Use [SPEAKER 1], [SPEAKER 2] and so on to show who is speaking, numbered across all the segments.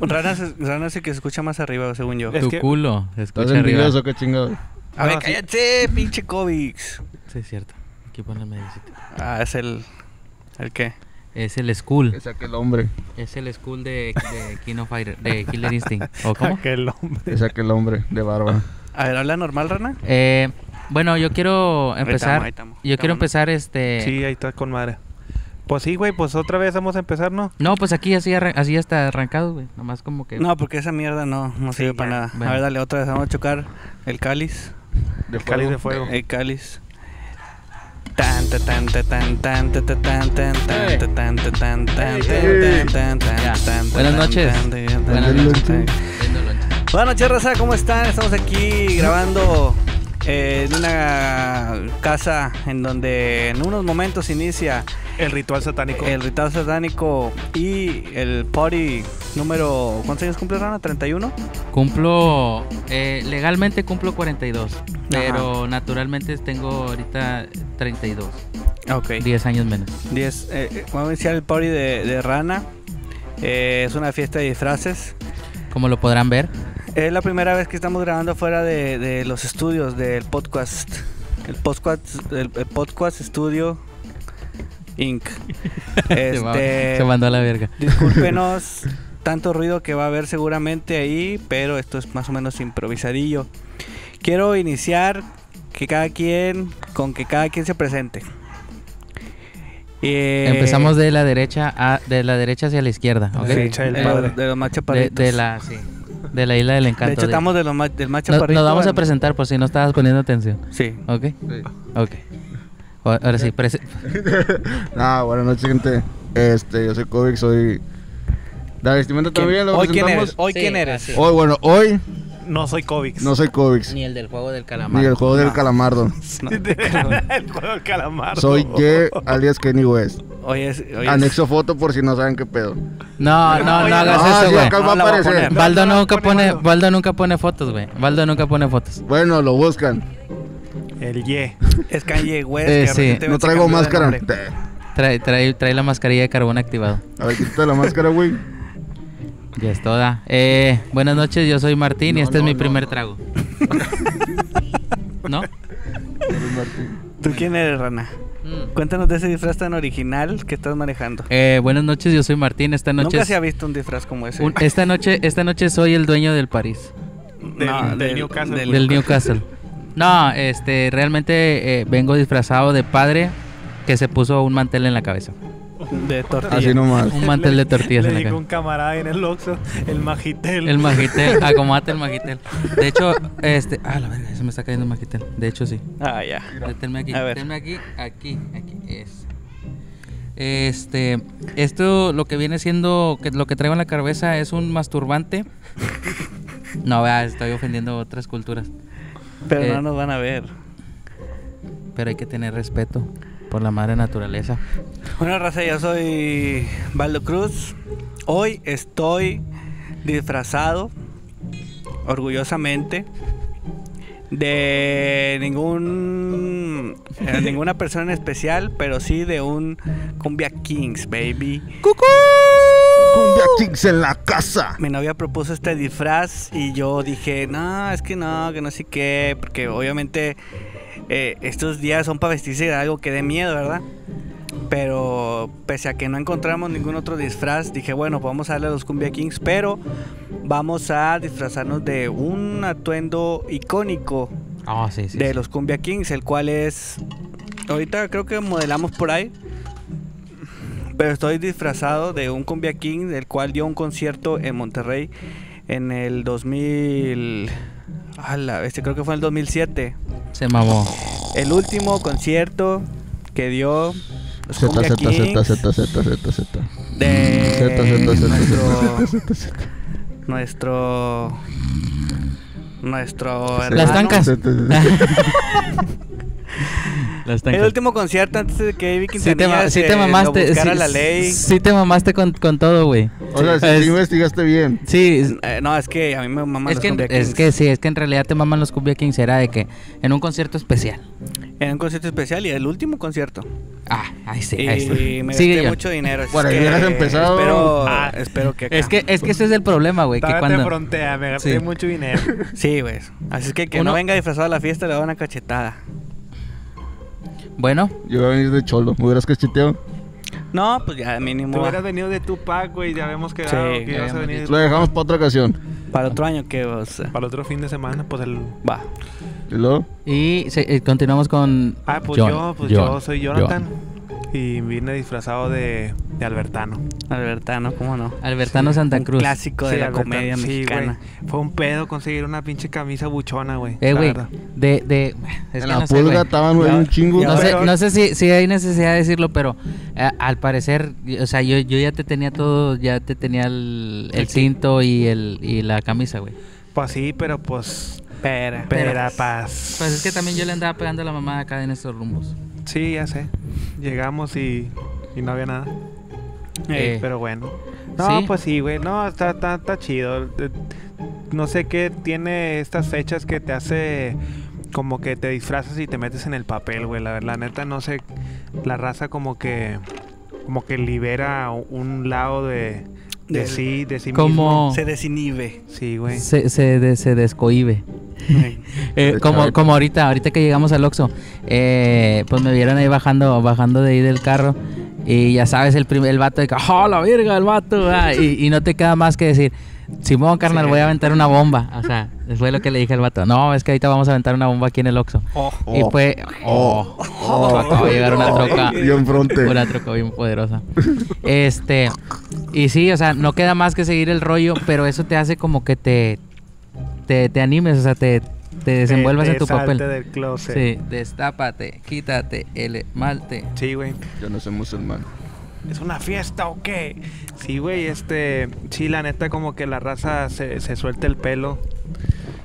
[SPEAKER 1] Rana, se- rana es el que se escucha más arriba, según yo.
[SPEAKER 2] Es
[SPEAKER 3] tu
[SPEAKER 2] que-
[SPEAKER 3] culo.
[SPEAKER 4] ¿Estás
[SPEAKER 3] Escucha arriba.
[SPEAKER 4] envidioso? ¿Qué chingado?
[SPEAKER 1] A ver,
[SPEAKER 2] no, sí.
[SPEAKER 1] cállate, pinche Covix.
[SPEAKER 3] Sí, es cierto. Aquí pone la medicita.
[SPEAKER 1] Ah, es el. ¿El qué?
[SPEAKER 3] Es el school.
[SPEAKER 4] Que saque el hombre.
[SPEAKER 3] Es el school de, de King of Fighter, de Killer Instinct. ¿O cómo?
[SPEAKER 2] Aquel hombre.
[SPEAKER 4] Que saque el hombre de barba.
[SPEAKER 1] A ver, habla normal, rana.
[SPEAKER 3] Eh, bueno, yo quiero
[SPEAKER 1] Ahí
[SPEAKER 3] empezar.
[SPEAKER 1] estamos, ahí estamos.
[SPEAKER 3] Yo quiero
[SPEAKER 1] Vámonos.
[SPEAKER 3] empezar este.
[SPEAKER 2] Sí, ahí está con madre. Pues sí, güey, pues otra vez vamos a empezar, ¿no?
[SPEAKER 3] No, pues aquí así, arran- así está arrancado, güey. Nomás como que.
[SPEAKER 1] No, porque esa mierda no, no sirve para
[SPEAKER 2] ya.
[SPEAKER 1] nada.
[SPEAKER 3] Bueno.
[SPEAKER 1] A ver, dale otra vez. Vamos a chocar el cáliz.
[SPEAKER 4] De
[SPEAKER 2] Cáliz de fuego.
[SPEAKER 1] El cáliz. Tan, ta, tan, ta, tan, tan, ta, ta, tan, tan, tan, ta, tan, ta, tan, tan, tan,
[SPEAKER 4] Ey.
[SPEAKER 1] tan, tan,
[SPEAKER 3] Ya.
[SPEAKER 1] tan, tan,
[SPEAKER 3] Buenas
[SPEAKER 1] tan,
[SPEAKER 3] noches.
[SPEAKER 1] tan, tan, tan,
[SPEAKER 3] Buenas
[SPEAKER 1] tan,
[SPEAKER 4] noches.
[SPEAKER 1] tan. Buenas noches, raza. ¿Cómo están? Estamos aquí grabando eh, en una casa en donde en unos momentos inicia
[SPEAKER 2] El ritual satánico.
[SPEAKER 1] el ritual satánico y el party número... ¿Cuántos años cumple Rana? ¿31?
[SPEAKER 3] Cumplo. eh, legalmente cumplo 42. Pero naturalmente tengo ahorita 32.
[SPEAKER 1] Ok.
[SPEAKER 3] 10 años menos.
[SPEAKER 1] 10. eh, eh, vamos a iniciar el party de, de Rana. Eh, es una fiesta de disfraces.
[SPEAKER 3] Como lo podrán ver.
[SPEAKER 1] Es la primera vez que estamos grabando fuera de, de los estudios del podcast. El podcast, el, el podcast Studio Inc.
[SPEAKER 3] Se va-
[SPEAKER 1] Este,
[SPEAKER 3] se mandó a la verga.
[SPEAKER 1] discúlpenos tanto ruido que va a haber seguramente ahí, pero esto es más o menos improvisadillo. Quiero iniciar que cada quien, con que cada quien se presente. Eh,
[SPEAKER 3] Empezamos de la derecha a, de la derecha hacia la izquierda, ¿ok?
[SPEAKER 2] Sí, derecha del
[SPEAKER 3] Eh,
[SPEAKER 2] padre.
[SPEAKER 1] de los más
[SPEAKER 3] de,
[SPEAKER 1] chaparritos.
[SPEAKER 3] de la sí, de la isla del encanto.
[SPEAKER 1] De hecho,
[SPEAKER 3] de-
[SPEAKER 1] estamos de los más, del más
[SPEAKER 3] No- nos,
[SPEAKER 1] chaparrito.
[SPEAKER 3] vamos a
[SPEAKER 1] al-
[SPEAKER 3] presentar por si no estabas poniendo atención,
[SPEAKER 1] Sí.
[SPEAKER 3] ¿ok? Ok. O- Ahora sí, prese-
[SPEAKER 4] Ah, buenas noches, gente. Este, yo soy Kovic, soy. La vestimenta también, lo
[SPEAKER 1] ¿Hoy quién eres?
[SPEAKER 4] presentamos.
[SPEAKER 1] ¿Hoy
[SPEAKER 3] Sí,
[SPEAKER 1] quién eres?
[SPEAKER 3] así.
[SPEAKER 4] Hoy, bueno, hoy
[SPEAKER 2] No soy Covix.
[SPEAKER 4] no soy Kovic,
[SPEAKER 3] ni el del juego del calamar.
[SPEAKER 4] ni el juego del
[SPEAKER 1] No.
[SPEAKER 4] calamardo.
[SPEAKER 1] No.
[SPEAKER 2] el juego del calamar.
[SPEAKER 4] Soy Ye, alias Kenny West.
[SPEAKER 1] Hoy es... Hoy es-
[SPEAKER 4] Anexo foto por si no saben qué pedo. Ah,
[SPEAKER 3] No, no, no
[SPEAKER 2] Oye,
[SPEAKER 3] hagas
[SPEAKER 2] no,
[SPEAKER 3] eso,
[SPEAKER 4] sí,
[SPEAKER 3] güey.
[SPEAKER 4] acá va
[SPEAKER 1] No,
[SPEAKER 4] a
[SPEAKER 1] la voy a
[SPEAKER 4] aparecer.
[SPEAKER 1] poner.
[SPEAKER 3] Baldo
[SPEAKER 2] No, no,
[SPEAKER 3] nunca
[SPEAKER 2] pone
[SPEAKER 3] pone
[SPEAKER 2] Baldo.
[SPEAKER 3] Baldo nunca pone fotos, güey. Baldo nunca pone fotos.
[SPEAKER 4] Bueno, lo buscan.
[SPEAKER 2] El Ye.
[SPEAKER 1] Es Kanye West.
[SPEAKER 3] Eh,
[SPEAKER 1] que
[SPEAKER 3] sí.
[SPEAKER 1] recientemente
[SPEAKER 4] No
[SPEAKER 1] se
[SPEAKER 4] traigo
[SPEAKER 1] cambió de
[SPEAKER 4] máscara.
[SPEAKER 1] nombre.
[SPEAKER 4] A
[SPEAKER 3] Trae, trae, trae la mascarilla de carbón activado.
[SPEAKER 4] ver, quítate la máscara, güey.
[SPEAKER 3] Ya es toda. Eh, buenas noches, yo soy Martín y
[SPEAKER 4] No,
[SPEAKER 3] este es
[SPEAKER 4] no,
[SPEAKER 3] mi
[SPEAKER 4] no,
[SPEAKER 3] primer
[SPEAKER 4] no.
[SPEAKER 3] trago. ¿No?
[SPEAKER 1] ¿Tú quién eres, Rana?
[SPEAKER 3] Mm.
[SPEAKER 1] Cuéntanos de ese disfraz tan original que estás manejando.
[SPEAKER 3] Eh, buenas noches, yo soy Martín. Esta noche,
[SPEAKER 1] Nunca
[SPEAKER 3] es-
[SPEAKER 1] se ha visto un disfraz como ese.
[SPEAKER 3] un- esta noche, esta noche soy el dueño del París,
[SPEAKER 2] Del- del Newcastle. El
[SPEAKER 3] del Newcastle. No, este, realmente eh, vengo disfrazado de padre que se puso un mantel en la cabeza,
[SPEAKER 1] De tortilla.
[SPEAKER 4] Así nomás.
[SPEAKER 3] un mantel de tortillas
[SPEAKER 2] Le
[SPEAKER 3] en la
[SPEAKER 2] dijo
[SPEAKER 3] cabeza.
[SPEAKER 2] un camarada en el Oxxo, el Magitel.
[SPEAKER 3] El magitel, acomate el magitel. De hecho, este, ah, la verga, se me está cayendo el magitel. De hecho, sí.
[SPEAKER 1] Ah, ya.
[SPEAKER 3] Deténme aquí,
[SPEAKER 1] A ver.
[SPEAKER 3] deténme aquí, aquí, aquí, es. Este, esto lo que viene siendo, que lo que traigo en la cabeza es un masturbante. No, vea, estoy ofendiendo otras culturas,
[SPEAKER 1] Pero
[SPEAKER 3] Eh.
[SPEAKER 1] no nos van a ver.
[SPEAKER 3] pero hay que tener respeto por la madre naturaleza.
[SPEAKER 1] Bueno, raza, yo soy Valdo Cruz. Hoy estoy disfrazado, orgullosamente, de ningún eh, ninguna persona en especial, pero sí de un Cumbia Kings, baby.
[SPEAKER 4] Cumbia Kings en la casa.
[SPEAKER 1] Mi novia propuso este disfraz y yo dije, no, es que no, que no sé qué, porque obviamente eh, estos días son para vestirse de algo que dé miedo, ¿verdad? Pero pese a que no encontramos ningún otro disfraz, dije, bueno, pues vamos a darle a los Cumbia Kings, pero vamos a disfrazarnos de un atuendo icónico
[SPEAKER 3] Ah, sí, sí.
[SPEAKER 1] de
[SPEAKER 3] sí.
[SPEAKER 1] los Cumbia Kings, el cual es. Ahorita creo que modelamos por ahí. Pero estoy disfrazado de un Cumbia King, el cual dio un concierto en Monterrey en el 2000. A la bestia, creo que fue en el 2007.
[SPEAKER 3] Se mamó.
[SPEAKER 1] El último concierto que dio los
[SPEAKER 4] Z,
[SPEAKER 1] Cumbia
[SPEAKER 4] Z,
[SPEAKER 1] Kings
[SPEAKER 4] Z, Z, Z, Z, Z.
[SPEAKER 1] de
[SPEAKER 4] Z, Z, Z,
[SPEAKER 1] nuestro. Nuestro. Nuestro.
[SPEAKER 3] Las
[SPEAKER 1] hermano.
[SPEAKER 3] tancas.
[SPEAKER 1] El último concierto antes de que David
[SPEAKER 3] Sí te,
[SPEAKER 1] Quintanilla
[SPEAKER 3] ma- sí
[SPEAKER 1] se
[SPEAKER 3] te
[SPEAKER 1] lo
[SPEAKER 3] mamaste, sí,
[SPEAKER 1] buscara la ley.
[SPEAKER 3] sí te mamaste con, con todo, güey.
[SPEAKER 4] O sea, si
[SPEAKER 3] Es-
[SPEAKER 4] sí investigaste bien.
[SPEAKER 3] Sí, es-
[SPEAKER 1] Eh, no, es que a mí me maman
[SPEAKER 3] es
[SPEAKER 1] los
[SPEAKER 3] que,
[SPEAKER 1] Cumbia
[SPEAKER 3] es
[SPEAKER 1] Kings.
[SPEAKER 3] que sí, es que en realidad te maman los Cumbia Kings. Era de que en un concierto especial.
[SPEAKER 1] Era un concierto especial y el último concierto.
[SPEAKER 3] Ah, ahí sí, ahí sí.
[SPEAKER 1] y me
[SPEAKER 3] Sigue
[SPEAKER 1] gasté
[SPEAKER 3] yo.
[SPEAKER 1] mucho dinero. así
[SPEAKER 4] Bueno,
[SPEAKER 1] es que
[SPEAKER 4] hubieras empezado-
[SPEAKER 1] Espero,
[SPEAKER 2] Ah.
[SPEAKER 1] espero que acá.
[SPEAKER 3] Es que, es que ese es el problema, güey. Que
[SPEAKER 2] Todavía te
[SPEAKER 3] cuando.
[SPEAKER 2] frontea, me gasté
[SPEAKER 3] Sí.
[SPEAKER 2] mucho dinero.
[SPEAKER 1] Sí, güey. Así es que que
[SPEAKER 3] Uno-
[SPEAKER 1] no venga disfrazado a la fiesta le da una cachetada.
[SPEAKER 3] Bueno,
[SPEAKER 4] Yo iba a venir de cholo. ¿Me hubieras cacheteado?
[SPEAKER 1] No, pues ya
[SPEAKER 2] Tú
[SPEAKER 1] mínimo
[SPEAKER 2] hubieras venido de Tupac, güey. Ya habíamos quedado
[SPEAKER 1] Sí,
[SPEAKER 2] que
[SPEAKER 3] ya
[SPEAKER 2] ibas a
[SPEAKER 3] habíamos
[SPEAKER 2] venir de
[SPEAKER 4] Lo dejamos para otra ocasión.
[SPEAKER 1] para otro año que o sea,
[SPEAKER 2] Para el otro fin de semana, pues el.
[SPEAKER 1] va.
[SPEAKER 4] ¿Y luego?
[SPEAKER 3] y se- eh, continuamos con.
[SPEAKER 2] Ah, pues
[SPEAKER 3] John,
[SPEAKER 2] yo, pues
[SPEAKER 3] John,
[SPEAKER 2] yo soy Jonathan. Y vine disfrazado de, de Albertano.
[SPEAKER 1] Albertano, cómo no.
[SPEAKER 3] Albertano Santa
[SPEAKER 1] Un
[SPEAKER 3] Cruz.
[SPEAKER 1] clásico de
[SPEAKER 2] Sí,
[SPEAKER 1] la
[SPEAKER 2] Albertano,
[SPEAKER 1] comedia
[SPEAKER 2] sí,
[SPEAKER 1] mexicana.
[SPEAKER 2] güey. Fue un pedo conseguir una pinche camisa buchona, güey.
[SPEAKER 3] Eh,
[SPEAKER 2] la
[SPEAKER 3] güey.
[SPEAKER 2] verdad.
[SPEAKER 3] De. de es
[SPEAKER 4] en
[SPEAKER 3] que
[SPEAKER 4] la
[SPEAKER 3] no sé,
[SPEAKER 4] pulga
[SPEAKER 3] güey.
[SPEAKER 4] estaban güey,
[SPEAKER 1] Ya-
[SPEAKER 4] un chingo.
[SPEAKER 1] ya-
[SPEAKER 3] No sé,
[SPEAKER 2] Pero-
[SPEAKER 3] no sé si, si hay necesidad de decirlo, pero eh, al parecer, y- o sea, yo, yo ya te tenía todo, ya te tenía el, el cinto y el y la camisa, güey.
[SPEAKER 2] Pues sí, pero pues.
[SPEAKER 1] Pera.
[SPEAKER 2] Pero paz.
[SPEAKER 3] Pues es que también yo le andaba pegando a la mamá acá en estos rumbos.
[SPEAKER 2] Sí, ya sé. Llegamos y, y no había nada.
[SPEAKER 1] Ey.
[SPEAKER 3] Eh.
[SPEAKER 2] Pero bueno. No,
[SPEAKER 3] Sí.
[SPEAKER 2] pues sí, güey. No, está, está, está chido. Eh, No sé qué tiene estas fechas que te hace como que te disfrazas y te metes en el papel, güey. La, la neta no sé. La raza como que como que libera un lado de, de
[SPEAKER 1] Del-
[SPEAKER 2] sí, de sí mismo.
[SPEAKER 3] Como
[SPEAKER 1] Se desinhibe.
[SPEAKER 2] Sí, güey.
[SPEAKER 3] se, se, de- se descohibe.
[SPEAKER 1] Ey.
[SPEAKER 3] Eh,
[SPEAKER 4] De
[SPEAKER 3] como,
[SPEAKER 4] chavito.
[SPEAKER 3] como ahorita, ahorita que llegamos al Oxxo, eh, pues me vieron ahí bajando, bajando de ahí del carro. Y ya sabes, el, prim- el vato de que, ¡oh, la verga, el vato! ah", y, y no te queda más que decir, Simón, carnal,
[SPEAKER 1] Sí.
[SPEAKER 3] voy a aventar una bomba. O sea, fue lo que le dije al vato. No, es que ahorita vamos a aventar una bomba aquí en el Oxxo.
[SPEAKER 1] Oh.
[SPEAKER 3] Y fue,
[SPEAKER 4] Oh.
[SPEAKER 3] Oh, acaba de llegar una
[SPEAKER 4] Oh.
[SPEAKER 3] troca.
[SPEAKER 4] Y enfrente.
[SPEAKER 3] Una troca bien poderosa. Este. Y sí, o sea, no queda más que seguir el rollo, pero eso te hace como que te. Te, te animes, o sea, te, te desenvuelvas
[SPEAKER 2] Te-
[SPEAKER 3] en tu
[SPEAKER 2] te salte
[SPEAKER 3] papel.
[SPEAKER 2] del closet.
[SPEAKER 3] Sí, destápate, quítate el esmalte.
[SPEAKER 2] Sí, güey.
[SPEAKER 4] Ya no soy musulmán.
[SPEAKER 2] ¿Es una fiesta o qué? Sí, güey, este... Sí, la neta como que la raza se, se suelta el pelo.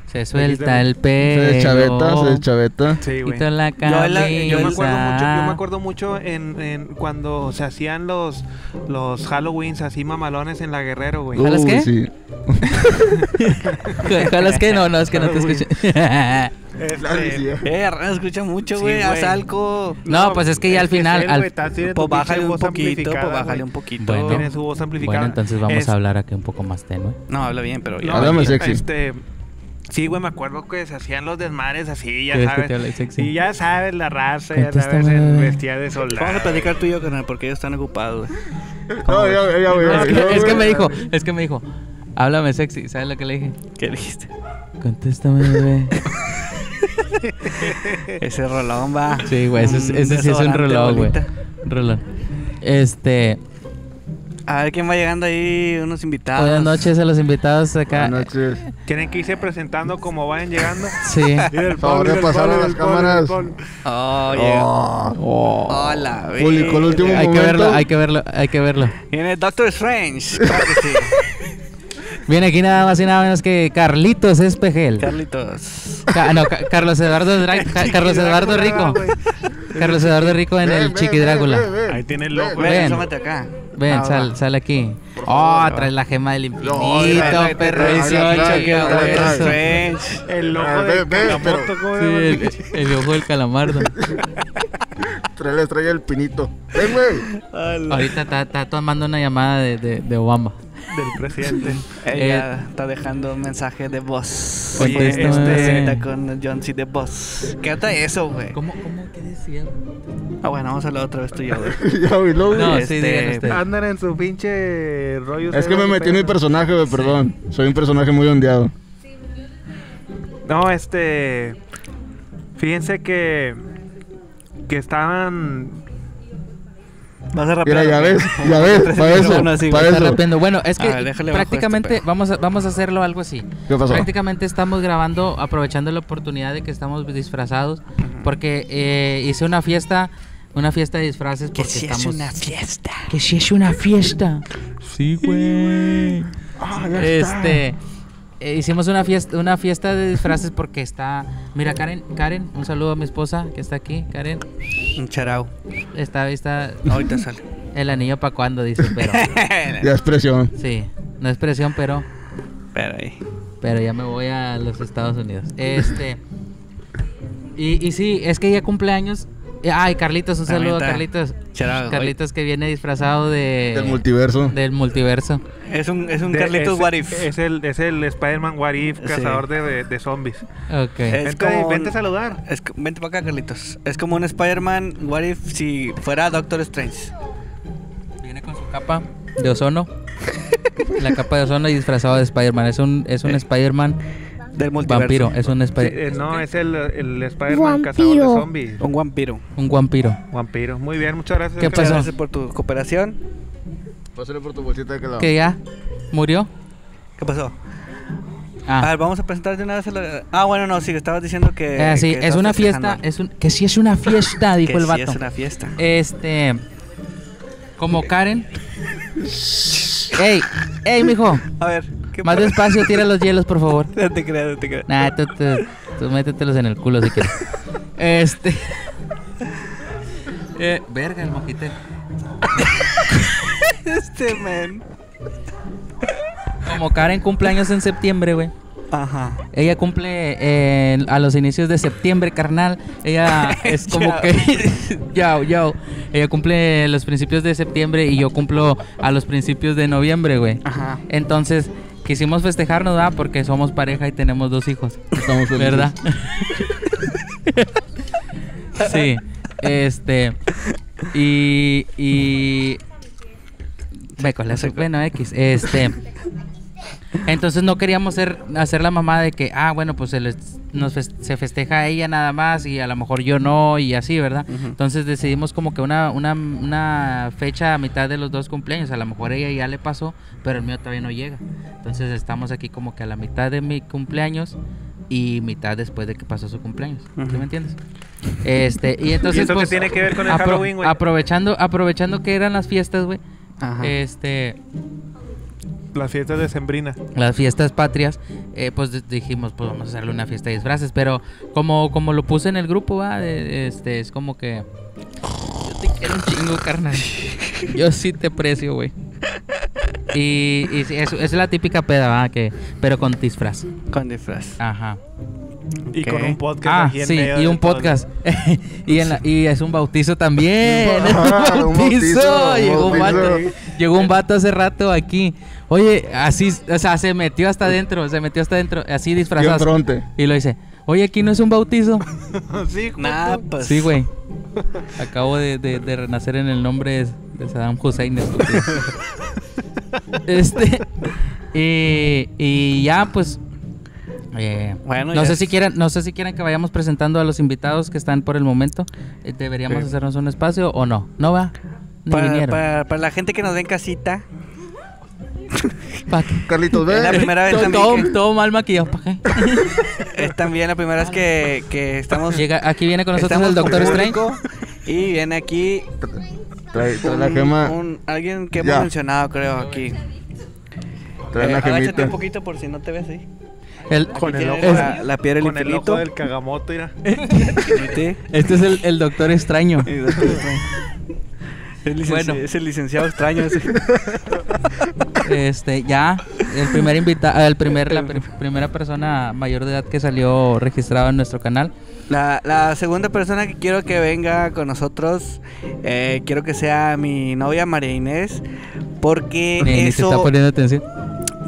[SPEAKER 3] Se suelta el pelo.
[SPEAKER 4] Se deschaveta, se deschaveta.
[SPEAKER 2] Sí, güey.
[SPEAKER 3] Quita la
[SPEAKER 1] Yo la-
[SPEAKER 3] camisa.
[SPEAKER 2] Yo me acuerdo mucho, yo me acuerdo mucho en, en cuando se hacían los los Halloweens así mamalones en la Guerrero, güey.
[SPEAKER 3] ¿Jalas
[SPEAKER 4] Uy,
[SPEAKER 3] qué?
[SPEAKER 4] sí.
[SPEAKER 3] ¿Jalas que no? No, es que no te
[SPEAKER 2] Uy.
[SPEAKER 3] escuché.
[SPEAKER 2] Este,
[SPEAKER 4] Claro que sí, eh.
[SPEAKER 1] Eh, Hernán, escucha mucho,
[SPEAKER 2] Sí,
[SPEAKER 1] güey. Haz
[SPEAKER 2] güey.
[SPEAKER 1] algo.
[SPEAKER 3] No, pues es que ya al final,
[SPEAKER 2] él,
[SPEAKER 3] al-
[SPEAKER 2] güey, está haciendo
[SPEAKER 1] Pues
[SPEAKER 2] tu pinche
[SPEAKER 1] bájale un
[SPEAKER 2] voz
[SPEAKER 1] poquito,
[SPEAKER 2] amplificada,
[SPEAKER 1] pues bájale
[SPEAKER 2] güey.
[SPEAKER 1] un poquito.
[SPEAKER 3] Bueno.
[SPEAKER 2] Tiene su voz amplificada.
[SPEAKER 3] Bueno, entonces vamos
[SPEAKER 2] Es-
[SPEAKER 3] a hablar aquí un poco más tenue.
[SPEAKER 1] No, habla bien, pero ya.
[SPEAKER 2] No,
[SPEAKER 4] Háblame
[SPEAKER 2] y-
[SPEAKER 4] sexy.
[SPEAKER 2] Este, sí, güey, me acuerdo que se hacían los desmares así, ya
[SPEAKER 3] ¿Quieres que
[SPEAKER 2] sabes.
[SPEAKER 3] te hable sexy?
[SPEAKER 2] Y ya sabes la raza, ya
[SPEAKER 3] Contéstame,
[SPEAKER 2] sabes el
[SPEAKER 3] bebé.
[SPEAKER 2] vestía de soldado.
[SPEAKER 1] Vamos a platicar tú y yo, carnal, porque ellos están ocupados, güey.
[SPEAKER 4] No, ya, ya, güey.
[SPEAKER 2] No,
[SPEAKER 4] ya,
[SPEAKER 3] Es
[SPEAKER 4] ya,
[SPEAKER 3] que, es que
[SPEAKER 4] güey.
[SPEAKER 3] me dijo, es que me dijo, háblame sexy, ¿sabes lo que le dije?
[SPEAKER 1] ¿Qué dijiste?
[SPEAKER 3] Contéstame, bebé.
[SPEAKER 1] Ese rolón va. Mm,
[SPEAKER 3] Sí, güey, ese, es- ese sí es un
[SPEAKER 1] desodorante,
[SPEAKER 3] reloj, güey.
[SPEAKER 1] bolita.
[SPEAKER 3] Reloj. Este,
[SPEAKER 1] A ver quién va llegando ahí, unos invitados.
[SPEAKER 3] buenas noches a los invitados acá.
[SPEAKER 4] Buenas noches.
[SPEAKER 2] Tienen que irse presentando como vayan llegando.
[SPEAKER 3] Sí.
[SPEAKER 2] Mira el
[SPEAKER 4] favor
[SPEAKER 2] Paul,
[SPEAKER 4] de
[SPEAKER 2] mira el
[SPEAKER 4] pasar a
[SPEAKER 2] Paul, mira
[SPEAKER 4] las
[SPEAKER 2] el Paul, mira el
[SPEAKER 4] cámaras.
[SPEAKER 2] Paul.
[SPEAKER 1] Oh, llegó.
[SPEAKER 4] Oh, oh.
[SPEAKER 1] Hola, güey.
[SPEAKER 4] Publicó el último
[SPEAKER 3] Hay que
[SPEAKER 4] momento.
[SPEAKER 3] verlo, hay que verlo, hay que verlo.
[SPEAKER 1] Viene Doctor Strange. Claro que sí.
[SPEAKER 3] Viene aquí nada más y nada menos que Carlitos Espejel.
[SPEAKER 1] Carlitos.
[SPEAKER 3] Ca- no, Ca- Carlos Eduardo Dra- Ca- Carlos Eduardo Rico. Carlos Eduardo Rico en
[SPEAKER 4] Ven,
[SPEAKER 3] el
[SPEAKER 4] ven,
[SPEAKER 3] Chiqui
[SPEAKER 4] ven,
[SPEAKER 3] Drácula.
[SPEAKER 4] ven, ven.
[SPEAKER 2] Ahí tiene el
[SPEAKER 4] Ven,
[SPEAKER 2] ojo.
[SPEAKER 1] Ven,
[SPEAKER 3] Ven.
[SPEAKER 1] asómate acá.
[SPEAKER 3] Ven,
[SPEAKER 1] Ah,
[SPEAKER 3] sal,
[SPEAKER 1] va.
[SPEAKER 3] sal aquí.
[SPEAKER 4] Por
[SPEAKER 3] Oh,
[SPEAKER 4] favor.
[SPEAKER 3] traes la gema del infinito,
[SPEAKER 4] No, trae, trae,
[SPEAKER 3] perro
[SPEAKER 4] trae,
[SPEAKER 3] 18,
[SPEAKER 4] trae,
[SPEAKER 3] qué
[SPEAKER 4] trae,
[SPEAKER 1] Doctor
[SPEAKER 4] trae.
[SPEAKER 3] oso.
[SPEAKER 1] Strange.
[SPEAKER 2] El
[SPEAKER 4] Ah,
[SPEAKER 2] loco
[SPEAKER 4] ve-
[SPEAKER 2] de
[SPEAKER 4] ve,
[SPEAKER 2] Calamoto,
[SPEAKER 4] pero-
[SPEAKER 2] ¿cómo
[SPEAKER 3] Sí,
[SPEAKER 2] se
[SPEAKER 3] el,
[SPEAKER 2] llama?
[SPEAKER 3] el ojo del calamardo.
[SPEAKER 4] Trae la estrella del pinito. Ven, güey.
[SPEAKER 3] Ahorita está, está tomando una llamada de, de, de Obama.
[SPEAKER 2] Del presidente.
[SPEAKER 1] Ella está dejando un mensaje de voz.
[SPEAKER 3] Oye,
[SPEAKER 1] Oye,
[SPEAKER 3] este-
[SPEAKER 1] este con John C. de voz. ¿Qué onda eso, güey?
[SPEAKER 3] ¿Cómo, cómo que decía?
[SPEAKER 1] Ah, bueno, vamos a hablar otra vez tú y yo, güey.
[SPEAKER 4] Ya, güey, no, güey.
[SPEAKER 3] No,
[SPEAKER 1] Este,
[SPEAKER 3] sí, díganlo ustedes.
[SPEAKER 2] Andan en su pinche rollo.
[SPEAKER 4] Es que
[SPEAKER 2] cero
[SPEAKER 4] me metí en mi
[SPEAKER 2] pedo.
[SPEAKER 4] personaje, güey, perdón. Soy un personaje muy ondeado.
[SPEAKER 2] No, este. Fíjense que. Que estaban.
[SPEAKER 1] Vas a rapear.
[SPEAKER 4] Mira, ya
[SPEAKER 1] o qué?
[SPEAKER 4] ves, ya ves, para eso,
[SPEAKER 1] Bueno, sí,
[SPEAKER 4] para
[SPEAKER 3] Está
[SPEAKER 4] eso.
[SPEAKER 3] rapeando. Bueno, es que
[SPEAKER 1] A ver, Ah, déjale bajo
[SPEAKER 3] prácticamente
[SPEAKER 1] este pedo.
[SPEAKER 3] vamos, a, vamos a hacerlo algo así.
[SPEAKER 4] ¿Qué pasó?
[SPEAKER 3] Prácticamente estamos grabando aprovechando la oportunidad de que estamos disfrazados porque eh, hice una fiesta, una fiesta de disfraces porque estamos...
[SPEAKER 1] fiesta.
[SPEAKER 3] Que si es una fiesta. Sí, güey. Este. eh, hicimos una fiesta, una fiesta de disfraces porque está. Mira, Karen, Karen, un saludo a mi esposa que está aquí. Karen,
[SPEAKER 1] Un charao.
[SPEAKER 3] está, está,
[SPEAKER 1] Ahorita sale.
[SPEAKER 3] El anillo para cuando, dice, pero.
[SPEAKER 4] Ya es presión.
[SPEAKER 3] sí, no es presión, pero.
[SPEAKER 1] Pero ahí.
[SPEAKER 3] Pero ya me voy a los Estados Unidos. Este. Y, y sí, es que ya cumpleaños. Ay, Carlitos, un
[SPEAKER 1] La
[SPEAKER 3] saludo a
[SPEAKER 1] neta.
[SPEAKER 3] Carlitos.
[SPEAKER 1] Shout out,
[SPEAKER 3] Carlitos que viene disfrazado de.
[SPEAKER 4] Del multiverso.
[SPEAKER 3] Del multiverso.
[SPEAKER 1] Es un, es un
[SPEAKER 2] De-
[SPEAKER 1] Carlitos
[SPEAKER 2] es,
[SPEAKER 1] What If.
[SPEAKER 2] Es el, es el Spider-Man What If,
[SPEAKER 1] Sí.
[SPEAKER 2] cazador de, de- de zombies.
[SPEAKER 3] Ok.
[SPEAKER 1] Es
[SPEAKER 2] Vente,
[SPEAKER 1] como
[SPEAKER 2] vente a
[SPEAKER 1] un-
[SPEAKER 2] saludar.
[SPEAKER 1] Es co- vente para acá, Carlitos. Es como un Spider-Man What If si fuera Doctor Strange.
[SPEAKER 3] Viene con su capa de ozono. la capa de ozono y disfrazado de Spider-Man. Es un, es un
[SPEAKER 1] Eh.
[SPEAKER 3] Spider-Man
[SPEAKER 1] Del multiverso.
[SPEAKER 3] vampiro. Es un
[SPEAKER 2] Sí,
[SPEAKER 3] Spider
[SPEAKER 2] eh, no, es el, el Spider-Man cazador de
[SPEAKER 5] Vampiro.
[SPEAKER 2] zombies.
[SPEAKER 1] Un vampiro.
[SPEAKER 3] Un vampiro.
[SPEAKER 2] Vampiro. Muy bien, muchas gracias.
[SPEAKER 3] ¿Qué
[SPEAKER 2] Oscar.
[SPEAKER 1] Muchas
[SPEAKER 3] pasó?
[SPEAKER 1] gracias por tu cooperación.
[SPEAKER 4] Pásale por tu bolsita de que la.
[SPEAKER 3] Que ya murió.
[SPEAKER 1] ¿Qué pasó? A
[SPEAKER 3] Ah,
[SPEAKER 1] ver, vamos a presentar de una vez a la- Ah, bueno, no, sí, que estabas diciendo que...
[SPEAKER 3] eh, sí,
[SPEAKER 1] que
[SPEAKER 3] es
[SPEAKER 1] estabas festejando
[SPEAKER 3] una fiesta.
[SPEAKER 1] algo.
[SPEAKER 3] Es un, que sí es una fiesta, dijo
[SPEAKER 1] Que
[SPEAKER 3] el
[SPEAKER 1] sí,
[SPEAKER 3] vato.
[SPEAKER 1] es una fiesta.
[SPEAKER 3] Este. Como Karen. ¡Ey! ¡Ey, mijo!
[SPEAKER 1] A ver, ¿qué
[SPEAKER 3] Más
[SPEAKER 1] pa-
[SPEAKER 3] despacio, tira los hielos, por favor.
[SPEAKER 1] No te creas, no te creas.
[SPEAKER 3] Nah, tú, tú- tú métetelos en el culo si quieres. Este. Eh, verga, el mojite.
[SPEAKER 1] Este man.
[SPEAKER 3] Como Karen cumpleaños en septiembre, güey.
[SPEAKER 1] Ajá.
[SPEAKER 3] Ella cumple eh, a los inicios de septiembre, carnal. Ella es como
[SPEAKER 1] Chao.
[SPEAKER 3] que. yo, yo. Ella cumple los principios de septiembre y yo cumplo a los principios de noviembre, güey.
[SPEAKER 1] Ajá.
[SPEAKER 3] Entonces, quisimos festejarnos, ¿verdad? Porque somos pareja y tenemos dos hijos.
[SPEAKER 4] Estamos felices.
[SPEAKER 3] ¿Verdad? sí. Este. Y. Y. Me colé su- Bueno, X. Este. Entonces no queríamos ser, hacer la mamá de que, ah, bueno, pues se, les- nos fes- se festeja a ella nada más y a lo mejor yo no y así, ¿verdad?
[SPEAKER 1] Ujú.
[SPEAKER 3] Entonces decidimos como que una, una, una fecha a mitad de los dos cumpleaños, a lo mejor ella ya le pasó, pero el mío todavía no llega. Entonces estamos aquí como que a la mitad de mi cumpleaños y mitad después de que pasó su cumpleaños.
[SPEAKER 1] Ujú.
[SPEAKER 3] ¿Sí me entiendes? Este, y entonces
[SPEAKER 2] ¿Y eso qué
[SPEAKER 3] pues,
[SPEAKER 2] tiene que ver con el
[SPEAKER 3] apro-
[SPEAKER 2] Halloween, güey?
[SPEAKER 3] Aprovechando, aprovechando que eran las fiestas, güey.
[SPEAKER 1] Ajá.
[SPEAKER 3] Este,
[SPEAKER 2] Las fiestas de Sembrina.
[SPEAKER 3] las fiestas patrias, eh, pues di- dijimos, pues vamos a hacerle una fiesta de disfraces, pero como, como lo puse en el grupo, va, De- este, es como que... Yo te quiero un chingo, carnal. Yo sí te precio, güey. Y, y sí, es, es la típica peda, ¿va? Que, pero con disfraz.
[SPEAKER 1] Con disfraz.
[SPEAKER 3] Ajá.
[SPEAKER 2] Y con
[SPEAKER 1] Ok.
[SPEAKER 2] un podcast.
[SPEAKER 3] Ah,
[SPEAKER 2] aquí en
[SPEAKER 3] sí,
[SPEAKER 2] medio
[SPEAKER 3] y
[SPEAKER 2] de
[SPEAKER 3] un
[SPEAKER 2] todo.
[SPEAKER 3] podcast. y, en la- y es un bautizo también. es
[SPEAKER 4] Ah,
[SPEAKER 3] un
[SPEAKER 4] un
[SPEAKER 3] bautizo.
[SPEAKER 4] bautizo, un
[SPEAKER 3] Llegó un vato.
[SPEAKER 4] bautizo.
[SPEAKER 3] Llegó un vato hace rato aquí. Oye, así, o sea, se metió hasta adentro, se metió hasta adentro, así
[SPEAKER 4] Tío
[SPEAKER 3] disfrazado.
[SPEAKER 4] Tronte.
[SPEAKER 3] Y lo dice, oye, aquí no es un bautizo.
[SPEAKER 2] sí, güey.
[SPEAKER 1] Nah, pues.
[SPEAKER 3] sí, güey. Acabo de, de- de renacer en el nombre de Saddam Hussein. estúpido. este. Y, y ya, pues. eh,
[SPEAKER 1] Bueno,
[SPEAKER 3] no
[SPEAKER 1] ya
[SPEAKER 3] sé
[SPEAKER 1] es-
[SPEAKER 3] si quieran, no sé si quieran que vayamos presentando a los invitados que están por el momento. Eh, Deberíamos
[SPEAKER 2] Sí.
[SPEAKER 3] hacernos un espacio o no. No va. Ni
[SPEAKER 1] Para,
[SPEAKER 3] vinieron.
[SPEAKER 1] para, para la gente que nos ve en casita,
[SPEAKER 3] ¿Pa' qué?
[SPEAKER 4] Carlitos,
[SPEAKER 1] Es la
[SPEAKER 4] ve.
[SPEAKER 1] primera vez
[SPEAKER 3] todo,
[SPEAKER 1] también
[SPEAKER 3] todo-
[SPEAKER 1] que-
[SPEAKER 3] todo mal maquillado. ¿pa' qué?
[SPEAKER 1] es también la primera vez que, que estamos.
[SPEAKER 3] Llega, aquí viene con nosotros
[SPEAKER 1] estamos
[SPEAKER 3] el doctor
[SPEAKER 1] con
[SPEAKER 3] Strange.
[SPEAKER 1] público Y viene aquí
[SPEAKER 4] Trae, trae la
[SPEAKER 1] un-
[SPEAKER 4] gema.
[SPEAKER 1] un- alguien que
[SPEAKER 4] Ya.
[SPEAKER 1] hemos mencionado, creo, aquí.
[SPEAKER 4] Trae
[SPEAKER 1] Eh,
[SPEAKER 4] la
[SPEAKER 1] agáchate
[SPEAKER 4] gemita.
[SPEAKER 1] un poquito por si no te ves ahí.
[SPEAKER 3] El-
[SPEAKER 1] Aquí
[SPEAKER 2] Con el
[SPEAKER 1] tienes
[SPEAKER 2] ojo
[SPEAKER 1] la,
[SPEAKER 2] del-
[SPEAKER 1] la piedra del
[SPEAKER 2] Con el
[SPEAKER 1] infinito.
[SPEAKER 2] ojo del cagamoto, mira.
[SPEAKER 1] Sí.
[SPEAKER 3] este es el, el doctor extraño.
[SPEAKER 1] Y doctor Strange. Es, licenci-
[SPEAKER 3] Bueno.
[SPEAKER 1] es el licenciado extraño. ese.
[SPEAKER 3] Este, ya, el primer invitado, el primer, la pri- primera persona mayor de edad que salió registrado en nuestro canal.
[SPEAKER 1] La, la segunda persona que quiero que venga con nosotros, eh, quiero que sea mi novia María Inés,
[SPEAKER 2] Eh,
[SPEAKER 1] porque
[SPEAKER 3] Ni, ni se está
[SPEAKER 1] eso,
[SPEAKER 3] poniendo atención.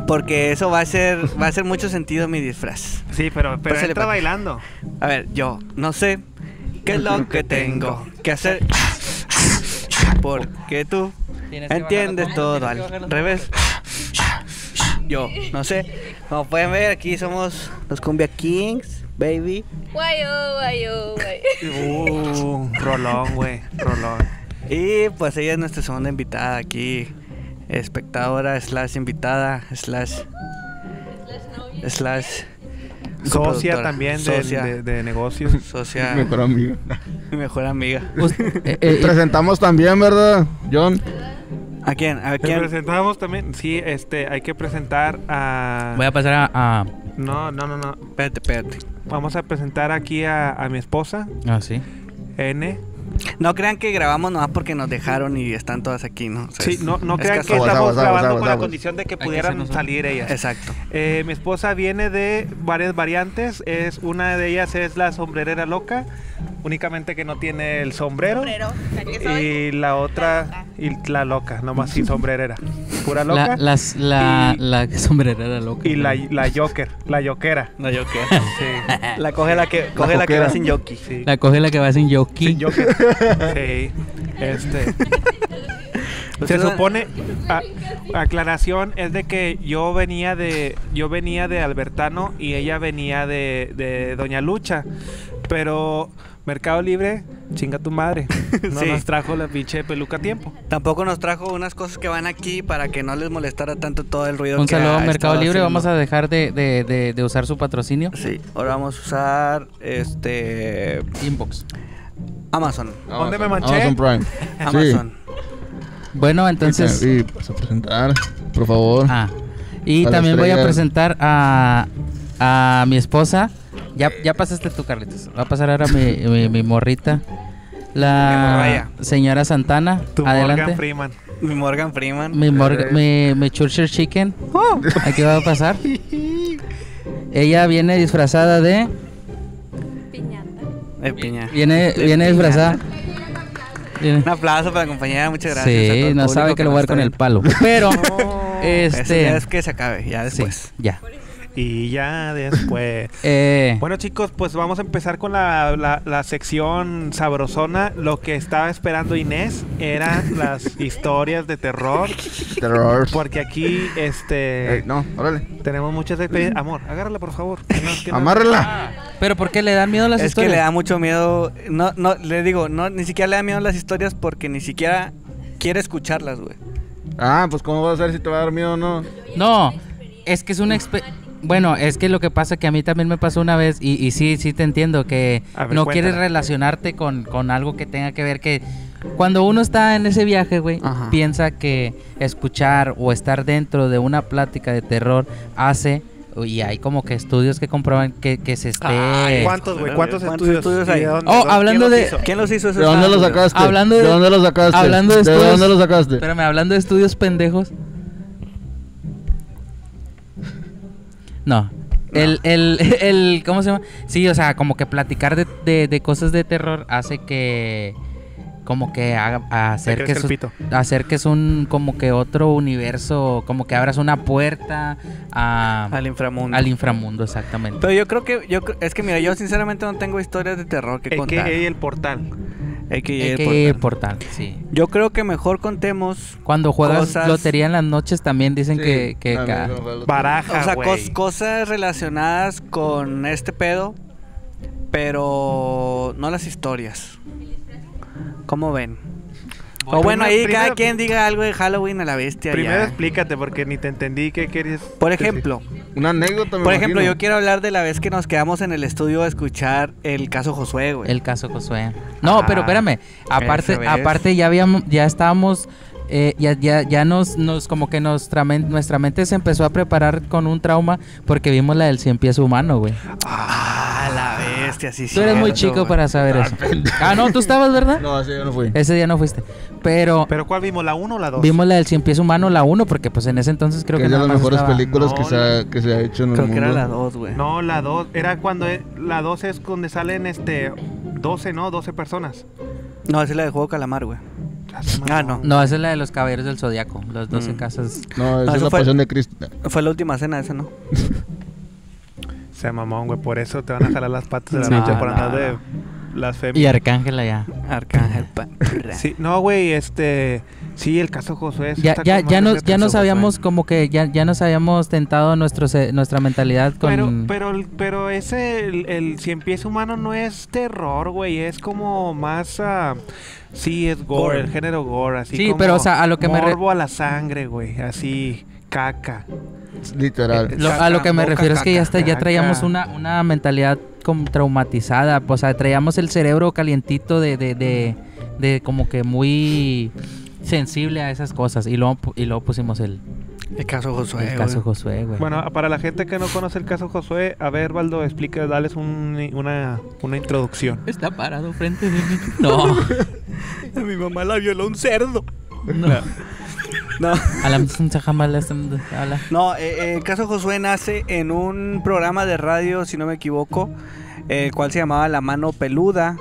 [SPEAKER 1] porque eso va a ser, va a hacer mucho sentido mi disfraz.
[SPEAKER 2] Sí, pero, pero
[SPEAKER 1] Pásale,
[SPEAKER 2] entra
[SPEAKER 1] Paco.
[SPEAKER 2] bailando.
[SPEAKER 1] A ver, yo no sé qué es lo que tengo que hacer. Porque tú entiendes todo al revés. Yo no sé. Como pueden ver, aquí somos los Cumbia Kings, baby.
[SPEAKER 5] Guayo, guayo, guayo.
[SPEAKER 2] Uh, rolón, güey. Rolón.
[SPEAKER 1] Y pues ella es nuestra segunda invitada aquí. Espectadora, slash invitada, slash. Slash.
[SPEAKER 2] Socia
[SPEAKER 1] coproductora,
[SPEAKER 2] también de,
[SPEAKER 1] Socia.
[SPEAKER 2] de- de negocios.
[SPEAKER 1] socia,
[SPEAKER 4] Mejor amigo.
[SPEAKER 1] mi mejor amiga.
[SPEAKER 3] Us- eh, eh, eh,
[SPEAKER 4] Presentamos también, ¿verdad, John?
[SPEAKER 1] ¿A quién? ¿A
[SPEAKER 2] ¿Te
[SPEAKER 1] quién?
[SPEAKER 2] presentamos también? Sí, este, hay que presentar a...
[SPEAKER 3] voy a pasar a, a-
[SPEAKER 2] No, no, no, no.
[SPEAKER 1] Espérate, espérate.
[SPEAKER 2] Vamos a presentar aquí a, a mi esposa,
[SPEAKER 3] ah, sí.
[SPEAKER 2] N.
[SPEAKER 1] No crean que grabamos nomás porque nos dejaron y están todas aquí, ¿no? O sea,
[SPEAKER 2] Sí,
[SPEAKER 1] es-
[SPEAKER 2] no, no
[SPEAKER 1] es
[SPEAKER 2] crean que
[SPEAKER 1] casual.
[SPEAKER 2] estamos
[SPEAKER 4] Aguas, aguas,
[SPEAKER 2] grabando
[SPEAKER 4] aguas,
[SPEAKER 2] con la
[SPEAKER 4] aguas.
[SPEAKER 2] condición de que
[SPEAKER 3] que
[SPEAKER 2] pudieran
[SPEAKER 3] hacernos-
[SPEAKER 2] salir ellas.
[SPEAKER 1] Exacto.
[SPEAKER 2] Eh, mi esposa viene de varias variantes. Es una de ellas es la sombrerera loca, únicamente que no tiene el sombrero.
[SPEAKER 5] Sombrero, la que soy.
[SPEAKER 2] Y la otra y la loca, nomás sin sombrerera, pura
[SPEAKER 3] La,
[SPEAKER 2] loca.
[SPEAKER 3] las, la,
[SPEAKER 2] Y-
[SPEAKER 3] la sombrerera loca.
[SPEAKER 2] y la,
[SPEAKER 3] güey.
[SPEAKER 2] la Joker, la Jokera.
[SPEAKER 1] No, yo qué.
[SPEAKER 2] Sí,
[SPEAKER 1] La coge la que, coge la que
[SPEAKER 4] coquera.
[SPEAKER 1] va sin jockey.
[SPEAKER 2] sí.
[SPEAKER 3] La coge la que va sin jockey.
[SPEAKER 2] Sí, Joker. Sí. Este. Se
[SPEAKER 1] Ustedes-
[SPEAKER 2] supone a- aclaración es de que yo venía de yo venía de Albertano y ella venía de, de Doña Lucha, pero Mercado Libre, chinga tu madre, no
[SPEAKER 1] Sí.
[SPEAKER 2] nos trajo la pinche peluca a tiempo.
[SPEAKER 1] Tampoco nos trajo unas cosas que van aquí para que no les molestara tanto todo el ruido
[SPEAKER 3] Un
[SPEAKER 1] que
[SPEAKER 3] saludo
[SPEAKER 1] ha
[SPEAKER 3] a Mercado
[SPEAKER 1] estado
[SPEAKER 3] Libre.
[SPEAKER 1] haciendo.
[SPEAKER 3] Vamos a dejar de, de, de, de usar su patrocinio.
[SPEAKER 1] Sí, ahora vamos a usar este
[SPEAKER 3] Inbox.
[SPEAKER 1] Amazon.
[SPEAKER 2] ¿Dónde me manché?
[SPEAKER 4] Amazon Prime.
[SPEAKER 1] Amazon.
[SPEAKER 3] Bueno,
[SPEAKER 4] Entonces.
[SPEAKER 3] entonces.
[SPEAKER 4] Y vas pues, a presentar, por favor.
[SPEAKER 3] Ah, y
[SPEAKER 4] A la
[SPEAKER 3] también voy a
[SPEAKER 4] estrella.
[SPEAKER 3] presentar a, a mi esposa. Ya, ya pasaste tú, Carlitos. Va a pasar ahora mi, mi, mi morrita. La
[SPEAKER 1] morraya.
[SPEAKER 3] señora Santana.
[SPEAKER 2] Tu Morgan
[SPEAKER 3] Adelante.
[SPEAKER 2] Freeman.
[SPEAKER 1] Mi Morgan Freeman.
[SPEAKER 3] Mi,
[SPEAKER 4] Eh.
[SPEAKER 3] Morgan- mi, mi Churchill Chicken. Aquí va a pasar. Ella viene disfrazada de.
[SPEAKER 5] Piñata.
[SPEAKER 1] De piña.
[SPEAKER 3] Viene,
[SPEAKER 1] De
[SPEAKER 3] viene
[SPEAKER 1] piña.
[SPEAKER 3] disfrazada. Viene-
[SPEAKER 1] Un aplauso para la compañera, muchas gracias. a todo
[SPEAKER 3] Sí,
[SPEAKER 1] el
[SPEAKER 3] no
[SPEAKER 1] público
[SPEAKER 3] sabe que lo
[SPEAKER 1] nos
[SPEAKER 3] voy a dar
[SPEAKER 1] está
[SPEAKER 3] con el
[SPEAKER 1] viendo.
[SPEAKER 3] palo. Pero,
[SPEAKER 1] Eso ya
[SPEAKER 3] este.
[SPEAKER 1] es que se acabe, ya
[SPEAKER 3] Sí,
[SPEAKER 1] después.
[SPEAKER 3] ya.
[SPEAKER 2] Y ya después.
[SPEAKER 3] Eh,
[SPEAKER 2] Bueno chicos, pues vamos a empezar con la, la- la sección sabrosona. Lo que estaba esperando Inés eran las historias de terror.
[SPEAKER 4] Terror.
[SPEAKER 2] Porque aquí, este...
[SPEAKER 4] Ey, no, órale.
[SPEAKER 2] Tenemos muchas experiencias. Amor, agárrala, por favor. Que no- que no-
[SPEAKER 4] Amárrala.
[SPEAKER 3] pero ¿por qué le dan miedo las
[SPEAKER 1] es que
[SPEAKER 3] historias?
[SPEAKER 1] le da mucho miedo. No, no, le digo, no, ni siquiera le da miedo las historias porque ni siquiera quiere escucharlas, güey.
[SPEAKER 4] Ah, pues cómo vas a saber si te va a dar miedo o no.
[SPEAKER 3] No, es que es una expe- Bueno, es que lo que pasa que a mí también me pasó una vez y, y sí, sí te entiendo que
[SPEAKER 2] A ver,
[SPEAKER 3] no
[SPEAKER 2] cuéntala.
[SPEAKER 3] quieres relacionarte con, con algo que tenga que ver que cuando uno está en ese viaje, güey,
[SPEAKER 1] Ajá.
[SPEAKER 3] piensa que escuchar o estar dentro de una plática de terror hace y hay como que estudios que comprueban que, que se esté
[SPEAKER 1] Ay,
[SPEAKER 2] ¿Cuántos, güey? ¿Cuántos,
[SPEAKER 1] ¿Cuántos
[SPEAKER 2] estudios?
[SPEAKER 1] estudios
[SPEAKER 2] ¿Y
[SPEAKER 1] hay?
[SPEAKER 2] dónde-
[SPEAKER 3] Oh,
[SPEAKER 2] dónde- quién
[SPEAKER 3] hablando
[SPEAKER 2] los
[SPEAKER 3] de-
[SPEAKER 2] hizo?
[SPEAKER 1] ¿Quién los hizo esos
[SPEAKER 4] ¿De dónde lo
[SPEAKER 1] estudios?
[SPEAKER 4] sacaste?
[SPEAKER 3] Hablando
[SPEAKER 4] de...
[SPEAKER 3] de-
[SPEAKER 4] dónde lo sacaste?
[SPEAKER 3] hablando de
[SPEAKER 4] ¿De
[SPEAKER 3] estudios-
[SPEAKER 4] dónde lo sacaste?
[SPEAKER 3] Espérame, hablando de estudios pendejos. No. El, el, el, ¿cómo se llama? Sí, o sea, como que platicar de, de- de cosas de terror hace que, como que haga,
[SPEAKER 2] Se
[SPEAKER 3] hacer que
[SPEAKER 2] crece el
[SPEAKER 3] su-
[SPEAKER 2] pito.
[SPEAKER 3] hacer que es un, como que otro universo, como que abras una puerta a-
[SPEAKER 1] Al inframundo.
[SPEAKER 3] al inframundo, exactamente.
[SPEAKER 1] Pero yo creo que, yo cre- es que mira, yo sinceramente no tengo historias de terror que
[SPEAKER 2] AKA
[SPEAKER 1] contar.
[SPEAKER 2] el portal.
[SPEAKER 1] AKA
[SPEAKER 3] Hay
[SPEAKER 1] el
[SPEAKER 3] que ir
[SPEAKER 1] portal.
[SPEAKER 3] portal, sí.
[SPEAKER 1] Yo creo que mejor contemos,
[SPEAKER 3] Cuando juegas
[SPEAKER 1] Cosas-
[SPEAKER 3] lotería en las noches también dicen
[SPEAKER 4] Sí,
[SPEAKER 3] que, que
[SPEAKER 4] no,
[SPEAKER 3] ca-
[SPEAKER 4] no, no, no, no.
[SPEAKER 2] Baraja,
[SPEAKER 1] o sea,
[SPEAKER 2] Ah, güey.
[SPEAKER 1] cos- cosas relacionadas con este pedo, pero no las historias. ¿Cómo ven? o bueno,
[SPEAKER 2] Primero-
[SPEAKER 1] ahí cada
[SPEAKER 2] primero-
[SPEAKER 1] quien diga algo de Halloween a la bestia.
[SPEAKER 2] Primero
[SPEAKER 1] ya.
[SPEAKER 2] explícate porque ni te entendí qué querías.
[SPEAKER 1] Por
[SPEAKER 2] decir.
[SPEAKER 1] ejemplo,
[SPEAKER 4] Una anécdota, me
[SPEAKER 1] por ejemplo,
[SPEAKER 4] imagino.
[SPEAKER 1] yo quiero hablar de la vez que nos quedamos en el estudio a escuchar el caso Josué, güey.
[SPEAKER 3] El caso Josué. No,
[SPEAKER 1] Ah,
[SPEAKER 3] pero espérame. Aparte,
[SPEAKER 1] ves.
[SPEAKER 3] aparte ya habíamos, ya estábamos, eh, ya, ya, ya nos, nos, como que nuestra, men- nuestra mente se empezó a preparar con un trauma porque vimos la del cien pies humano, güey.
[SPEAKER 1] Ah, la bestia, sí,
[SPEAKER 3] Tú eres muy
[SPEAKER 1] cierto,
[SPEAKER 3] chico
[SPEAKER 1] güey.
[SPEAKER 3] para saber eso. Ah, no, tú estabas, ¿verdad?
[SPEAKER 4] No, así yo no fui.
[SPEAKER 3] Ese día no fuiste. Pero
[SPEAKER 2] ¿Pero cuál vimos? ¿La 1 o la 2?
[SPEAKER 3] vimos la del cien pies humano, la uno, porque pues en ese entonces creo
[SPEAKER 4] que
[SPEAKER 3] que,
[SPEAKER 4] es de
[SPEAKER 3] nada
[SPEAKER 4] las
[SPEAKER 3] más
[SPEAKER 4] mejores
[SPEAKER 3] estaba-
[SPEAKER 4] películas que,
[SPEAKER 2] No,
[SPEAKER 4] se ha, que se ha hecho en el
[SPEAKER 1] Creo que
[SPEAKER 4] mundo.
[SPEAKER 1] era la 2, güey.
[SPEAKER 2] No, la 2. Era cuando. e- La 2 es donde salen este. 12, ¿no? 12 personas.
[SPEAKER 1] No, esa es la de Juego Calamar, güey. Ah, no.
[SPEAKER 3] No, esa es la de los caballeros del zodiaco, los 12
[SPEAKER 1] Mm.
[SPEAKER 3] casas.
[SPEAKER 4] No,
[SPEAKER 1] No,
[SPEAKER 4] esa es
[SPEAKER 1] eso
[SPEAKER 4] la
[SPEAKER 1] fue-
[SPEAKER 4] pasión de Cristo.
[SPEAKER 1] Fue la última cena esa, ¿no?
[SPEAKER 2] Se mamón, güey. Por eso te van a jalar las patas de la
[SPEAKER 3] Sí.
[SPEAKER 2] noche
[SPEAKER 3] No,
[SPEAKER 2] por andar
[SPEAKER 1] no,
[SPEAKER 2] de las
[SPEAKER 3] Y Arcángela ya.
[SPEAKER 1] Arcángel Pan.
[SPEAKER 2] Sí, no, güey, este. Sí, el caso Josué. eso
[SPEAKER 3] ya,
[SPEAKER 2] está
[SPEAKER 3] ya,
[SPEAKER 2] con
[SPEAKER 3] ya
[SPEAKER 2] madre el
[SPEAKER 3] nos, ya
[SPEAKER 2] caso
[SPEAKER 3] nos
[SPEAKER 2] Josué.
[SPEAKER 3] habíamos como que ya, ya nos habíamos tentado nuestro, se- nuestra mentalidad con
[SPEAKER 2] Pero, pues, pero, el- pero ese, el, el cien pies humano no es terror, güey. Es como más. ah, sí, es gore,
[SPEAKER 1] Gore.
[SPEAKER 2] el género gore. Así
[SPEAKER 3] Sí,
[SPEAKER 2] como
[SPEAKER 3] pero, o sea, a lo que me re-
[SPEAKER 2] morbo a la sangre, güey. Así, caca.
[SPEAKER 1] Eh,
[SPEAKER 4] Literal.
[SPEAKER 3] lo- a lo que me
[SPEAKER 1] Boca,
[SPEAKER 3] refiero es que ya
[SPEAKER 1] caca,
[SPEAKER 3] está, ya traíamos
[SPEAKER 2] caca.
[SPEAKER 3] una, una mentalidad como traumatizada, o sea, traíamos el cerebro calientito de, de, de, de como que muy sensible a esas cosas y luego pu- y luego pusimos el
[SPEAKER 1] El caso Josué.
[SPEAKER 3] el caso
[SPEAKER 1] Pues, güey.
[SPEAKER 3] Josué, güey.
[SPEAKER 2] Bueno, para la gente que no conoce el caso Josué, a ver, Valdo, explica, dales un- una, una introducción.
[SPEAKER 3] Está parado frente de mí. No,
[SPEAKER 1] A mi mamá la violó un cerdo.
[SPEAKER 3] no.
[SPEAKER 1] No.
[SPEAKER 3] Alam Tsantzajamala, Sam- ala.
[SPEAKER 1] No, eh, eh, el caso Josué nace en un programa de radio, si no me equivoco, el cual se llamaba La Mano Peluda,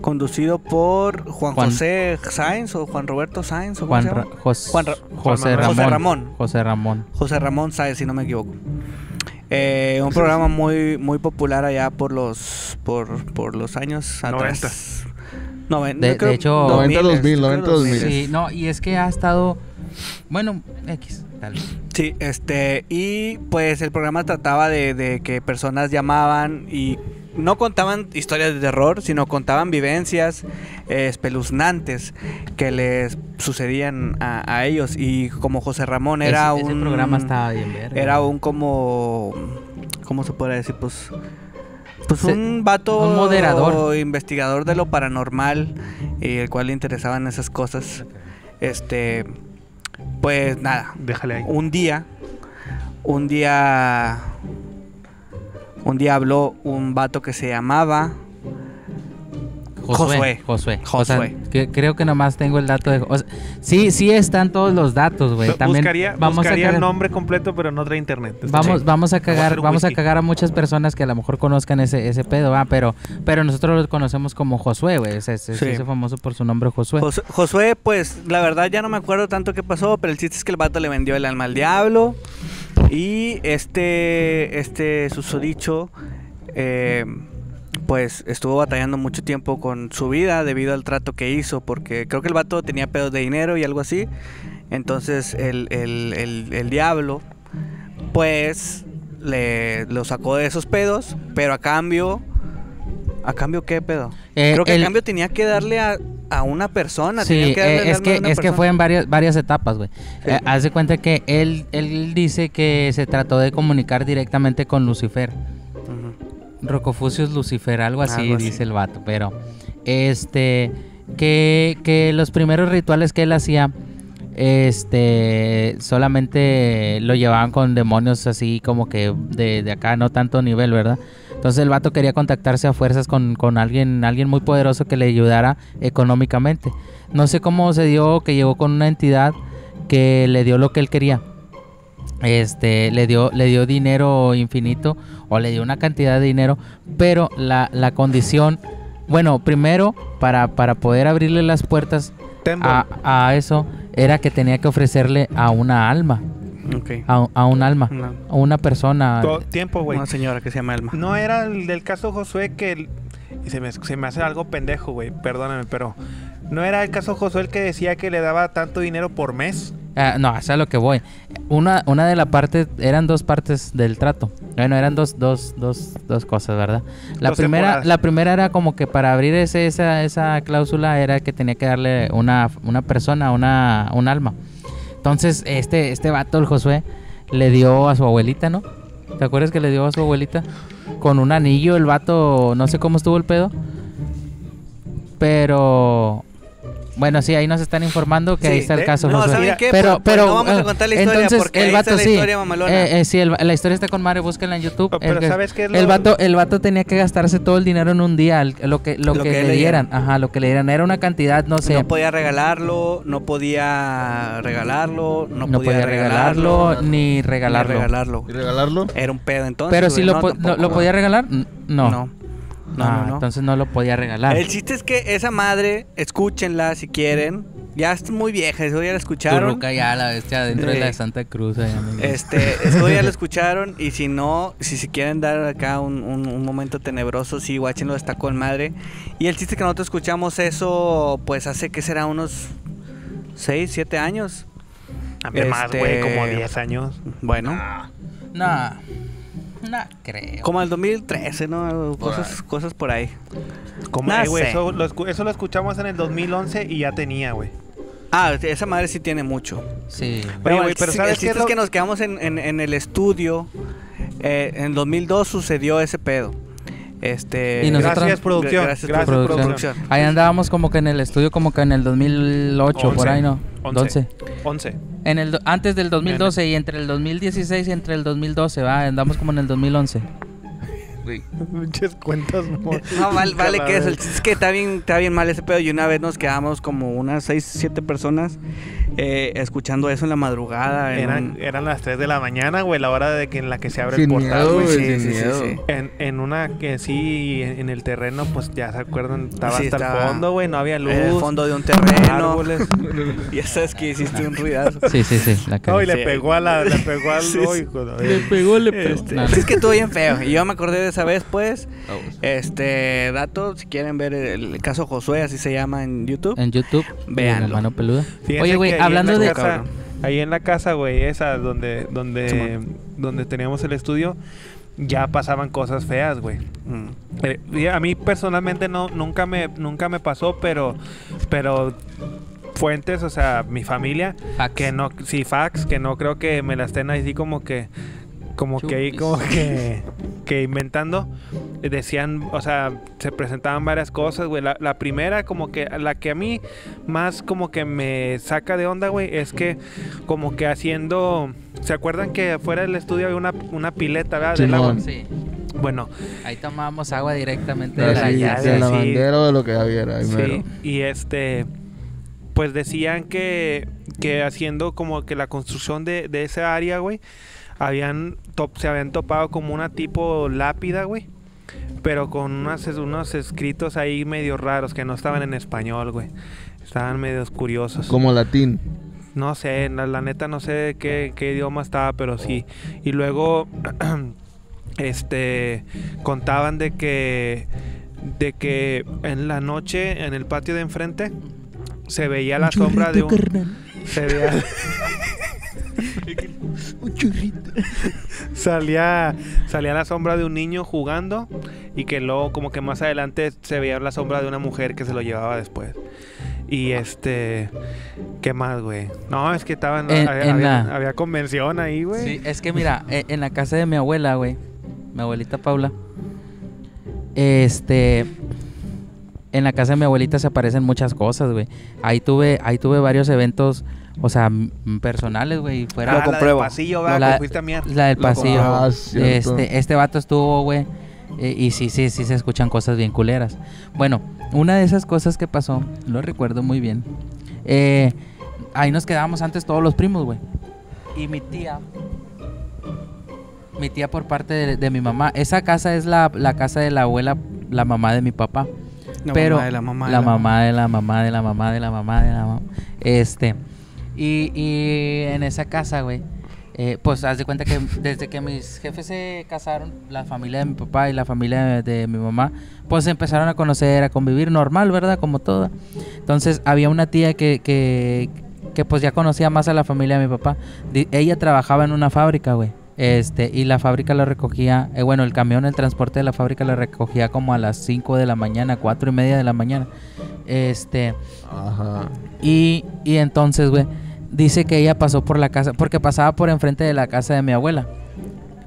[SPEAKER 1] conducido por Juan,
[SPEAKER 3] Juan-
[SPEAKER 1] José Sáenz o Juan Roberto Sáenz o cómo
[SPEAKER 3] Juan
[SPEAKER 1] se llama?
[SPEAKER 3] Ra- Jos-
[SPEAKER 1] Juan Ra-
[SPEAKER 3] José
[SPEAKER 2] Juan
[SPEAKER 3] Ramón.
[SPEAKER 2] Manuel.
[SPEAKER 1] José Ramón.
[SPEAKER 3] José Ramón.
[SPEAKER 1] José Ramón Sáenz, si no me equivoco. Eh, un programa muy muy popular allá por los por, por los años atrás. Noven-
[SPEAKER 3] De-
[SPEAKER 1] yo creo
[SPEAKER 3] de hecho-
[SPEAKER 1] 2000,
[SPEAKER 4] 90,
[SPEAKER 1] creo
[SPEAKER 4] 90,
[SPEAKER 1] 2000.
[SPEAKER 4] Mira.
[SPEAKER 3] Sí, no, y es que ha estado. Bueno, X, tal vez.
[SPEAKER 1] Sí, este, y pues el programa trataba de, de que personas llamaban y no contaban historias de terror, sino contaban vivencias eh, espeluznantes que les sucedían a, a ellos. Y como José Ramón era
[SPEAKER 3] Ese-
[SPEAKER 1] un...
[SPEAKER 3] Ese programa estaba bien verga.
[SPEAKER 1] Era un como... ¿Cómo se podría decir? Pues... Pues
[SPEAKER 3] Se-
[SPEAKER 1] un vato...
[SPEAKER 3] un moderador.
[SPEAKER 1] Investigador de lo paranormal, y el cual le interesaban esas cosas. Este... Pues nada,
[SPEAKER 2] Déjale ahí.
[SPEAKER 1] un día, un día, un día habló un vato que se llamaba.
[SPEAKER 3] Josué. Josué. O sea,
[SPEAKER 1] Josué.
[SPEAKER 3] que- creo que nomás tengo el dato de. o sea, sí, sí están todos los datos, güey.
[SPEAKER 2] Bu-
[SPEAKER 3] También
[SPEAKER 2] buscaría
[SPEAKER 3] vamos
[SPEAKER 2] buscaría
[SPEAKER 3] a
[SPEAKER 2] el
[SPEAKER 3] cagar,
[SPEAKER 2] nombre completo, pero no trae internet. Está
[SPEAKER 3] Vamos,
[SPEAKER 2] chido. Vamos
[SPEAKER 3] vamos a
[SPEAKER 2] a
[SPEAKER 3] cagar,
[SPEAKER 2] hacer un
[SPEAKER 3] vamos a
[SPEAKER 2] whisky.
[SPEAKER 3] cagar a muchas personas que a lo mejor conozcan ese, ese pedo, va, pero, pero nosotros lo conocemos como Josué, güey. Es, es- es-
[SPEAKER 1] Sí.
[SPEAKER 3] es famoso por su nombre Josué.
[SPEAKER 1] Jos- Josué, pues la verdad ya no me acuerdo tanto qué pasó, pero el chiste es que el vato le vendió el alma al diablo. Y este, este susodicho, eh, pues estuvo batallando mucho tiempo con su vida debido al trato que hizo, porque creo que el vato tenía pedos de dinero y algo así. Entonces el, el- el- el diablo, pues, le, lo sacó de esos pedos, pero a cambio... ¿A cambio qué pedo?
[SPEAKER 3] Eh,
[SPEAKER 1] Creo que
[SPEAKER 3] el-
[SPEAKER 1] a cambio tenía que darle a, a una persona.
[SPEAKER 3] Sí,
[SPEAKER 1] tenía que darle
[SPEAKER 3] eh,
[SPEAKER 1] el
[SPEAKER 3] es
[SPEAKER 1] alma de
[SPEAKER 3] que,
[SPEAKER 1] una
[SPEAKER 3] es que
[SPEAKER 1] persona.
[SPEAKER 3] fue en varias, varias etapas, güey.
[SPEAKER 1] Sí.
[SPEAKER 3] Eh, haz de cuenta que él, él dice que se trató de comunicar directamente con Lucifer.
[SPEAKER 1] Ujú.
[SPEAKER 3] Rocofucius Lucifer, algo así,
[SPEAKER 1] Algo así.
[SPEAKER 3] dice el vato, pero este que, que los primeros rituales que él hacía este solamente lo llevaban con demonios así como que de, de acá no tanto nivel, ¿verdad? Entonces el vato quería contactarse a fuerzas con, con alguien, alguien muy poderoso que le ayudara económicamente. No sé cómo se dio que llegó con una entidad que le dio lo que él quería. Este, le dio, le dio dinero infinito o le dio una cantidad de dinero, pero la, la condición, bueno, primero, para, para poder abrirle las puertas
[SPEAKER 2] Temple.
[SPEAKER 3] a, a eso, era que tenía que ofrecerle a una alma,
[SPEAKER 1] Ok.
[SPEAKER 3] a, a un alma,
[SPEAKER 1] Una,
[SPEAKER 3] a una persona.
[SPEAKER 2] To- tiempo, güey.
[SPEAKER 1] una señora que se llama Elma.
[SPEAKER 2] No era el del caso Josué que... el- y se me, se me hace algo pendejo, güey. Perdóname, pero... ¿No era el caso Josué el que decía que le daba tanto dinero por mes?
[SPEAKER 3] Ah, no, es a lo que voy. Una, una de la parte, eran dos partes del trato. Bueno, eran dos, dos, dos, dos cosas, ¿verdad? La
[SPEAKER 2] Dos
[SPEAKER 3] primera,
[SPEAKER 2] temporadas.
[SPEAKER 3] la primera era como que para abrir ese, esa, esa cláusula era que tenía que darle una, una persona, una, un alma. Entonces, este, este vato, el Josué, le dio a su abuelita, ¿no? ¿Te acuerdas que le dio a su abuelita? Con un anillo, el vato, no sé cómo estuvo el pedo. Pero. Bueno, sí, ahí nos están informando que ahí
[SPEAKER 1] Sí,
[SPEAKER 3] está el
[SPEAKER 2] de-
[SPEAKER 3] caso
[SPEAKER 1] no,
[SPEAKER 3] Josué.
[SPEAKER 1] ¿saben qué?
[SPEAKER 3] Pero,
[SPEAKER 1] Pues, pues,
[SPEAKER 3] pero
[SPEAKER 1] no vamos a
[SPEAKER 3] eh,
[SPEAKER 1] contar la historia,
[SPEAKER 3] entonces,
[SPEAKER 1] porque ahí
[SPEAKER 3] el
[SPEAKER 1] está
[SPEAKER 3] vato
[SPEAKER 1] la
[SPEAKER 3] sí.
[SPEAKER 1] historia mamalona.
[SPEAKER 3] Eh, eh, sí, el- la historia está con Mario, búsquenla en YouTube.
[SPEAKER 2] Oh, pero
[SPEAKER 3] El que-
[SPEAKER 2] ¿sabes qué es lo-
[SPEAKER 3] el vato, el vato tenía que gastarse todo el dinero en un día, el- lo que, lo que, le dieran, ajá, lo que le dieran, era una cantidad, no sé,
[SPEAKER 1] No podía regalarlo, no podía regalarlo, no, podía, regalarlo,
[SPEAKER 3] regalarlo, ni
[SPEAKER 1] ni
[SPEAKER 3] regalarlo.
[SPEAKER 1] regalarlo.
[SPEAKER 4] ¿Y regalarlo?
[SPEAKER 1] Era un pedo entonces.
[SPEAKER 3] Pero
[SPEAKER 1] güey,
[SPEAKER 3] si lo,
[SPEAKER 1] no,
[SPEAKER 3] po-
[SPEAKER 1] tampoco,
[SPEAKER 3] lo- lo
[SPEAKER 1] güey.
[SPEAKER 3] podía regalar, N- no.
[SPEAKER 1] No, no,
[SPEAKER 3] Ah,
[SPEAKER 1] no, no.
[SPEAKER 3] Entonces ah. no lo podía regalar.
[SPEAKER 1] El chiste es que esa madre, escúchenla si quieren. Ya es muy vieja, eso ya la
[SPEAKER 3] Tu
[SPEAKER 1] escucharon.
[SPEAKER 3] ruca ya la bestia dentro de
[SPEAKER 1] Sí.
[SPEAKER 3] la de Santa Cruz. ahí, amigo.
[SPEAKER 1] Este, eso ya lo escucharon y si no, si se quieren dar acá un, un- un momento tenebroso, sí, guáchenlo, está con madre. Y el chiste que nosotros escuchamos eso, pues hace que será unos 6, 7 años.
[SPEAKER 2] A mí más,
[SPEAKER 1] Este-
[SPEAKER 2] güey, como 10 años.
[SPEAKER 1] Bueno,
[SPEAKER 3] No, no creo.
[SPEAKER 1] como el 2013, ¿no?
[SPEAKER 4] Por
[SPEAKER 1] Cosas, cosas por ahí.
[SPEAKER 2] Como,
[SPEAKER 1] No
[SPEAKER 2] eh, güey,
[SPEAKER 1] sé.
[SPEAKER 2] eso, lo escu- eso lo escuchamos en el 2011 y ya tenía, güey.
[SPEAKER 1] Ah, esa madre sí tiene mucho.
[SPEAKER 3] Sí.
[SPEAKER 2] Oye,
[SPEAKER 1] Bueno,
[SPEAKER 2] güey,
[SPEAKER 1] el,
[SPEAKER 2] pero
[SPEAKER 1] chiste-
[SPEAKER 2] ¿sabes
[SPEAKER 1] el chiste
[SPEAKER 2] qué es
[SPEAKER 1] es,
[SPEAKER 2] lo-
[SPEAKER 1] que nos quedamos en, en- en el estudio. Eh, en 2002 sucedió ese pedo. Este,
[SPEAKER 3] Y nosotros-
[SPEAKER 2] Gracias, producción.
[SPEAKER 1] Gracias,
[SPEAKER 2] Gracias,
[SPEAKER 1] producción.
[SPEAKER 2] producción.
[SPEAKER 3] Ahí andábamos como que en el estudio, como que en el 2008,
[SPEAKER 2] Once.
[SPEAKER 3] por ahí no.
[SPEAKER 2] 11. 11.
[SPEAKER 3] En el, do- antes del 2012 y entre el 2016 y entre el 2012, va, andamos como en el 2011.
[SPEAKER 2] Muchas cuentas.
[SPEAKER 1] No, vale, vale que es, el, es que está bien, está bien mal ese pedo. Y una vez nos quedamos como unas 6, 7 personas eh, escuchando eso en la madrugada. en
[SPEAKER 2] Eran,
[SPEAKER 1] un-
[SPEAKER 2] eran las 3 de la mañana, güey, la hora de que en la que se abre
[SPEAKER 4] Sin
[SPEAKER 2] el portal,
[SPEAKER 4] miedo,
[SPEAKER 2] güey.
[SPEAKER 4] güey,
[SPEAKER 1] Ah, Sí,
[SPEAKER 4] sin
[SPEAKER 1] sí, sí,
[SPEAKER 4] miedo.
[SPEAKER 1] sí.
[SPEAKER 2] En, en una que sí, en, en el terreno, pues ya se acuerdan, estaba
[SPEAKER 1] Sí,
[SPEAKER 2] hasta
[SPEAKER 1] estaba
[SPEAKER 2] el fondo, güey, no había luz.
[SPEAKER 1] en el fondo de un terreno.
[SPEAKER 2] árboles.
[SPEAKER 1] Ya sabes que hiciste un ruidazo.
[SPEAKER 3] Sí, sí, sí, la
[SPEAKER 2] No, y
[SPEAKER 3] cagué.
[SPEAKER 2] le
[SPEAKER 1] Sí.
[SPEAKER 2] pegó a la, le pegó al
[SPEAKER 1] Sí, sí.
[SPEAKER 2] hijo de-
[SPEAKER 3] pegó, le
[SPEAKER 1] Este, Es que estuvo bien feo. Y yo me acordé de esa vez, pues.
[SPEAKER 3] Oh.
[SPEAKER 1] Este dato, si quieren ver el, el caso Josué, así se llama en YouTube.
[SPEAKER 3] En YouTube,
[SPEAKER 1] Véanlo.
[SPEAKER 3] vean mano peluda.
[SPEAKER 2] Fíjense
[SPEAKER 3] Oye, güey,
[SPEAKER 2] que ahí en
[SPEAKER 3] hablando
[SPEAKER 2] la
[SPEAKER 3] de.
[SPEAKER 2] casa- ahí en la casa, güey, esa donde donde donde teníamos el estudio, ya pasaban cosas feas, güey.
[SPEAKER 1] Mm.
[SPEAKER 2] Eh, y a mí personalmente no nunca me nunca me pasó, pero pero fuentes, o sea, mi familia
[SPEAKER 3] Facts.
[SPEAKER 2] que no sí fax, que no creo que me las estén así como que como que ahí
[SPEAKER 3] Chupis.
[SPEAKER 2] como que que inventando eh, decían, o sea, se presentaban varias cosas, güey. La, la primera, como que la que a mí más como que me saca de onda, güey, es que como que haciendo. ¿Se acuerdan que afuera del estudio había una, una pileta, ¿verdad? Del agua.
[SPEAKER 4] Simón.
[SPEAKER 3] Sí,
[SPEAKER 2] Bueno,
[SPEAKER 3] ahí tomábamos agua directamente
[SPEAKER 4] De
[SPEAKER 3] de
[SPEAKER 4] la,
[SPEAKER 3] la
[SPEAKER 2] sí,
[SPEAKER 3] llave.
[SPEAKER 2] sí.
[SPEAKER 4] bandera o de lo que había. Ahí mero.
[SPEAKER 2] sí. Y este. Pues decían que, que haciendo como que la construcción de, de esa área, güey, habían top, se habían topado como una tipo lápida, güey. Pero con unas, unos escritos ahí medio raros que no estaban en español, güey. Estaban medios curiosos.
[SPEAKER 4] Como latín.
[SPEAKER 2] No sé, la, la neta no sé de qué, qué idioma estaba, pero sí. Y luego, este, contaban de que, de que en la noche, en el patio de enfrente, se veía la sombra de un... Se veía... salía, salía la sombra de un niño jugando y que luego como que más adelante se veía la sombra de una mujer que se lo llevaba después. Y este... ¿Qué más, güey? No, es que estaban...
[SPEAKER 3] En-
[SPEAKER 2] había,
[SPEAKER 3] en
[SPEAKER 2] había-
[SPEAKER 3] la-
[SPEAKER 2] había convención ahí, güey.
[SPEAKER 3] Sí, es que mira, e- en la casa de mi abuela, güey, mi abuelita Paula, este, en la casa de mi abuelita se aparecen muchas cosas, güey. Ahí tuve, ahí tuve varios eventos, o sea, m- personales, güey,
[SPEAKER 2] Ah,
[SPEAKER 3] fuera.
[SPEAKER 1] Lo
[SPEAKER 2] la del
[SPEAKER 1] compruebo.
[SPEAKER 2] pasillo, ¿verdad?
[SPEAKER 3] La-
[SPEAKER 2] Que fuiste a miar.
[SPEAKER 3] La del
[SPEAKER 2] Lo
[SPEAKER 3] pasillo.
[SPEAKER 4] Ah, cierto.
[SPEAKER 3] este, este vato estuvo, güey. eh, y sí, sí, sí se escuchan cosas bien culeras. Bueno, una de esas cosas que pasó, lo recuerdo muy bien. eh, ahí nos quedábamos antes todos los primos, güey. Y mi tía. Mi tía por parte de, de mi mamá. Esa casa es la, la casa de la abuela, la mamá de mi papá
[SPEAKER 1] La
[SPEAKER 3] pero
[SPEAKER 1] mamá de la mamá. de
[SPEAKER 3] la
[SPEAKER 1] la mamá.
[SPEAKER 3] mamá de la mamá de la mamá de la mamá de la mamá. Este. Y, y en esa casa, güey. eh, pues haz de cuenta que desde que mis jefes se casaron, la familia de mi papá y la familia de, de mi mamá, pues se empezaron a conocer, a convivir normal, ¿verdad? Como toda. Entonces había una tía que, que, que, pues ya conocía más a la familia de mi papá. Di- ella trabajaba en una fábrica, güey. Este, y la fábrica la recogía, eh, bueno, el camión, el transporte de la fábrica la recogía como a las 5 de la mañana, 4 y media de la mañana. Este,
[SPEAKER 4] Ajá.
[SPEAKER 3] y, y entonces, güey, dice que ella pasó por la casa, porque pasaba por enfrente de la casa de mi abuela.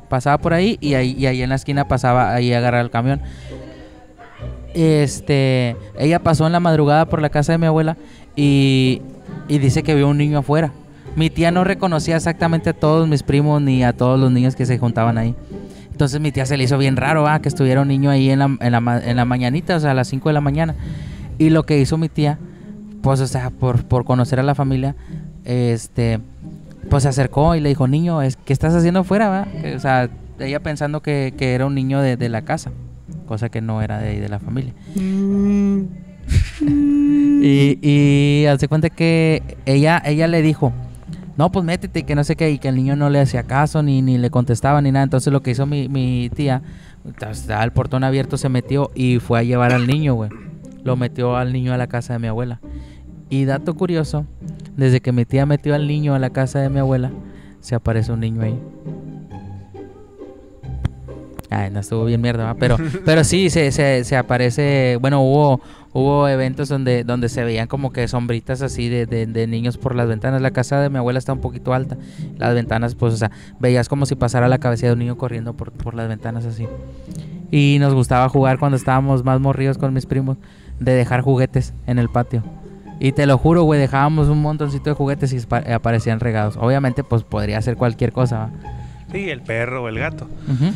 [SPEAKER 3] Pasaba por ahí y ahí, y ahí en la esquina pasaba, ahí agarraba el camión. Este, ella pasó en la madrugada por la casa de mi abuela y, y dice que vio un niño afuera. Mi tía no reconocía exactamente a todos mis primos ni a todos los niños que se juntaban ahí. Entonces mi tía se le hizo bien raro, ah, que estuviera un niño ahí en la, en la ma- en la mañanita, o sea, a las 5 de la mañana. Y lo que hizo mi tía, pues, o sea, por, por conocer a la familia, este, pues se acercó y le dijo, niño, es, ¿qué estás haciendo afuera, va? Que, o sea, ella pensando que, que era un niño de, de la casa, cosa que no era de ahí de la familia. y, y hace cuenta que ella, ella le dijo, no, pues métete, que no sé qué, y que el niño no le hacía caso, ni, ni le contestaba, ni nada. Entonces lo que hizo mi, mi tía, estaba el portón abierto, se metió y fue a llevar al niño, güey. Lo metió al niño a la casa de mi abuela. Y dato curioso, desde que mi tía metió al niño a la casa de mi abuela, se aparece un niño ahí. Ay, no estuvo bien mierda, ¿va? pero pero sí, se, se, se aparece, bueno, hubo hubo eventos donde donde se veían como que sombritas así de, de, de niños por las ventanas. La casa de mi abuela está un poquito alta. Las ventanas, pues, o sea, veías como si pasara la cabeza de un niño corriendo por, por las ventanas así. Y nos gustaba jugar cuando estábamos más morridos con mis primos, de dejar juguetes en el patio. Y te lo juro, güey, dejábamos un montoncito de juguetes y espa- aparecían regados. Obviamente, pues podría ser cualquier cosa. ¿va?
[SPEAKER 2] Sí, el perro o el gato.
[SPEAKER 3] Ujú.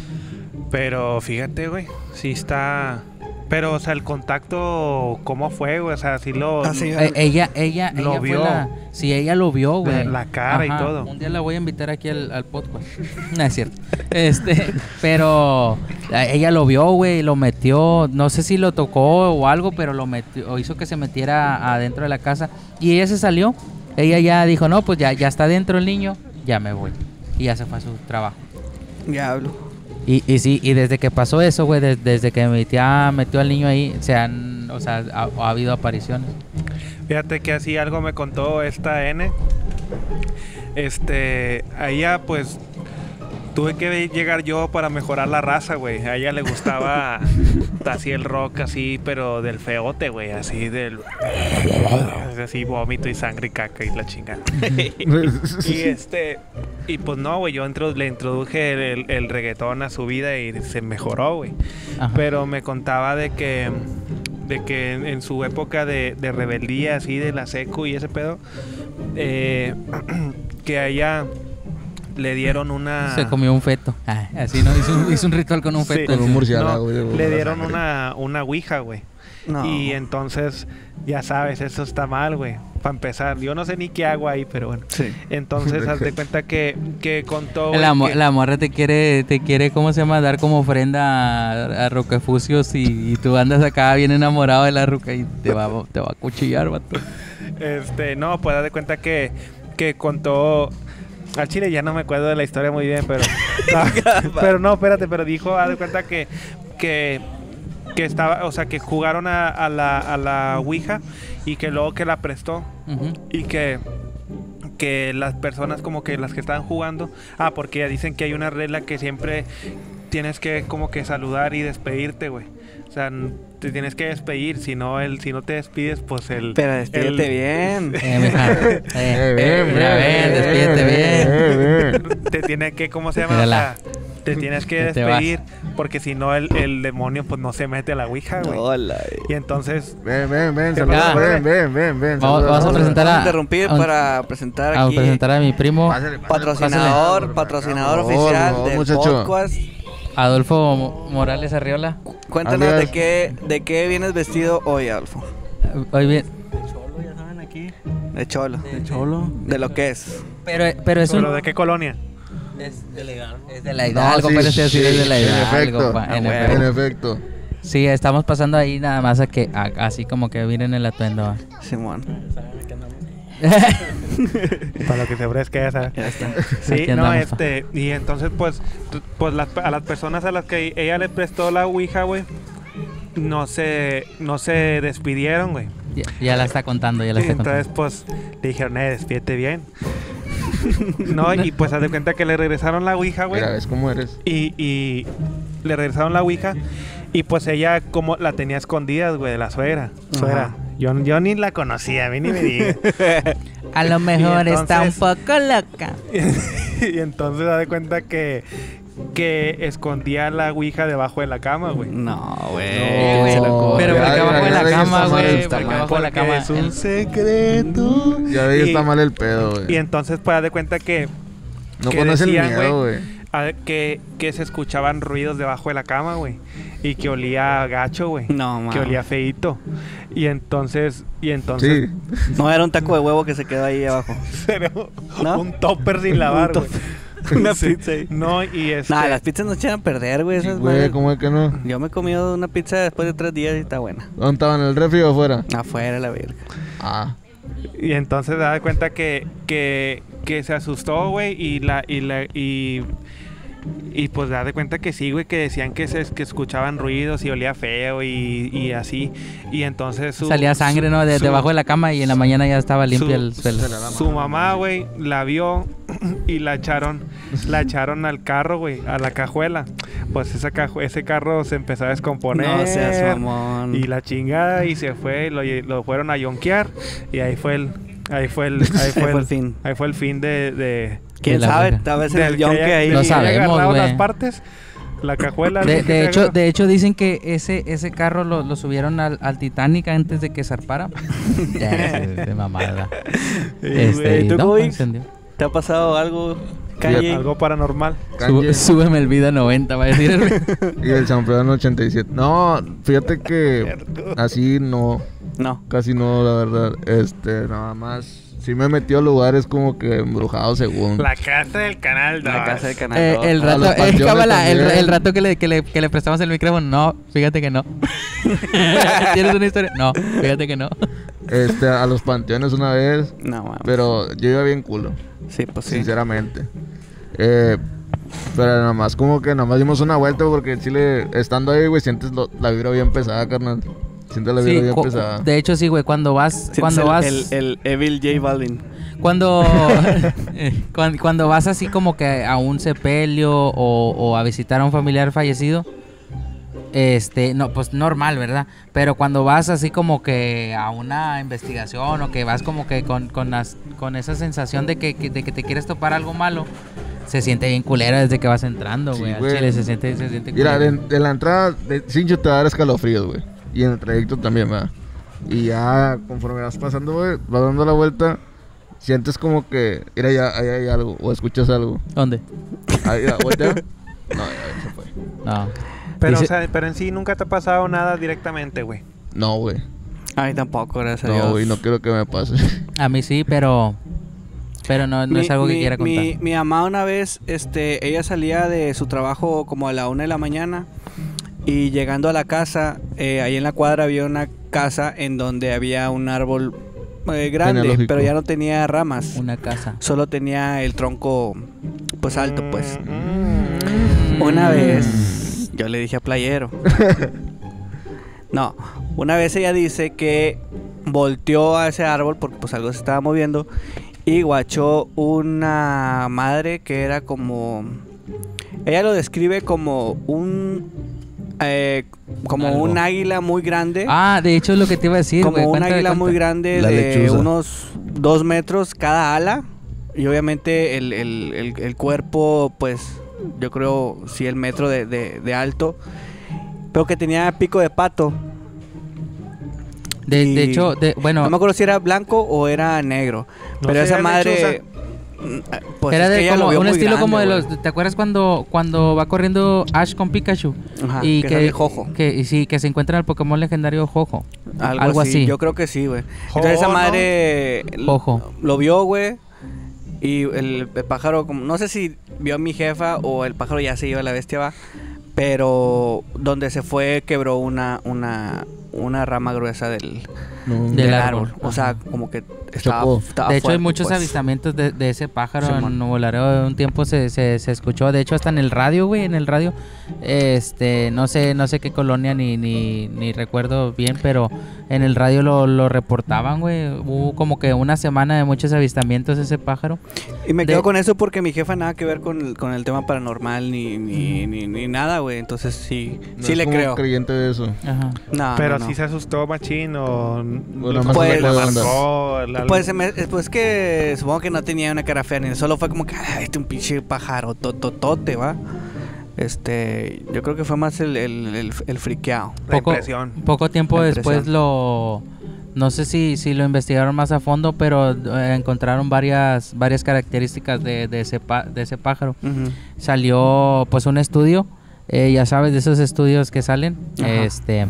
[SPEAKER 2] Pero fíjate, güey, sí está... Pero, o sea, el contacto, ¿cómo fue, güey? O sea, sí lo...
[SPEAKER 1] Ah, sí.
[SPEAKER 3] Eh, ella, ella,
[SPEAKER 2] Lo
[SPEAKER 3] ella fue
[SPEAKER 2] vio.
[SPEAKER 3] la- Sí, ella lo vio,
[SPEAKER 2] La-
[SPEAKER 3] güey.
[SPEAKER 2] la cara y todo.
[SPEAKER 3] Un día la voy a invitar aquí al, al podcast. no es cierto. Este, pero eh, ella lo vio, güey, lo metió. No sé si lo tocó o algo, pero lo metió, o hizo que se metiera adentro de la casa. Y ella se salió. Ella ya dijo, no, pues ya, ya está dentro el niño, ya me voy. Y ya se fue a su trabajo.
[SPEAKER 1] Diablo.
[SPEAKER 3] Y, y sí, y desde que pasó eso, güey, des- desde que mi tía metió al niño ahí, se han, o sea, ha- ha habido apariciones.
[SPEAKER 2] Fíjate que así algo me contó esta N. Este, a ella pues tuve que llegar yo para mejorar la raza, güey. A ella le gustaba así el rock así, pero del feote, güey, así del así vómito y sangre y caca y la chingada. Y este, y pues no, güey, yo entro- le introduje el, el- el reggaetón a su vida y se mejoró, güey.
[SPEAKER 3] Ajá.
[SPEAKER 2] Pero me contaba de que de que en, en su época de, de rebeldía, así de la seco y ese pedo, eh, que a ella le dieron una...
[SPEAKER 3] Se comió un feto. Ah, así, ¿no? Hizo un, hizo un ritual con un
[SPEAKER 2] Sí.
[SPEAKER 3] feto.
[SPEAKER 4] Con un murciélago,
[SPEAKER 2] No,
[SPEAKER 4] güey,
[SPEAKER 2] le
[SPEAKER 4] la
[SPEAKER 2] dieron
[SPEAKER 4] sangre.
[SPEAKER 2] una, una ouija, güey.
[SPEAKER 1] No.
[SPEAKER 2] Y entonces, ya sabes, eso está mal, güey. Para empezar, yo no sé ni qué hago ahí, pero bueno.
[SPEAKER 1] Sí.
[SPEAKER 2] Entonces, haz de cuenta que, que contó... güey,
[SPEAKER 3] La, mo-
[SPEAKER 2] que-
[SPEAKER 3] la morra te quiere, te quiere, ¿cómo se llama? Dar como ofrenda a, a Roquefucios y, y tú andas acá bien enamorado de la ruca y te va, te va a cuchillar, vato.
[SPEAKER 2] Este, no, pues haz de cuenta que, que contó. Al chile ya no me acuerdo de la historia muy bien, pero. No, pero no, espérate, pero dijo, haz de cuenta que. que que estaba, o sea, que jugaron a, a la, a la Ouija y que luego que la prestó
[SPEAKER 3] Ujú.
[SPEAKER 2] y que que las personas como que las que estaban jugando, ah, porque ya dicen que hay una regla que siempre tienes que como que saludar y despedirte, güey. O sea, n- te tienes que despedir, si no el si no te despides, pues el
[SPEAKER 1] Pero
[SPEAKER 2] el-
[SPEAKER 1] despídete bien.
[SPEAKER 3] Eh, mija, eh,
[SPEAKER 4] Eh, bien,
[SPEAKER 3] mira,
[SPEAKER 4] bien,
[SPEAKER 3] ven,
[SPEAKER 4] bien,
[SPEAKER 3] despídete bien.
[SPEAKER 4] bien, bien.
[SPEAKER 2] te tiene que, ¿cómo se llama?
[SPEAKER 3] Mírala.
[SPEAKER 2] O sea, te tienes que
[SPEAKER 3] Ya te vas.
[SPEAKER 2] despedir porque si no el, el demonio pues no se mete a la Ouija, güey.
[SPEAKER 1] Hola.
[SPEAKER 2] Y entonces,
[SPEAKER 4] Ven, ven, ven, saluda,
[SPEAKER 3] Ya.
[SPEAKER 4] ven, ven, ven,
[SPEAKER 3] Vamos-
[SPEAKER 4] ven. saluda,
[SPEAKER 3] vamos a
[SPEAKER 4] saluda.
[SPEAKER 3] presentar a-
[SPEAKER 1] interrumpir
[SPEAKER 3] a un-
[SPEAKER 1] para presentar
[SPEAKER 3] A
[SPEAKER 1] aquí.
[SPEAKER 3] presentar a mi primo
[SPEAKER 4] Pásale, pásale,
[SPEAKER 1] Patrocinador,
[SPEAKER 4] pásale.
[SPEAKER 1] patrocinador
[SPEAKER 4] Por favor,
[SPEAKER 1] oficial
[SPEAKER 4] por favor,
[SPEAKER 1] del
[SPEAKER 4] muchacho.
[SPEAKER 1] podcast.
[SPEAKER 3] Adolfo Mo- Morales Arriola.
[SPEAKER 1] Cuéntanos
[SPEAKER 4] Adiós.
[SPEAKER 1] de qué, de qué vienes vestido hoy, Adolfo.
[SPEAKER 3] Hoy bien.
[SPEAKER 6] Cholo, ya saben aquí.
[SPEAKER 1] De cholo.
[SPEAKER 6] De cholo.
[SPEAKER 1] De lo que es.
[SPEAKER 3] Pero, pero es un.
[SPEAKER 2] ¿pero de qué colonia?
[SPEAKER 6] Es delegado.
[SPEAKER 3] Es de la
[SPEAKER 4] No,
[SPEAKER 3] Hidalgo,
[SPEAKER 4] sí,
[SPEAKER 3] parece así,
[SPEAKER 4] sí,
[SPEAKER 3] es de la
[SPEAKER 4] en
[SPEAKER 3] Hidalgo,
[SPEAKER 4] efecto.
[SPEAKER 3] pa, en
[SPEAKER 1] Ah, huevo.
[SPEAKER 3] efecto.
[SPEAKER 4] En efecto.
[SPEAKER 3] Sí, estamos pasando ahí nada más a que a- así como que miren el atuendo. va.
[SPEAKER 1] Simón.
[SPEAKER 6] Saben que andamos.
[SPEAKER 2] Para lo que se ofrezca, ya sabes.
[SPEAKER 1] Ya está.
[SPEAKER 2] Sí,
[SPEAKER 3] Aquí
[SPEAKER 2] no,
[SPEAKER 3] andamos, pa.
[SPEAKER 2] este, y entonces pues, t- pues las- a las personas a las que ella le prestó la Ouija, güey, no se, no se despidieron, güey.
[SPEAKER 3] ya, ya la está contando, ya la
[SPEAKER 2] Sí,
[SPEAKER 3] está
[SPEAKER 2] entonces,
[SPEAKER 3] contando.
[SPEAKER 2] pues, le dijeron, eh, despídete bien. no, y pues, haz de cuenta que le regresaron la ouija, güey.
[SPEAKER 4] Mira, ves cómo eres.
[SPEAKER 2] Y, y le regresaron la ouija. Y pues ella, como la tenía escondida, güey, de la suegra. Suegra.
[SPEAKER 1] Ajá.
[SPEAKER 2] Yo, yo ni la conocía, a mí ni me diga.
[SPEAKER 3] A lo mejor está un
[SPEAKER 2] entonces-
[SPEAKER 3] poco loca.
[SPEAKER 2] y entonces, haz de cuenta que, que escondía la ouija debajo de la cama, güey.
[SPEAKER 1] No,
[SPEAKER 3] Eh,
[SPEAKER 1] güey.
[SPEAKER 3] güey,
[SPEAKER 1] se lo ocurre.
[SPEAKER 3] pero
[SPEAKER 4] ya,
[SPEAKER 3] porque
[SPEAKER 4] ya,
[SPEAKER 3] abajo de
[SPEAKER 4] ya,
[SPEAKER 3] la
[SPEAKER 4] ya
[SPEAKER 3] cama,
[SPEAKER 4] está mal,
[SPEAKER 3] güey.
[SPEAKER 4] está
[SPEAKER 3] Porque
[SPEAKER 4] mal.
[SPEAKER 3] abajo de la
[SPEAKER 2] Porque
[SPEAKER 3] cama.
[SPEAKER 2] es un
[SPEAKER 3] el-
[SPEAKER 4] secreto. Ya de ahí
[SPEAKER 2] Mm, Y-
[SPEAKER 4] está mal el pedo, güey.
[SPEAKER 2] Y entonces, pues, haz de cuenta que,
[SPEAKER 4] No
[SPEAKER 2] que
[SPEAKER 4] conoce el
[SPEAKER 2] decían,
[SPEAKER 4] miedo, güey.
[SPEAKER 2] a- que, que se escuchaban ruidos debajo de la cama, güey. Y que olía gacho, güey.
[SPEAKER 1] No,
[SPEAKER 2] que
[SPEAKER 1] mames.
[SPEAKER 2] olía feito. Y entonces, y entonces
[SPEAKER 4] Sí.
[SPEAKER 1] No era un taco de huevo que se quedó ahí abajo.
[SPEAKER 2] era
[SPEAKER 1] ¿No?
[SPEAKER 2] un topper sin lavar, güey.
[SPEAKER 1] Una
[SPEAKER 2] Sí.
[SPEAKER 1] pizza ahí.
[SPEAKER 2] No, y este
[SPEAKER 1] Nah, las pizzas no se echan a perder, güey. Esas
[SPEAKER 4] Güey,
[SPEAKER 1] madres.
[SPEAKER 4] ¿cómo es que no?
[SPEAKER 1] Yo me he comido una pizza después de tres días y está buena.
[SPEAKER 4] ¿Dónde estaban? ¿En el refri o afuera?
[SPEAKER 1] Afuera la verga.
[SPEAKER 4] Ah.
[SPEAKER 2] y entonces da cuenta que, que, que se asustó, güey, y la y la y y pues da de cuenta que sí, güey, que decían que se que escuchaban ruidos y olía feo y, y así. Y entonces su-
[SPEAKER 3] Salía sangre, ¿no? De,
[SPEAKER 2] su-
[SPEAKER 3] debajo de la cama y en la mañana ya estaba limpio el suelo.
[SPEAKER 4] la-
[SPEAKER 2] Su mamá, güey, la vio y la echaron, la echaron al carro, güey, a la cajuela. Pues esa caju- ese carro se empezó a descomponer.
[SPEAKER 1] No seas mamón.
[SPEAKER 2] Y la chingada y se fue, lo, lle- lo fueron a yonkear y ahí fue el ahí fue el ahí fue, el,
[SPEAKER 1] fin.
[SPEAKER 2] Ahí fue el fin de de
[SPEAKER 1] ¿Quién
[SPEAKER 3] la
[SPEAKER 1] sabe?
[SPEAKER 3] verga.
[SPEAKER 1] Tal vez en
[SPEAKER 2] del
[SPEAKER 1] el yonke
[SPEAKER 2] haya-
[SPEAKER 1] ahí.
[SPEAKER 2] del
[SPEAKER 3] No
[SPEAKER 2] que haya
[SPEAKER 3] sabemos,
[SPEAKER 2] agarrado
[SPEAKER 3] güey.
[SPEAKER 2] las partes. La cajuela.
[SPEAKER 3] De,
[SPEAKER 2] ¿sí que
[SPEAKER 3] de
[SPEAKER 2] te
[SPEAKER 3] hecho,
[SPEAKER 2] agarra?
[SPEAKER 3] de hecho dicen que ese, ese carro lo, lo subieron al, al Titanic antes de que zarpara. ya, es de mamada.
[SPEAKER 2] Y,
[SPEAKER 3] Este,
[SPEAKER 6] güey, ¿tú,
[SPEAKER 3] no,
[SPEAKER 6] Cubix?
[SPEAKER 3] encendió.
[SPEAKER 6] ¿Te ha pasado algo?
[SPEAKER 2] güey,
[SPEAKER 6] Calle.
[SPEAKER 2] Algo paranormal.
[SPEAKER 3] Sube-
[SPEAKER 4] Kanye
[SPEAKER 3] súbeme el vida 90, va a decir. el-
[SPEAKER 4] y el Sanfredo en 87. No, fíjate que así no,
[SPEAKER 1] No.
[SPEAKER 4] casi no, la verdad. Este, nada más. Sí me he metido a lugares como que embrujados según.
[SPEAKER 2] La casa del canal.
[SPEAKER 1] La
[SPEAKER 2] dos.
[SPEAKER 1] casa del canal.
[SPEAKER 3] Eh,
[SPEAKER 1] dos.
[SPEAKER 3] el
[SPEAKER 4] Ah, A los
[SPEAKER 3] rato, eh,
[SPEAKER 4] panteones
[SPEAKER 3] cámara, el,
[SPEAKER 4] también.
[SPEAKER 3] el rato que le, que, le, que le prestamos el micrófono, no, fíjate que no. ¿Tienes una historia? No, fíjate que no.
[SPEAKER 4] Este, a los panteones una vez.
[SPEAKER 1] No, mames.
[SPEAKER 4] Pero yo iba bien culo,
[SPEAKER 1] Sí, pues sí.
[SPEAKER 4] sinceramente. Eh, pero nada más, como que nada más dimos una vuelta porque en Chile, estando ahí, güey, sientes lo- la vibra bien pesada, carnal. Sientes la vibra
[SPEAKER 3] Sí,
[SPEAKER 4] bien
[SPEAKER 3] cu-
[SPEAKER 4] pesada.
[SPEAKER 3] de hecho, sí, güey, cuando vas,
[SPEAKER 1] Sientes
[SPEAKER 3] cuando
[SPEAKER 1] pues el,
[SPEAKER 3] vas,
[SPEAKER 1] El, el Evil J Balvin.
[SPEAKER 3] cuando, eh, cuan- cuando vas así como que a un sepelio o, o a visitar a un familiar fallecido, este, no, pues normal, ¿verdad? Pero cuando vas así como que a una investigación o que vas como que con, con, las- con esa sensación de que, que- de que te quieres topar algo malo, se siente bien culera desde que vas entrando,
[SPEAKER 4] Sí,
[SPEAKER 3] güey. al
[SPEAKER 4] güey.
[SPEAKER 3] Chile se siente, se siente
[SPEAKER 4] Mira,
[SPEAKER 3] culero.
[SPEAKER 4] en, en la entrada de Sincho te va a dar escalofríos, güey. Y en el trayecto también, ¿verdad? Y ya conforme vas pasando, güey, vas dando la vuelta, sientes como que, mira, ya, ahí hay algo, o escuchas algo.
[SPEAKER 3] ¿Dónde?
[SPEAKER 4] Ahí, mira, voltea. No, ya, se fue.
[SPEAKER 3] No.
[SPEAKER 2] Pero,
[SPEAKER 3] Dice-
[SPEAKER 2] o sea, pero en sí nunca te ha pasado nada directamente, güey.
[SPEAKER 4] No, güey.
[SPEAKER 1] A mí tampoco, gracias a Dios.
[SPEAKER 4] No, güey, no quiero que me pase.
[SPEAKER 3] A mí sí, pero. Pero no, no
[SPEAKER 1] Mi-
[SPEAKER 3] es algo que
[SPEAKER 1] mi-
[SPEAKER 3] quiera
[SPEAKER 1] mi-
[SPEAKER 3] contar.
[SPEAKER 1] Mi, mamá una vez, este, ella salía de su trabajo como a la una de la mañana y llegando a la casa, eh, ahí en la cuadra había una casa en donde había un árbol eh, grande,
[SPEAKER 4] Genealógico.
[SPEAKER 1] pero ya no tenía ramas,
[SPEAKER 3] Una casa.
[SPEAKER 1] solo tenía el tronco pues alto pues.
[SPEAKER 2] Mm, mm.
[SPEAKER 1] Una vez, yo le dije a Playero. No, una vez ella dice que volteó a ese árbol porque pues algo se estaba moviendo y guachó una madre que era como... Ella lo describe como un... eh, como
[SPEAKER 3] Algo.
[SPEAKER 1] un águila muy grande.
[SPEAKER 3] Ah, de hecho es lo que te iba a decir.
[SPEAKER 1] como
[SPEAKER 3] güey,
[SPEAKER 1] un
[SPEAKER 3] cuenta,
[SPEAKER 1] águila
[SPEAKER 3] cuenta.
[SPEAKER 1] muy grande
[SPEAKER 4] La
[SPEAKER 1] de
[SPEAKER 4] lechuza.
[SPEAKER 1] unos dos metros cada ala. Y obviamente el, el- el- el cuerpo, pues, yo creo, sí, el metro de, de- de alto. Pero que tenía pico de pato.
[SPEAKER 3] De, de
[SPEAKER 1] y-
[SPEAKER 3] hecho, de- bueno,
[SPEAKER 1] No, me acuerdo si era blanco o era negro.
[SPEAKER 2] No
[SPEAKER 1] pero
[SPEAKER 2] sé,
[SPEAKER 1] esa
[SPEAKER 2] era
[SPEAKER 1] madre. mm, Pues
[SPEAKER 3] era
[SPEAKER 1] es que
[SPEAKER 3] de
[SPEAKER 1] ella lo
[SPEAKER 3] como
[SPEAKER 1] vio
[SPEAKER 3] un
[SPEAKER 1] muy
[SPEAKER 3] estilo como de
[SPEAKER 1] grande,
[SPEAKER 3] los.
[SPEAKER 1] güey.
[SPEAKER 3] ¿Te acuerdas cuando, cuando va corriendo Ash con Pikachu?
[SPEAKER 1] Ajá,
[SPEAKER 3] y
[SPEAKER 1] que
[SPEAKER 3] que,
[SPEAKER 1] sale el Jojo.
[SPEAKER 3] que- y sí, que se encuentra el Pokémon legendario Jojo.
[SPEAKER 1] Algo,
[SPEAKER 3] algo
[SPEAKER 1] así.
[SPEAKER 3] así.
[SPEAKER 1] Yo creo que sí, güey.
[SPEAKER 2] Jo,
[SPEAKER 1] Entonces esa
[SPEAKER 2] ¿no?
[SPEAKER 1] madre l-
[SPEAKER 3] Ojo.
[SPEAKER 1] lo vio, güey. Y el, el pájaro, como, no sé si vio a mi jefa o el pájaro ya se iba, la bestia va. Pero donde se fue quebró una, una, una rama gruesa del,
[SPEAKER 4] No.
[SPEAKER 3] De- Del
[SPEAKER 1] del
[SPEAKER 3] árbol,
[SPEAKER 1] árbol. O sea,
[SPEAKER 3] ajá.
[SPEAKER 1] como que estaba,
[SPEAKER 4] Chocó.
[SPEAKER 1] estaba
[SPEAKER 3] de hecho, hay
[SPEAKER 1] fuerte,
[SPEAKER 3] muchos
[SPEAKER 1] pues.
[SPEAKER 3] avistamientos de, de ese pájaro
[SPEAKER 1] Simón.
[SPEAKER 3] en Nuevo Laredo. Un tiempo se, se, se escuchó, de hecho, hasta en el radio, güey, en el radio. Este, no sé, no sé qué colonia ni, ni, ni recuerdo bien, pero en el radio lo, lo reportaban, güey. Hubo como que una semana de muchos avistamientos de ese pájaro.
[SPEAKER 1] Y me
[SPEAKER 3] de-
[SPEAKER 1] quedo con eso porque mi jefa nada que ver con el, con el tema paranormal ni, ni, ni, ni nada, güey. Entonces sí,
[SPEAKER 4] No
[SPEAKER 1] sí
[SPEAKER 4] es
[SPEAKER 1] le
[SPEAKER 4] como
[SPEAKER 1] creo.
[SPEAKER 4] creyente de eso.
[SPEAKER 3] Ajá.
[SPEAKER 1] No,
[SPEAKER 2] Pero
[SPEAKER 1] no, no.
[SPEAKER 2] sí se asustó machín o...
[SPEAKER 4] Bueno,
[SPEAKER 1] más Pues-
[SPEAKER 2] la
[SPEAKER 1] o
[SPEAKER 4] menos.
[SPEAKER 2] marcó. la-
[SPEAKER 1] Pues, se me- eh, pues que supongo que no tenía una cara fea ni solo fue como que "Ay, este un pinche pájaro tototote, va. Este, yo creo que fue más el, el, el, el friqueado.
[SPEAKER 2] la
[SPEAKER 3] poco-
[SPEAKER 2] impresión.
[SPEAKER 3] Poco tiempo
[SPEAKER 1] La
[SPEAKER 3] después
[SPEAKER 1] impresión.
[SPEAKER 3] lo... No sé si, si lo investigaron más a fondo, pero eh, encontraron varias, varias características de, de ese, pa- de ese pájaro. salió pues un estudio, eh, ya sabes, de esos estudios que salen.
[SPEAKER 1] Ajá.
[SPEAKER 3] Este,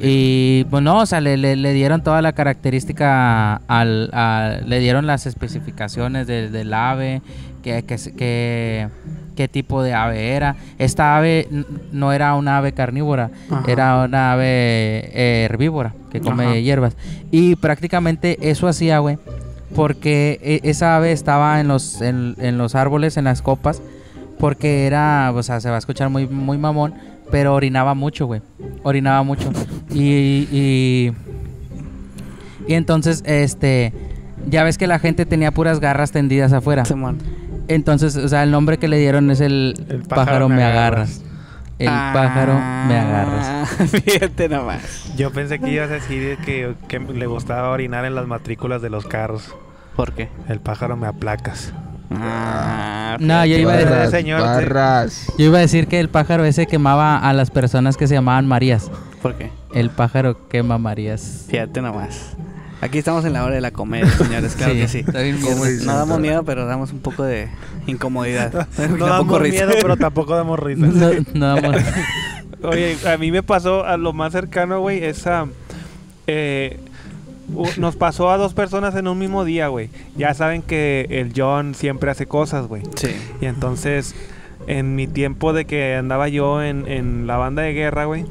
[SPEAKER 3] y bueno, o sea, le, le- le dieron toda la característica, al, a- le dieron las especificaciones del- del ave, que, que, se- que- qué tipo de ave era. Esta ave n- no era una ave carnívora,
[SPEAKER 1] Ajá.
[SPEAKER 3] era una ave eh, herbívora que come
[SPEAKER 1] Ajá.
[SPEAKER 3] hierbas. Y prácticamente eso hacía, güey, porque e- esa ave estaba en los, en, en los árboles, en las copas, porque era, o sea, se va a escuchar muy, muy mamón, pero orinaba mucho, güey. Orinaba mucho. Y, y, y entonces, este, ya ves que la gente tenía puras garras tendidas afuera.
[SPEAKER 1] Ah, Simón.
[SPEAKER 3] Entonces, o sea, el nombre que le dieron es el,
[SPEAKER 2] El
[SPEAKER 3] pájaro, me, agarras. El pájaro me agarras.
[SPEAKER 1] Ah, Fíjate nomás.
[SPEAKER 2] Yo pensé que ibas a decir que, que le gustaba orinar en las matrículas de los carros.
[SPEAKER 1] ¿Por qué?
[SPEAKER 2] El pájaro me aplacas.
[SPEAKER 1] Ah,
[SPEAKER 3] No, yo iba a decir,
[SPEAKER 4] barras,
[SPEAKER 2] señor, sí.
[SPEAKER 4] barras.
[SPEAKER 3] yo iba a decir que el pájaro ese quemaba a las personas que se llamaban Marías.
[SPEAKER 1] ¿Por qué?
[SPEAKER 3] El pájaro quema Marías.
[SPEAKER 1] Fíjate nomás. Aquí estamos en la hora de la comedia, señores, claro
[SPEAKER 3] Sí,
[SPEAKER 1] que sí.
[SPEAKER 3] está bien
[SPEAKER 4] ¿Cómo
[SPEAKER 3] mierda.
[SPEAKER 4] dice?
[SPEAKER 1] No damos miedo, pero damos un poco de incomodidad. Tampoco
[SPEAKER 2] No damos
[SPEAKER 1] risa.
[SPEAKER 2] miedo, pero tampoco damos risa.
[SPEAKER 3] No, no damos-
[SPEAKER 2] Oye, a mí me pasó, a lo más cercano, güey, es a... eh, u- nos pasó a dos personas en un mismo día, güey. Ya saben que el John siempre hace cosas, güey.
[SPEAKER 1] Sí.
[SPEAKER 2] Y entonces, en mi tiempo de que andaba yo en, en la banda de guerra, güey.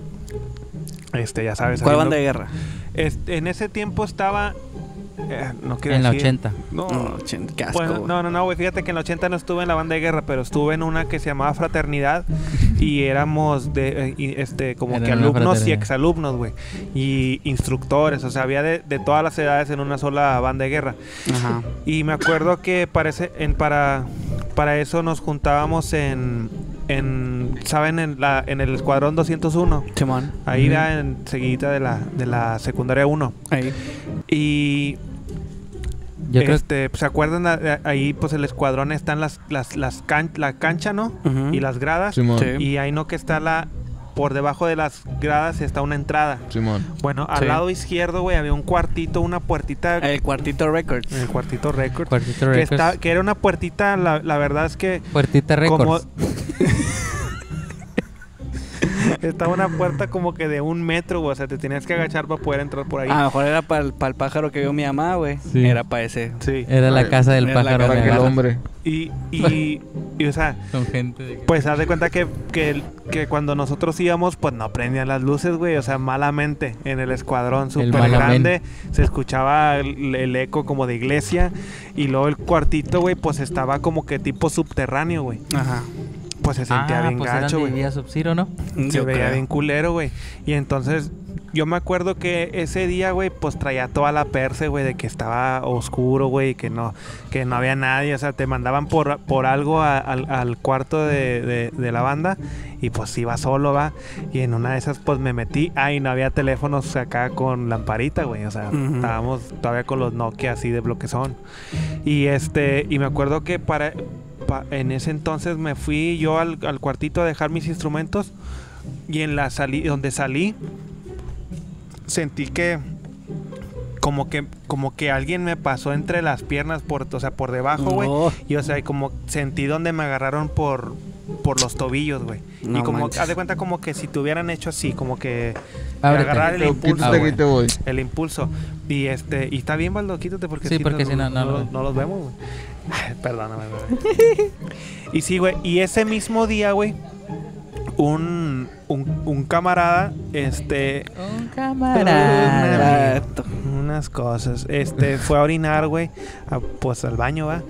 [SPEAKER 2] Este, ya sabes.
[SPEAKER 1] ¿Cuál
[SPEAKER 2] haciendo-
[SPEAKER 1] banda de guerra?
[SPEAKER 2] Este, en ese tiempo estaba... eh, no quiero
[SPEAKER 3] en la
[SPEAKER 2] decir-
[SPEAKER 3] 80.
[SPEAKER 2] No,
[SPEAKER 1] No, Mm, chin, qué asco.
[SPEAKER 2] bueno,
[SPEAKER 1] güey.
[SPEAKER 2] no, no, no, güey. Fíjate que en el 80 no estuve en la banda de guerra, pero estuve en una que se llamaba Fraternidad y éramos de, eh, y, este, como
[SPEAKER 3] Era
[SPEAKER 2] que
[SPEAKER 3] una
[SPEAKER 2] alumnos y
[SPEAKER 3] fraternidad.
[SPEAKER 2] exalumnos, güey. Y instructores, o sea, había de, de todas las edades en una sola banda de guerra.
[SPEAKER 1] Ajá.
[SPEAKER 2] Y me acuerdo que parece, en, para, para eso nos juntábamos en, en ¿saben? En, la, en el Escuadrón 201.
[SPEAKER 1] Simón.
[SPEAKER 2] Ahí
[SPEAKER 3] Ujú.
[SPEAKER 2] era en seguidita de la, de la secundaria 1.
[SPEAKER 1] Ahí.
[SPEAKER 2] Y
[SPEAKER 3] Yo creo
[SPEAKER 2] este, pues, ¿se acuerdan? A- a- Ahí, pues, el escuadrón están las, las, las can- la cancha, ¿no?
[SPEAKER 1] Ujú.
[SPEAKER 2] Y las gradas.
[SPEAKER 4] Simón.
[SPEAKER 1] Sí.
[SPEAKER 2] Y ahí no que está la... Por debajo de las gradas está una entrada.
[SPEAKER 4] Simón.
[SPEAKER 2] Bueno, al
[SPEAKER 1] Sí. Eh.
[SPEAKER 2] lado izquierdo, güey, había un cuartito, una puertita...
[SPEAKER 1] El cuartito records.
[SPEAKER 2] en el cuartito récord.
[SPEAKER 3] Cuartito
[SPEAKER 2] Que,
[SPEAKER 3] Records.
[SPEAKER 2] está- que era una puertita, la, la verdad es que...
[SPEAKER 3] Puertita Records.
[SPEAKER 2] estaba una puerta como que de un metro, güey. O sea, te tenías que agachar para poder entrar por ahí.
[SPEAKER 3] Ah.
[SPEAKER 1] A lo mejor era para el, pájaro que vio mi mamá, güey.
[SPEAKER 3] Sí.
[SPEAKER 1] Era para ese.
[SPEAKER 2] Sí.
[SPEAKER 3] Era la casa del
[SPEAKER 1] Era la casa
[SPEAKER 3] pájaro. me
[SPEAKER 4] Para que el
[SPEAKER 3] agarra.
[SPEAKER 4] hombre.
[SPEAKER 2] Y, y, y, o sea,
[SPEAKER 3] Con gente de-
[SPEAKER 2] Pues haz de cuenta que, que, el- que cuando nosotros íbamos, pues no prendían las luces, güey. O sea, malamente. En el escuadrón súper grande
[SPEAKER 3] malamente.
[SPEAKER 2] se escuchaba el, el eco como de iglesia. Y luego el cuartito, güey, pues estaba como que tipo subterráneo, güey.
[SPEAKER 1] Ajá.
[SPEAKER 2] Pues se sentía
[SPEAKER 3] Ah,
[SPEAKER 2] bien
[SPEAKER 3] pues eran
[SPEAKER 2] gacho,
[SPEAKER 3] de
[SPEAKER 2] güey.
[SPEAKER 3] Vía Sub-Zero, ¿no?
[SPEAKER 2] Se
[SPEAKER 1] Mm, Yo
[SPEAKER 2] veía
[SPEAKER 1] creo.
[SPEAKER 2] bien culero, güey. Y entonces, yo me acuerdo que ese día, güey, pues traía toda la perse, güey, de que estaba oscuro, güey, y que no, que no había nadie. O sea, te mandaban por, por algo a- al, al cuarto de, de- de la banda y pues iba solo, va. Y en una de esas, pues me metí. Ay, no había teléfonos acá con lamparita, güey. O sea,
[SPEAKER 1] Ujú.
[SPEAKER 2] estábamos todavía con los Nokia así de bloquezón. Y este, y me acuerdo que para. pa- En ese entonces me fui yo al, al cuartito a dejar mis instrumentos y en la salí, donde salí, sentí que como que como que alguien me pasó entre las piernas por, o sea, por debajo, güey.
[SPEAKER 1] No.
[SPEAKER 2] Y o sea, como sentí donde me agarraron por por los tobillos, güey. y
[SPEAKER 1] No
[SPEAKER 2] como
[SPEAKER 1] manches.
[SPEAKER 2] haz de cuenta como que si te hubieran hecho así, como que
[SPEAKER 3] Ábrete.
[SPEAKER 2] agarrar el
[SPEAKER 4] Pero
[SPEAKER 2] impulso,
[SPEAKER 4] Quítate
[SPEAKER 2] güey.
[SPEAKER 4] aquí te voy.
[SPEAKER 2] el impulso. Y este, y está bien, Baldo, quítate porque
[SPEAKER 3] Sí, porque si no, no lo-
[SPEAKER 2] los- no los vemos, güey. Perdóname, güey. y sí, güey, y ese mismo día, güey, un, un, un camarada, este,
[SPEAKER 3] Un
[SPEAKER 2] Ah, camarada.
[SPEAKER 3] camarada.
[SPEAKER 1] Barato.
[SPEAKER 2] unas cosas. Este fue a orinar, güey. a- Pues al baño, va.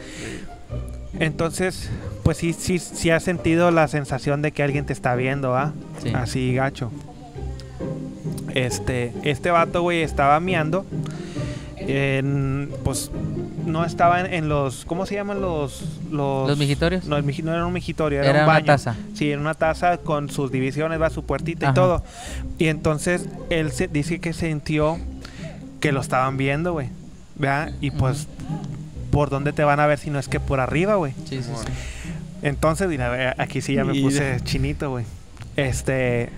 [SPEAKER 2] Entonces, pues sí, sí, sí has sentido la sensación de que alguien te está viendo, va.
[SPEAKER 3] Sí.
[SPEAKER 2] Así, gacho. Este, este vato, güey, estaba miando. En, pues no estaba en, en los. ¿Cómo se llaman los. Los,
[SPEAKER 3] ¿Los mijitorios?
[SPEAKER 2] No, el miji- no era un migitorio, era,
[SPEAKER 3] Era
[SPEAKER 2] un
[SPEAKER 3] una
[SPEAKER 2] baño.
[SPEAKER 3] taza.
[SPEAKER 2] Sí, en una taza con sus divisiones, va su puertita y
[SPEAKER 3] Ajá.
[SPEAKER 2] todo. Y entonces él se, dice que sintió que lo estaban viendo, güey. ¿Verdad? Y pues, ¿por dónde te van a ver si no es que por arriba, güey?
[SPEAKER 3] Sí, sí, sí.
[SPEAKER 2] Entonces, mira, eh, aquí sí ya me
[SPEAKER 1] Mira.
[SPEAKER 2] puse chinito, güey. Este.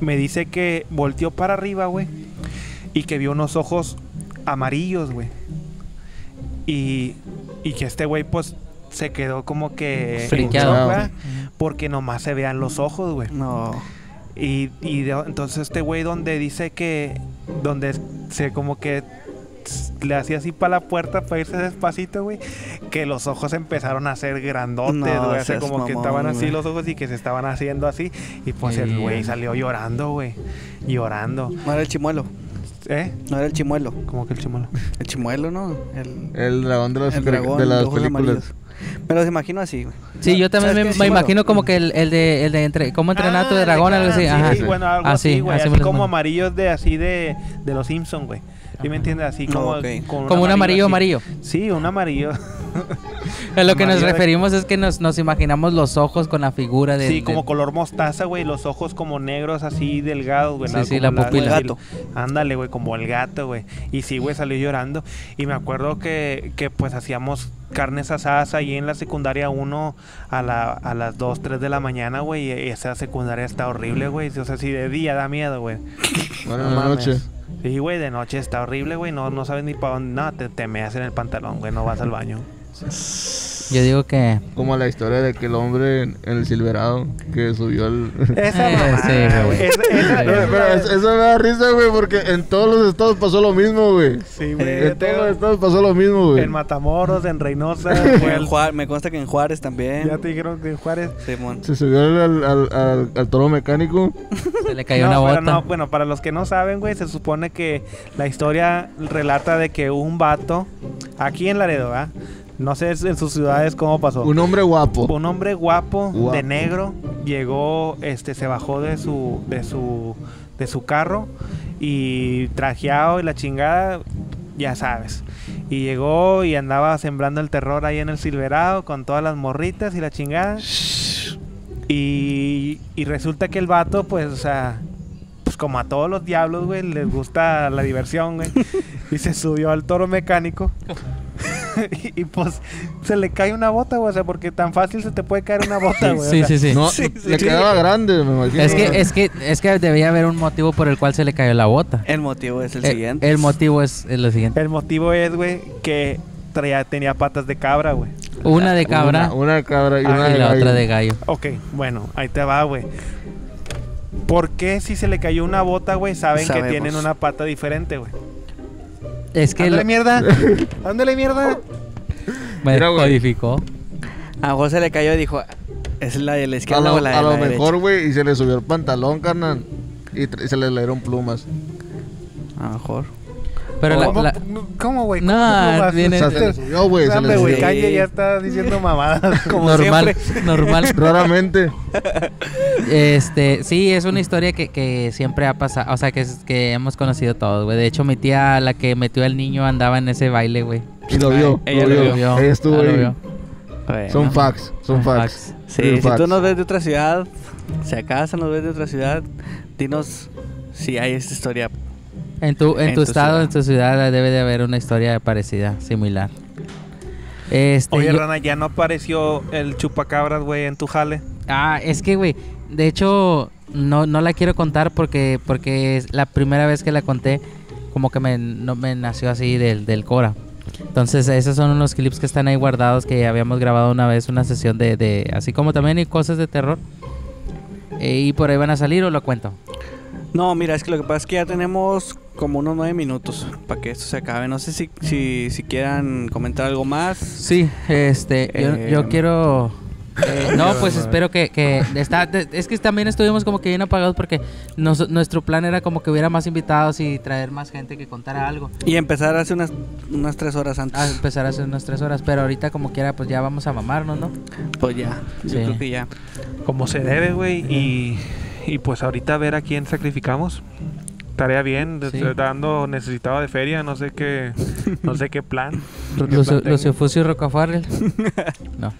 [SPEAKER 2] Me dice que volteó para arriba, güey. Y que vio unos ojos amarillos, güey. Y, y que este güey, pues, se quedó como que. en
[SPEAKER 3] Friqueado.
[SPEAKER 2] shock, ¿verdad? Porque nomás se vean los ojos, güey.
[SPEAKER 1] No.
[SPEAKER 2] Y, y de- entonces este güey donde dice que... Donde se como que s- le hacía así para la puerta para irse despacito, güey. Que los ojos empezaron a ser grandotes,
[SPEAKER 1] No,
[SPEAKER 2] güey. O sea,
[SPEAKER 1] seas
[SPEAKER 2] como que
[SPEAKER 1] mamón,
[SPEAKER 2] estaban así
[SPEAKER 1] güey.
[SPEAKER 2] los ojos y que se estaban haciendo así. Y pues
[SPEAKER 3] Sí.
[SPEAKER 2] el güey salió llorando, güey. Llorando.
[SPEAKER 1] No era el chimuelo.
[SPEAKER 2] ¿Eh?
[SPEAKER 1] No era el chimuelo.
[SPEAKER 2] Como que el chimuelo.
[SPEAKER 1] El chimuelo, ¿no? El,
[SPEAKER 4] El dragón de las,
[SPEAKER 1] el
[SPEAKER 4] cari- de las
[SPEAKER 1] ojos
[SPEAKER 4] películas.
[SPEAKER 1] amarillos. Me los imagino así, güey.
[SPEAKER 3] Sí, yo también
[SPEAKER 1] ¿Sabes
[SPEAKER 3] me,
[SPEAKER 1] qué? Sí,
[SPEAKER 3] me
[SPEAKER 1] bueno.
[SPEAKER 3] imagino como que el, el de, el de entre, cómo entrenar a tu
[SPEAKER 2] Ah,
[SPEAKER 3] dragón,
[SPEAKER 2] de
[SPEAKER 3] algo así.
[SPEAKER 2] Clan,
[SPEAKER 3] Ajá.
[SPEAKER 2] Sí, bueno, algo
[SPEAKER 3] Así,
[SPEAKER 2] así, güey.
[SPEAKER 3] así
[SPEAKER 2] Así,
[SPEAKER 3] me los
[SPEAKER 2] como
[SPEAKER 3] mando.
[SPEAKER 2] amarillos de así de, de los Simpsons, güey. ¿Sí
[SPEAKER 3] Ajá.
[SPEAKER 2] me entiendes? Así
[SPEAKER 1] Ah,
[SPEAKER 2] como,
[SPEAKER 1] ok.
[SPEAKER 2] con
[SPEAKER 3] Como un amarillo
[SPEAKER 2] así.
[SPEAKER 3] amarillo.
[SPEAKER 2] Sí, un amarillo.
[SPEAKER 3] A lo que nos
[SPEAKER 2] Amarillo de-
[SPEAKER 3] referimos es que nos, nos imaginamos los ojos con la figura de.
[SPEAKER 2] Sí,
[SPEAKER 3] de-
[SPEAKER 2] como color mostaza, güey. Los ojos como negros, así delgados, güey.
[SPEAKER 3] Sí,
[SPEAKER 2] ¿no?
[SPEAKER 3] sí,
[SPEAKER 2] Como
[SPEAKER 3] la pupila.
[SPEAKER 2] sí, Ándale, güey, como el gato, güey. Y sí, güey, salió llorando. Y me acuerdo que, que pues hacíamos carnes asadas ahí en la secundaria 1 a, la, a las 2, 3 de la mañana, güey. Y esa secundaria está horrible, güey. O sea, si de día da miedo, güey.
[SPEAKER 4] Bueno,
[SPEAKER 2] No
[SPEAKER 4] en la
[SPEAKER 2] mames.
[SPEAKER 4] noche.
[SPEAKER 2] Sí, güey, de noche está horrible, güey. No, no sabes ni para dónde. No, te, te meas en el pantalón, güey. No vas al baño.
[SPEAKER 3] Yo digo que.
[SPEAKER 4] Como la historia de aquel hombre en, en el Silverado que subió al.
[SPEAKER 2] Esa
[SPEAKER 3] Eh,
[SPEAKER 2] mamada,
[SPEAKER 3] sí,
[SPEAKER 2] güey.
[SPEAKER 3] güey.
[SPEAKER 2] Esa- esa-
[SPEAKER 4] Pero, pero es- eso me da risa, güey, porque en todos los estados pasó lo mismo, güey.
[SPEAKER 2] Sí, güey.
[SPEAKER 4] En
[SPEAKER 2] yo
[SPEAKER 4] todos los
[SPEAKER 2] tengo-
[SPEAKER 4] estados pasó lo mismo, güey.
[SPEAKER 2] En Matamoros, en Reynosa,
[SPEAKER 1] Fue
[SPEAKER 2] güey.
[SPEAKER 1] en Juárez- me consta que en Juárez también.
[SPEAKER 2] Ya te dijeron que en Juárez.
[SPEAKER 1] Simón.
[SPEAKER 4] Se subió al, al, al- al toro mecánico.
[SPEAKER 3] Se le cayó
[SPEAKER 2] No,
[SPEAKER 3] una
[SPEAKER 2] pero
[SPEAKER 3] bota.
[SPEAKER 2] no, bueno, para los que no saben, güey, se supone que la historia relata de que un vato, aquí en Laredo, ¿verdad? No sé en sus ciudades cómo pasó.
[SPEAKER 4] Un hombre guapo.
[SPEAKER 2] Un hombre guapo,
[SPEAKER 4] Guapo.
[SPEAKER 2] de negro, llegó, este, se bajó de su, de su, de su carro y trajeado y la chingada, ya sabes. Y llegó y andaba sembrando el terror ahí en el Silverado con todas las morritas y la chingada. Y, y resulta que el vato, pues, o sea, pues como a todos los diablos, güey, les gusta la diversión, güey. Y se subió al toro mecánico. y, y, pues se le cae una bota, güey. O sea, porque tan fácil se te puede caer una bota, pues, güey. o
[SPEAKER 3] Sí,
[SPEAKER 2] sea,
[SPEAKER 3] sí, sí.
[SPEAKER 4] No,
[SPEAKER 1] Sí,
[SPEAKER 4] le
[SPEAKER 1] sí.
[SPEAKER 4] quedaba grande, me imagino.
[SPEAKER 3] Es que, es que, es que debía haber un motivo por el cual se le cayó la bota.
[SPEAKER 1] El motivo es el
[SPEAKER 3] Eh,
[SPEAKER 1] siguiente.
[SPEAKER 3] el motivo es, es lo siguiente.
[SPEAKER 2] El motivo es, güey, que traía, tenía patas de cabra, güey.
[SPEAKER 3] Una de cabra
[SPEAKER 4] Una, una de cabra y
[SPEAKER 2] Ah,
[SPEAKER 4] una
[SPEAKER 3] este y
[SPEAKER 4] de
[SPEAKER 3] la
[SPEAKER 4] gallo.
[SPEAKER 3] otra de gallo.
[SPEAKER 2] Ok, bueno, ahí te va, güey. ¿Por qué si se le cayó una bota, güey, saben
[SPEAKER 1] Sabemos.
[SPEAKER 2] que tienen una pata diferente, güey?
[SPEAKER 3] Es que
[SPEAKER 2] ¡Ándale
[SPEAKER 3] lo-
[SPEAKER 2] mierda! ¡Ándale mierda!
[SPEAKER 3] me
[SPEAKER 4] Mira, güey.
[SPEAKER 3] codificó.
[SPEAKER 1] A vos se le cayó y dijo, es la de la
[SPEAKER 4] A
[SPEAKER 1] izquierda
[SPEAKER 4] lo,
[SPEAKER 1] o la de
[SPEAKER 4] a
[SPEAKER 1] la
[SPEAKER 4] lo
[SPEAKER 1] derecha?"
[SPEAKER 4] mejor, güey, y se le subió el pantalón, carnal. Y, tra- y se le dieron plumas.
[SPEAKER 1] A lo mejor.
[SPEAKER 3] Pero la-
[SPEAKER 2] ¿Cómo,
[SPEAKER 3] la-
[SPEAKER 2] cómo, güey? ¿Cómo
[SPEAKER 3] No,
[SPEAKER 2] te plumas?
[SPEAKER 3] viene-
[SPEAKER 4] O sea, se le subió, güey. Se
[SPEAKER 2] Dame,
[SPEAKER 4] le
[SPEAKER 2] güey,
[SPEAKER 1] Sí.
[SPEAKER 4] subió.
[SPEAKER 2] Kanye ya está diciendo mamadas.
[SPEAKER 3] normal, normal.
[SPEAKER 4] Raramente.
[SPEAKER 3] Este, sí, es una historia que, que siempre ha pasado, o sea, que, es- que hemos conocido todos, güey. De hecho, mi tía, la que metió al niño, andaba en ese baile, güey.
[SPEAKER 4] Y lo vio.
[SPEAKER 1] Ella
[SPEAKER 4] lo
[SPEAKER 1] lo
[SPEAKER 4] vio.
[SPEAKER 3] vio,
[SPEAKER 4] Ella estuvo
[SPEAKER 3] ella lo
[SPEAKER 4] ahí.
[SPEAKER 3] vio.
[SPEAKER 1] Bueno.
[SPEAKER 4] Son facts.
[SPEAKER 3] Son
[SPEAKER 4] Son facts.
[SPEAKER 3] facts.
[SPEAKER 1] Sí,
[SPEAKER 4] Real
[SPEAKER 1] si
[SPEAKER 4] facts.
[SPEAKER 1] tú nos ves de otra ciudad, si acaso nos ves de otra ciudad, dinos si hay esta historia.
[SPEAKER 3] En tu, en
[SPEAKER 1] En tu
[SPEAKER 3] tu estado,
[SPEAKER 1] ciudad.
[SPEAKER 3] en tu ciudad, debe de haber una historia parecida, similar. Este,
[SPEAKER 2] Oye,
[SPEAKER 3] yo-
[SPEAKER 2] Rana, ya no apareció el chupacabras, güey, en tu jale.
[SPEAKER 3] Ah, es que, güey, de hecho, no, no la quiero contar porque, porque es la primera vez que la conté, como que me, no, me nació así del, del Cora. Entonces, esos son unos clips que están ahí guardados que habíamos grabado una vez, una sesión de, de así como también hay cosas de terror. Eh, y por ahí van a salir o lo cuento.
[SPEAKER 1] No, mira, es que lo que pasa es que ya tenemos como unos nueve minutos para que esto se acabe. No sé si, si, si quieran comentar algo más.
[SPEAKER 3] Sí, este, yo, yo
[SPEAKER 1] Eh,
[SPEAKER 3] quiero... eh, no, pues
[SPEAKER 2] madre.
[SPEAKER 3] espero que... que está, de- es que también estuvimos como que bien apagados porque nos- nuestro plan era como que hubiera más invitados y traer más gente que contara algo.
[SPEAKER 1] Y empezar hace unas, unas tres horas
[SPEAKER 3] a
[SPEAKER 2] Ah,
[SPEAKER 1] antes.
[SPEAKER 3] empezar hace unas tres horas, pero ahorita como quiera pues ya vamos a mamarnos, ¿no?
[SPEAKER 1] Pues ya,
[SPEAKER 3] Sí.
[SPEAKER 1] yo creo que ya.
[SPEAKER 2] Como se debe, güey. Y, y pues ahorita a ver a quién sacrificamos. Tarea bien,
[SPEAKER 3] Sí.
[SPEAKER 2] estoy dando necesitado de feria, no sé qué, no sé qué plan.
[SPEAKER 3] Lucio,
[SPEAKER 2] plantea.
[SPEAKER 3] Lucio Fucio y Rocafarrel. No.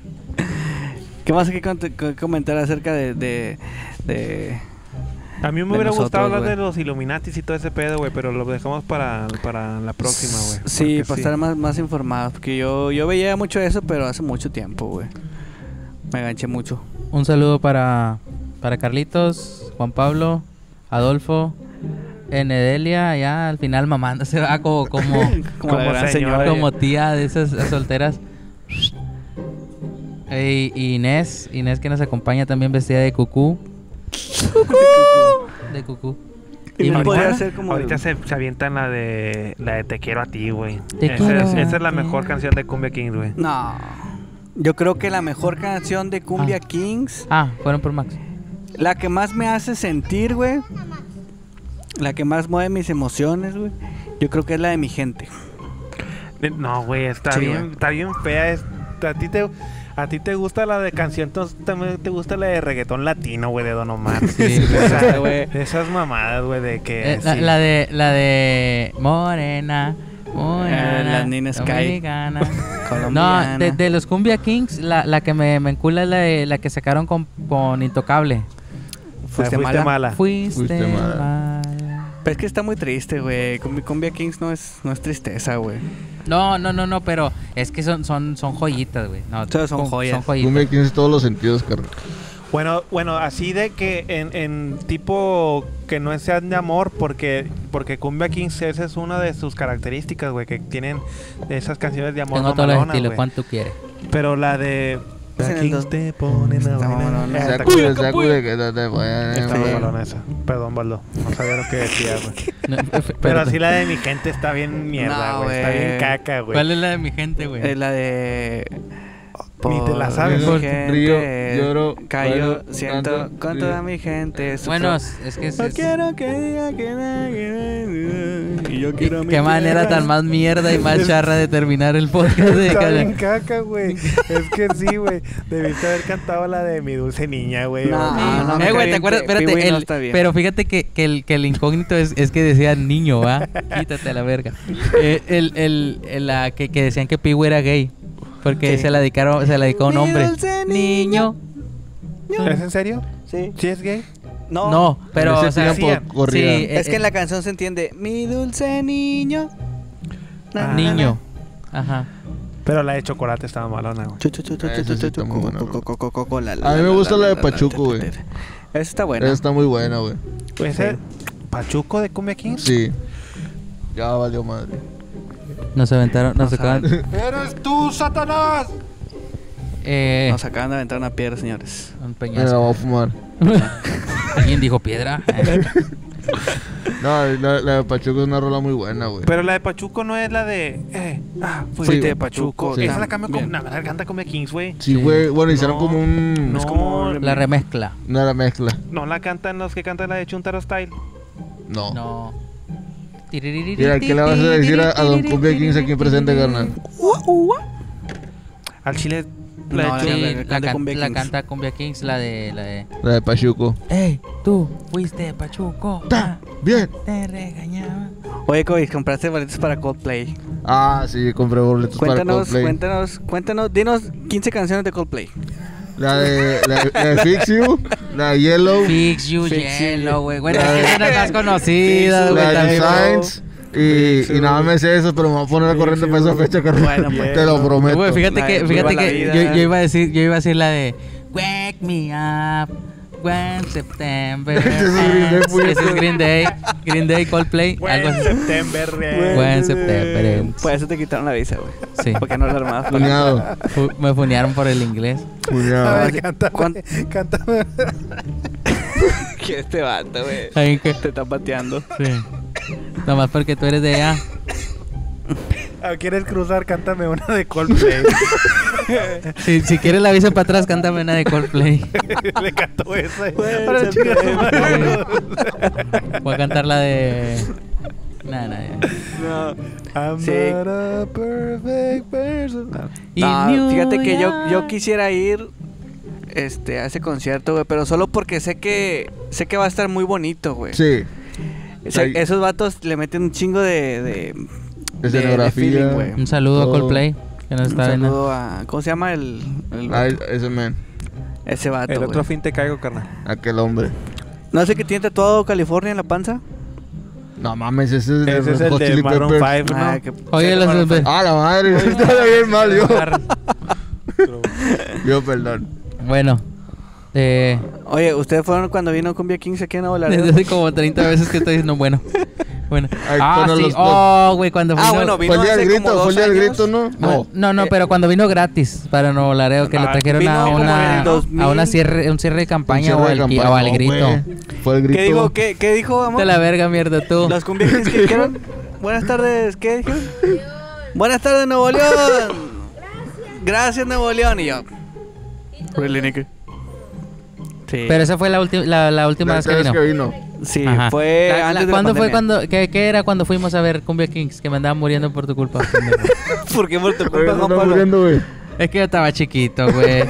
[SPEAKER 1] ¿Qué más hay que cont- co- comentar acerca de... de, de-
[SPEAKER 2] A mí me
[SPEAKER 1] de
[SPEAKER 2] hubiera gustado
[SPEAKER 1] nosotros,
[SPEAKER 2] hablar de
[SPEAKER 1] güey.
[SPEAKER 2] los Illuminatis y todo ese pedo, güey, pero lo dejamos para, para la próxima, güey.
[SPEAKER 1] Sí,
[SPEAKER 2] porque
[SPEAKER 1] para estar más, más informados. Porque yo, yo veía mucho eso, pero hace mucho tiempo, güey. Me ganché mucho.
[SPEAKER 3] Un saludo para, para Carlitos, Juan Pablo, Adolfo, Enedelia, ya al final mamándose, va como, como,
[SPEAKER 1] Como, la
[SPEAKER 2] Como
[SPEAKER 1] gran
[SPEAKER 2] señora.
[SPEAKER 1] señora.
[SPEAKER 3] como tía de esas solteras. Ey, y Inés, Inés que nos acompaña también vestida de cucú. De cucú.
[SPEAKER 1] Y no
[SPEAKER 3] mi-
[SPEAKER 1] podría ser como...
[SPEAKER 2] Ahorita se, se avientan la de la de Te quiero a ti, güey.
[SPEAKER 3] Te
[SPEAKER 2] Esa,
[SPEAKER 3] quiero
[SPEAKER 2] es,
[SPEAKER 3] a
[SPEAKER 2] esa es la
[SPEAKER 3] ti.
[SPEAKER 2] mejor canción de Cumbia King, güey.
[SPEAKER 1] No. Yo creo que la mejor canción de Cumbia
[SPEAKER 3] Ah.
[SPEAKER 1] Kings,
[SPEAKER 3] Ah, fueron por Max.
[SPEAKER 1] la que más me hace sentir, güey, la que más mueve mis emociones, güey, yo creo que es la de mi gente.
[SPEAKER 2] Eh, No, güey, está
[SPEAKER 1] Sí,
[SPEAKER 2] bien,
[SPEAKER 1] güey.
[SPEAKER 2] está bien fea. es- a ti te a ti te gusta la de canción, entonces también te gusta la de reggaetón latino, güey, de Don Omar.
[SPEAKER 3] Sí.
[SPEAKER 2] O sea,
[SPEAKER 1] Sí, güey.
[SPEAKER 2] esas mamadas, güey, de que
[SPEAKER 3] Eh, la,
[SPEAKER 2] sí.
[SPEAKER 3] la de la de Morena, Morena,
[SPEAKER 1] Eh, las Ninas Sky.
[SPEAKER 3] Dominicana.
[SPEAKER 1] Colombiana.
[SPEAKER 3] No, de, de los Cumbia Kings, la, la que me, me encula es la, de- la que sacaron con, con Intocable.
[SPEAKER 1] Fuiste
[SPEAKER 2] La de
[SPEAKER 1] mala.
[SPEAKER 3] Fuiste,
[SPEAKER 4] Fuiste mala.
[SPEAKER 3] mala.
[SPEAKER 1] Pero es que está muy triste, güey. Cumbi- Cumbia Kings no es, no es tristeza, güey.
[SPEAKER 3] No, no, no, no, pero es que son, son, son joyitas, güey. No,
[SPEAKER 1] Todas son
[SPEAKER 3] con-
[SPEAKER 1] joyas.
[SPEAKER 3] Son
[SPEAKER 4] Tú me
[SPEAKER 3] joyitas.
[SPEAKER 4] tienes todos los sentidos, carnal.
[SPEAKER 2] Bueno, bueno, así de que en, en tipo que no sean de amor, porque porque Cumbia Kings esa es una de sus características, güey, que tienen esas canciones de amor
[SPEAKER 3] Tengo todos los
[SPEAKER 2] mamalonas,
[SPEAKER 3] estilos,
[SPEAKER 2] güey.
[SPEAKER 3] ¿cuánto quieres?
[SPEAKER 2] Pero la de
[SPEAKER 1] Pues en
[SPEAKER 2] The
[SPEAKER 1] el
[SPEAKER 2] Kings
[SPEAKER 1] dos-
[SPEAKER 2] te ponen a
[SPEAKER 1] Está
[SPEAKER 2] bailar.
[SPEAKER 1] mamalona.
[SPEAKER 2] Eh,
[SPEAKER 4] Sacude,
[SPEAKER 2] está-
[SPEAKER 4] sacude, que te- te-
[SPEAKER 2] Está
[SPEAKER 1] Sí.
[SPEAKER 2] mamalona esa. Perdón, Baldo. No sabía lo que decía, güey.
[SPEAKER 3] No,
[SPEAKER 2] Pero
[SPEAKER 3] perdón.
[SPEAKER 2] así la de mi gente está bien mierda,
[SPEAKER 1] No,
[SPEAKER 2] güey. está bien
[SPEAKER 1] güey.
[SPEAKER 2] caca, güey.
[SPEAKER 3] ¿Cuál es la de mi gente, güey?
[SPEAKER 1] Es la de.
[SPEAKER 2] Ni te la
[SPEAKER 1] Por
[SPEAKER 2] sabes.
[SPEAKER 1] mi
[SPEAKER 4] Río,
[SPEAKER 1] gente,
[SPEAKER 4] río, lloro,
[SPEAKER 1] Callo,
[SPEAKER 4] bailo,
[SPEAKER 1] siento
[SPEAKER 4] canto,
[SPEAKER 1] con
[SPEAKER 4] río.
[SPEAKER 1] toda mi gente. sufro.
[SPEAKER 3] Bueno, es es que es,
[SPEAKER 1] No
[SPEAKER 3] es-
[SPEAKER 1] quiero que diga que na- que na- Y yo quiero mi
[SPEAKER 3] qué manera
[SPEAKER 1] tierra.
[SPEAKER 3] tan más mierda y más charra de terminar el podcast de
[SPEAKER 2] Está bien
[SPEAKER 3] cada-
[SPEAKER 2] caca, güey. Es que sí, güey. Debiste haber cantado la de mi dulce niña, güey.
[SPEAKER 1] No,
[SPEAKER 2] o-
[SPEAKER 1] no, no,
[SPEAKER 3] Eh, güey,
[SPEAKER 1] Está
[SPEAKER 3] ¿te
[SPEAKER 1] bien
[SPEAKER 3] acuerdas?
[SPEAKER 1] que
[SPEAKER 3] Espérate,
[SPEAKER 1] Pingüino
[SPEAKER 3] el-
[SPEAKER 1] está bien.
[SPEAKER 3] pero fíjate que, que el, que el incógnito es, es que decía niño, ¿va? Quítate a la verga. Eh, el, el, el- la que, que decían que Piwi era gay. Porque
[SPEAKER 2] Sí.
[SPEAKER 3] se la dedicaron, se la dedicó a un
[SPEAKER 1] Mi
[SPEAKER 3] hombre.
[SPEAKER 1] dulce
[SPEAKER 3] Niño.
[SPEAKER 2] ¿Es en serio?
[SPEAKER 1] Sí.
[SPEAKER 2] ¿Sí es gay?
[SPEAKER 1] No.
[SPEAKER 3] No, pero
[SPEAKER 4] Ese
[SPEAKER 3] o sea,
[SPEAKER 2] tiempo
[SPEAKER 3] sí,
[SPEAKER 4] corría.
[SPEAKER 3] eh,
[SPEAKER 1] Es que en la canción se entiende. Mi dulce niño.
[SPEAKER 2] Ah.
[SPEAKER 3] niño. Ajá.
[SPEAKER 2] Pero la de chocolate estaba malona, güey.
[SPEAKER 1] Chu, chu, chu, chu,
[SPEAKER 4] Ah,
[SPEAKER 1] chu,
[SPEAKER 4] esa
[SPEAKER 1] chu,
[SPEAKER 4] sí
[SPEAKER 1] chu,
[SPEAKER 4] está muy
[SPEAKER 1] cu,
[SPEAKER 4] buena,
[SPEAKER 1] cu,
[SPEAKER 4] güey.
[SPEAKER 1] cu, cu, cu, cu, la,
[SPEAKER 4] A mí me gusta la de
[SPEAKER 1] la,
[SPEAKER 4] Pachuco, güey.
[SPEAKER 1] Esa está buena.
[SPEAKER 4] Esa Está muy buena, güey.
[SPEAKER 2] ¿Ese Pachuco de Cumbia Kings?
[SPEAKER 4] Sí. Ya valió madre.
[SPEAKER 3] Nos aventaron, nos
[SPEAKER 1] No
[SPEAKER 3] acaban.
[SPEAKER 1] sabe.
[SPEAKER 2] ¡Eres tú, Satanás!
[SPEAKER 3] Eh,
[SPEAKER 1] Nos acaban de aventar una piedra, señores.
[SPEAKER 3] un
[SPEAKER 4] Me la
[SPEAKER 3] peñasco.
[SPEAKER 4] voy a fumar.
[SPEAKER 3] ¿Alguien dijo piedra? Eh,
[SPEAKER 4] No, la, la de Pachuco es una rola muy buena, güey.
[SPEAKER 2] Pero la de Pachuco no es la de. Eh, ah, fuiste
[SPEAKER 4] Fuiste
[SPEAKER 2] de
[SPEAKER 4] de
[SPEAKER 2] Pachuco.
[SPEAKER 1] Pachuco,
[SPEAKER 2] Esa la
[SPEAKER 1] también.
[SPEAKER 2] cambia con. No, la canta Cumbia Kings, güey.
[SPEAKER 3] Sí.
[SPEAKER 4] Sí, güey. Bueno, hicieron
[SPEAKER 2] No,
[SPEAKER 4] como
[SPEAKER 1] Mm,
[SPEAKER 4] un.
[SPEAKER 2] No,
[SPEAKER 4] No.
[SPEAKER 3] la remezcla.
[SPEAKER 4] Una mezcla.
[SPEAKER 2] la cantan los que cantan la de Chuntaro Style.
[SPEAKER 4] No.
[SPEAKER 3] No.
[SPEAKER 4] Mira, ¿qué le vas a decir a, a Don Cumbia Kings aquí presente, carnal?
[SPEAKER 2] Al chile.
[SPEAKER 1] No,
[SPEAKER 2] La
[SPEAKER 1] Ah, la
[SPEAKER 2] de Chun-
[SPEAKER 1] de-
[SPEAKER 3] Sí, la,
[SPEAKER 1] canta
[SPEAKER 3] can-
[SPEAKER 1] Cumbia
[SPEAKER 3] la
[SPEAKER 1] Kings.
[SPEAKER 3] canta Cumbia Kings, la de... La de...
[SPEAKER 4] La de Pachuco.
[SPEAKER 3] Ey, tú fuiste de Pachuco.
[SPEAKER 4] ¡Ta! ¡Bien!
[SPEAKER 3] Te regañaba.
[SPEAKER 1] Oye, Kobe, compraste boletos para Coldplay.
[SPEAKER 4] Ah, sí, compré boletos para
[SPEAKER 1] Cuéntanos,
[SPEAKER 4] Coldplay.
[SPEAKER 1] cuéntanos, cuéntanos, dinos 15 canciones de Coldplay.
[SPEAKER 4] La de, la, la de Fix You, la de Yellow,
[SPEAKER 3] Fix You
[SPEAKER 1] Fix You.
[SPEAKER 3] Yellow, güey. Bueno,
[SPEAKER 4] La-
[SPEAKER 3] es que son las más conocidas, güey.
[SPEAKER 4] la de
[SPEAKER 3] también.
[SPEAKER 4] Designs. Y, y nada me sé eso, pero me voy a poner a corriente para esa fecha, carnal.
[SPEAKER 1] Bueno, pues.
[SPEAKER 4] Te lo prometo.
[SPEAKER 3] Güey, fíjate
[SPEAKER 1] La
[SPEAKER 3] que,
[SPEAKER 1] de
[SPEAKER 3] fíjate
[SPEAKER 1] Viva la
[SPEAKER 3] que
[SPEAKER 1] Vida.
[SPEAKER 3] yo, yo iba a decir, yo iba a decir la de Wake me up when September.
[SPEAKER 4] Ese es Green Day, güey.
[SPEAKER 3] Ese es Green Day, Green Day, Coldplay, algo así.
[SPEAKER 2] September. eh.
[SPEAKER 3] Buen septiembre.
[SPEAKER 1] Por eso te quitaron la visa, güey.
[SPEAKER 3] Sí.
[SPEAKER 1] Porque no la armabas. para-
[SPEAKER 4] Cuñado,
[SPEAKER 3] Fu- Me funearon por el inglés.
[SPEAKER 2] A
[SPEAKER 4] cuñado.
[SPEAKER 2] ver, cántame,
[SPEAKER 1] ¿Cuán-
[SPEAKER 2] cántame.
[SPEAKER 1] que este vato, güey.
[SPEAKER 3] Ahí que-
[SPEAKER 1] Te está pateando.
[SPEAKER 3] Sí. Nomás porque tú eres de allá.
[SPEAKER 2] Ah, ¿Quieres cruzar? Cántame una de Coldplay.
[SPEAKER 3] Si, si quieres la visa para atrás, cántame una de Coldplay.
[SPEAKER 2] Le cantó esa.
[SPEAKER 1] Güey,
[SPEAKER 2] Ahora chinga su madre.
[SPEAKER 3] Voy a cantar la de. Nada, nada.
[SPEAKER 1] No.
[SPEAKER 2] I'm
[SPEAKER 1] Sí.
[SPEAKER 2] not a perfect person. No.
[SPEAKER 1] No, fíjate que yo, yo quisiera ir este, a ese concierto, güey, pero solo porque sé que sé que va a estar muy bonito, güey.
[SPEAKER 4] Sí,
[SPEAKER 1] O sea,
[SPEAKER 4] Ahí-
[SPEAKER 1] esos vatos le meten un chingo de... de de- de feeling,
[SPEAKER 4] escenografía.
[SPEAKER 1] güey.
[SPEAKER 3] Un saludo
[SPEAKER 4] Oh.
[SPEAKER 3] a Coldplay. Que nos
[SPEAKER 1] un
[SPEAKER 3] está viendo.
[SPEAKER 1] saludo a... ¿Cómo se llama el...? el
[SPEAKER 4] Ay,
[SPEAKER 1] vato?
[SPEAKER 4] ese man,
[SPEAKER 1] ese vato,
[SPEAKER 2] El otro
[SPEAKER 1] güey.
[SPEAKER 2] fin te caigo, carnal.
[SPEAKER 4] aquel hombre.
[SPEAKER 1] ¿No sé que tiene tatuado California en la panza?
[SPEAKER 4] No mames, ese es, de
[SPEAKER 2] Ese es
[SPEAKER 4] Red
[SPEAKER 2] el
[SPEAKER 4] Hot
[SPEAKER 2] de
[SPEAKER 4] Chili
[SPEAKER 2] Maroon
[SPEAKER 4] Peppers.
[SPEAKER 2] 5, ¿no?
[SPEAKER 1] Ah, que-
[SPEAKER 3] Oye, los
[SPEAKER 1] Bueno,
[SPEAKER 4] Ah, la madre, estaba bien mal, yo. Yo, perdón.
[SPEAKER 3] Bueno. Eh,
[SPEAKER 1] Oye, ¿ustedes fueron cuando vino Cumbia 15 aquí en
[SPEAKER 3] desde
[SPEAKER 1] Ovalaredo?
[SPEAKER 3] hace como 30 veces que estoy diciendo bueno. Bueno.
[SPEAKER 4] Ay,
[SPEAKER 3] ah,
[SPEAKER 4] pero
[SPEAKER 3] sí.
[SPEAKER 4] los-
[SPEAKER 3] oh, güey, cuando
[SPEAKER 1] Ah,
[SPEAKER 3] vino-
[SPEAKER 1] bueno,
[SPEAKER 4] Fue
[SPEAKER 1] Vino
[SPEAKER 4] el día del
[SPEAKER 1] hace como
[SPEAKER 4] grito, fue el
[SPEAKER 1] dos
[SPEAKER 4] día del
[SPEAKER 1] años.
[SPEAKER 4] grito, ¿no?
[SPEAKER 3] No,
[SPEAKER 4] No.
[SPEAKER 3] no, no,
[SPEAKER 1] eh,
[SPEAKER 3] pero cuando vino gratis para Nuevo Laredo, que lo
[SPEAKER 2] Ah,
[SPEAKER 3] trajeron
[SPEAKER 1] vino
[SPEAKER 3] a
[SPEAKER 1] como en
[SPEAKER 3] una,
[SPEAKER 1] el 2000.
[SPEAKER 3] a una cierre, un cierre de
[SPEAKER 4] Un
[SPEAKER 3] campaña
[SPEAKER 4] cierre
[SPEAKER 3] o
[SPEAKER 4] de
[SPEAKER 3] al, qui-
[SPEAKER 4] campaña.
[SPEAKER 3] o al
[SPEAKER 4] No,
[SPEAKER 3] grito.
[SPEAKER 4] güey, Fue el grito.
[SPEAKER 1] ¿Qué dijo? ¿Qué, qué dijo, amor?
[SPEAKER 3] Te la verga, mierda, tú.
[SPEAKER 1] Los Cumbia 15 que dijeron... Buenas tardes, ¿qué dijeron? Buenas tardes, Nuevo León. Gracias, Nuevo León. Y yo... Really, Nicky? Sí.
[SPEAKER 3] Pues, Pero esa fue la, ulti- la, la última
[SPEAKER 4] La
[SPEAKER 3] vez que
[SPEAKER 4] vez
[SPEAKER 3] vino.
[SPEAKER 4] que vino.
[SPEAKER 1] Sí,
[SPEAKER 3] Ajá.
[SPEAKER 1] fue
[SPEAKER 3] La- la-
[SPEAKER 1] antes de la
[SPEAKER 3] ¿Cuándo fue
[SPEAKER 1] pandemia.
[SPEAKER 3] cuando, qué, qué era cuando fuimos a ver Cumbia Kings? Que me andaban muriendo por tu culpa. pendejo?
[SPEAKER 1] ¿Por qué por tu
[SPEAKER 4] Oye,
[SPEAKER 1] culpa,
[SPEAKER 4] no
[SPEAKER 1] Juan
[SPEAKER 4] está
[SPEAKER 1] Pablo?
[SPEAKER 4] muriendo, güey.
[SPEAKER 3] es que yo estaba chiquito, güey.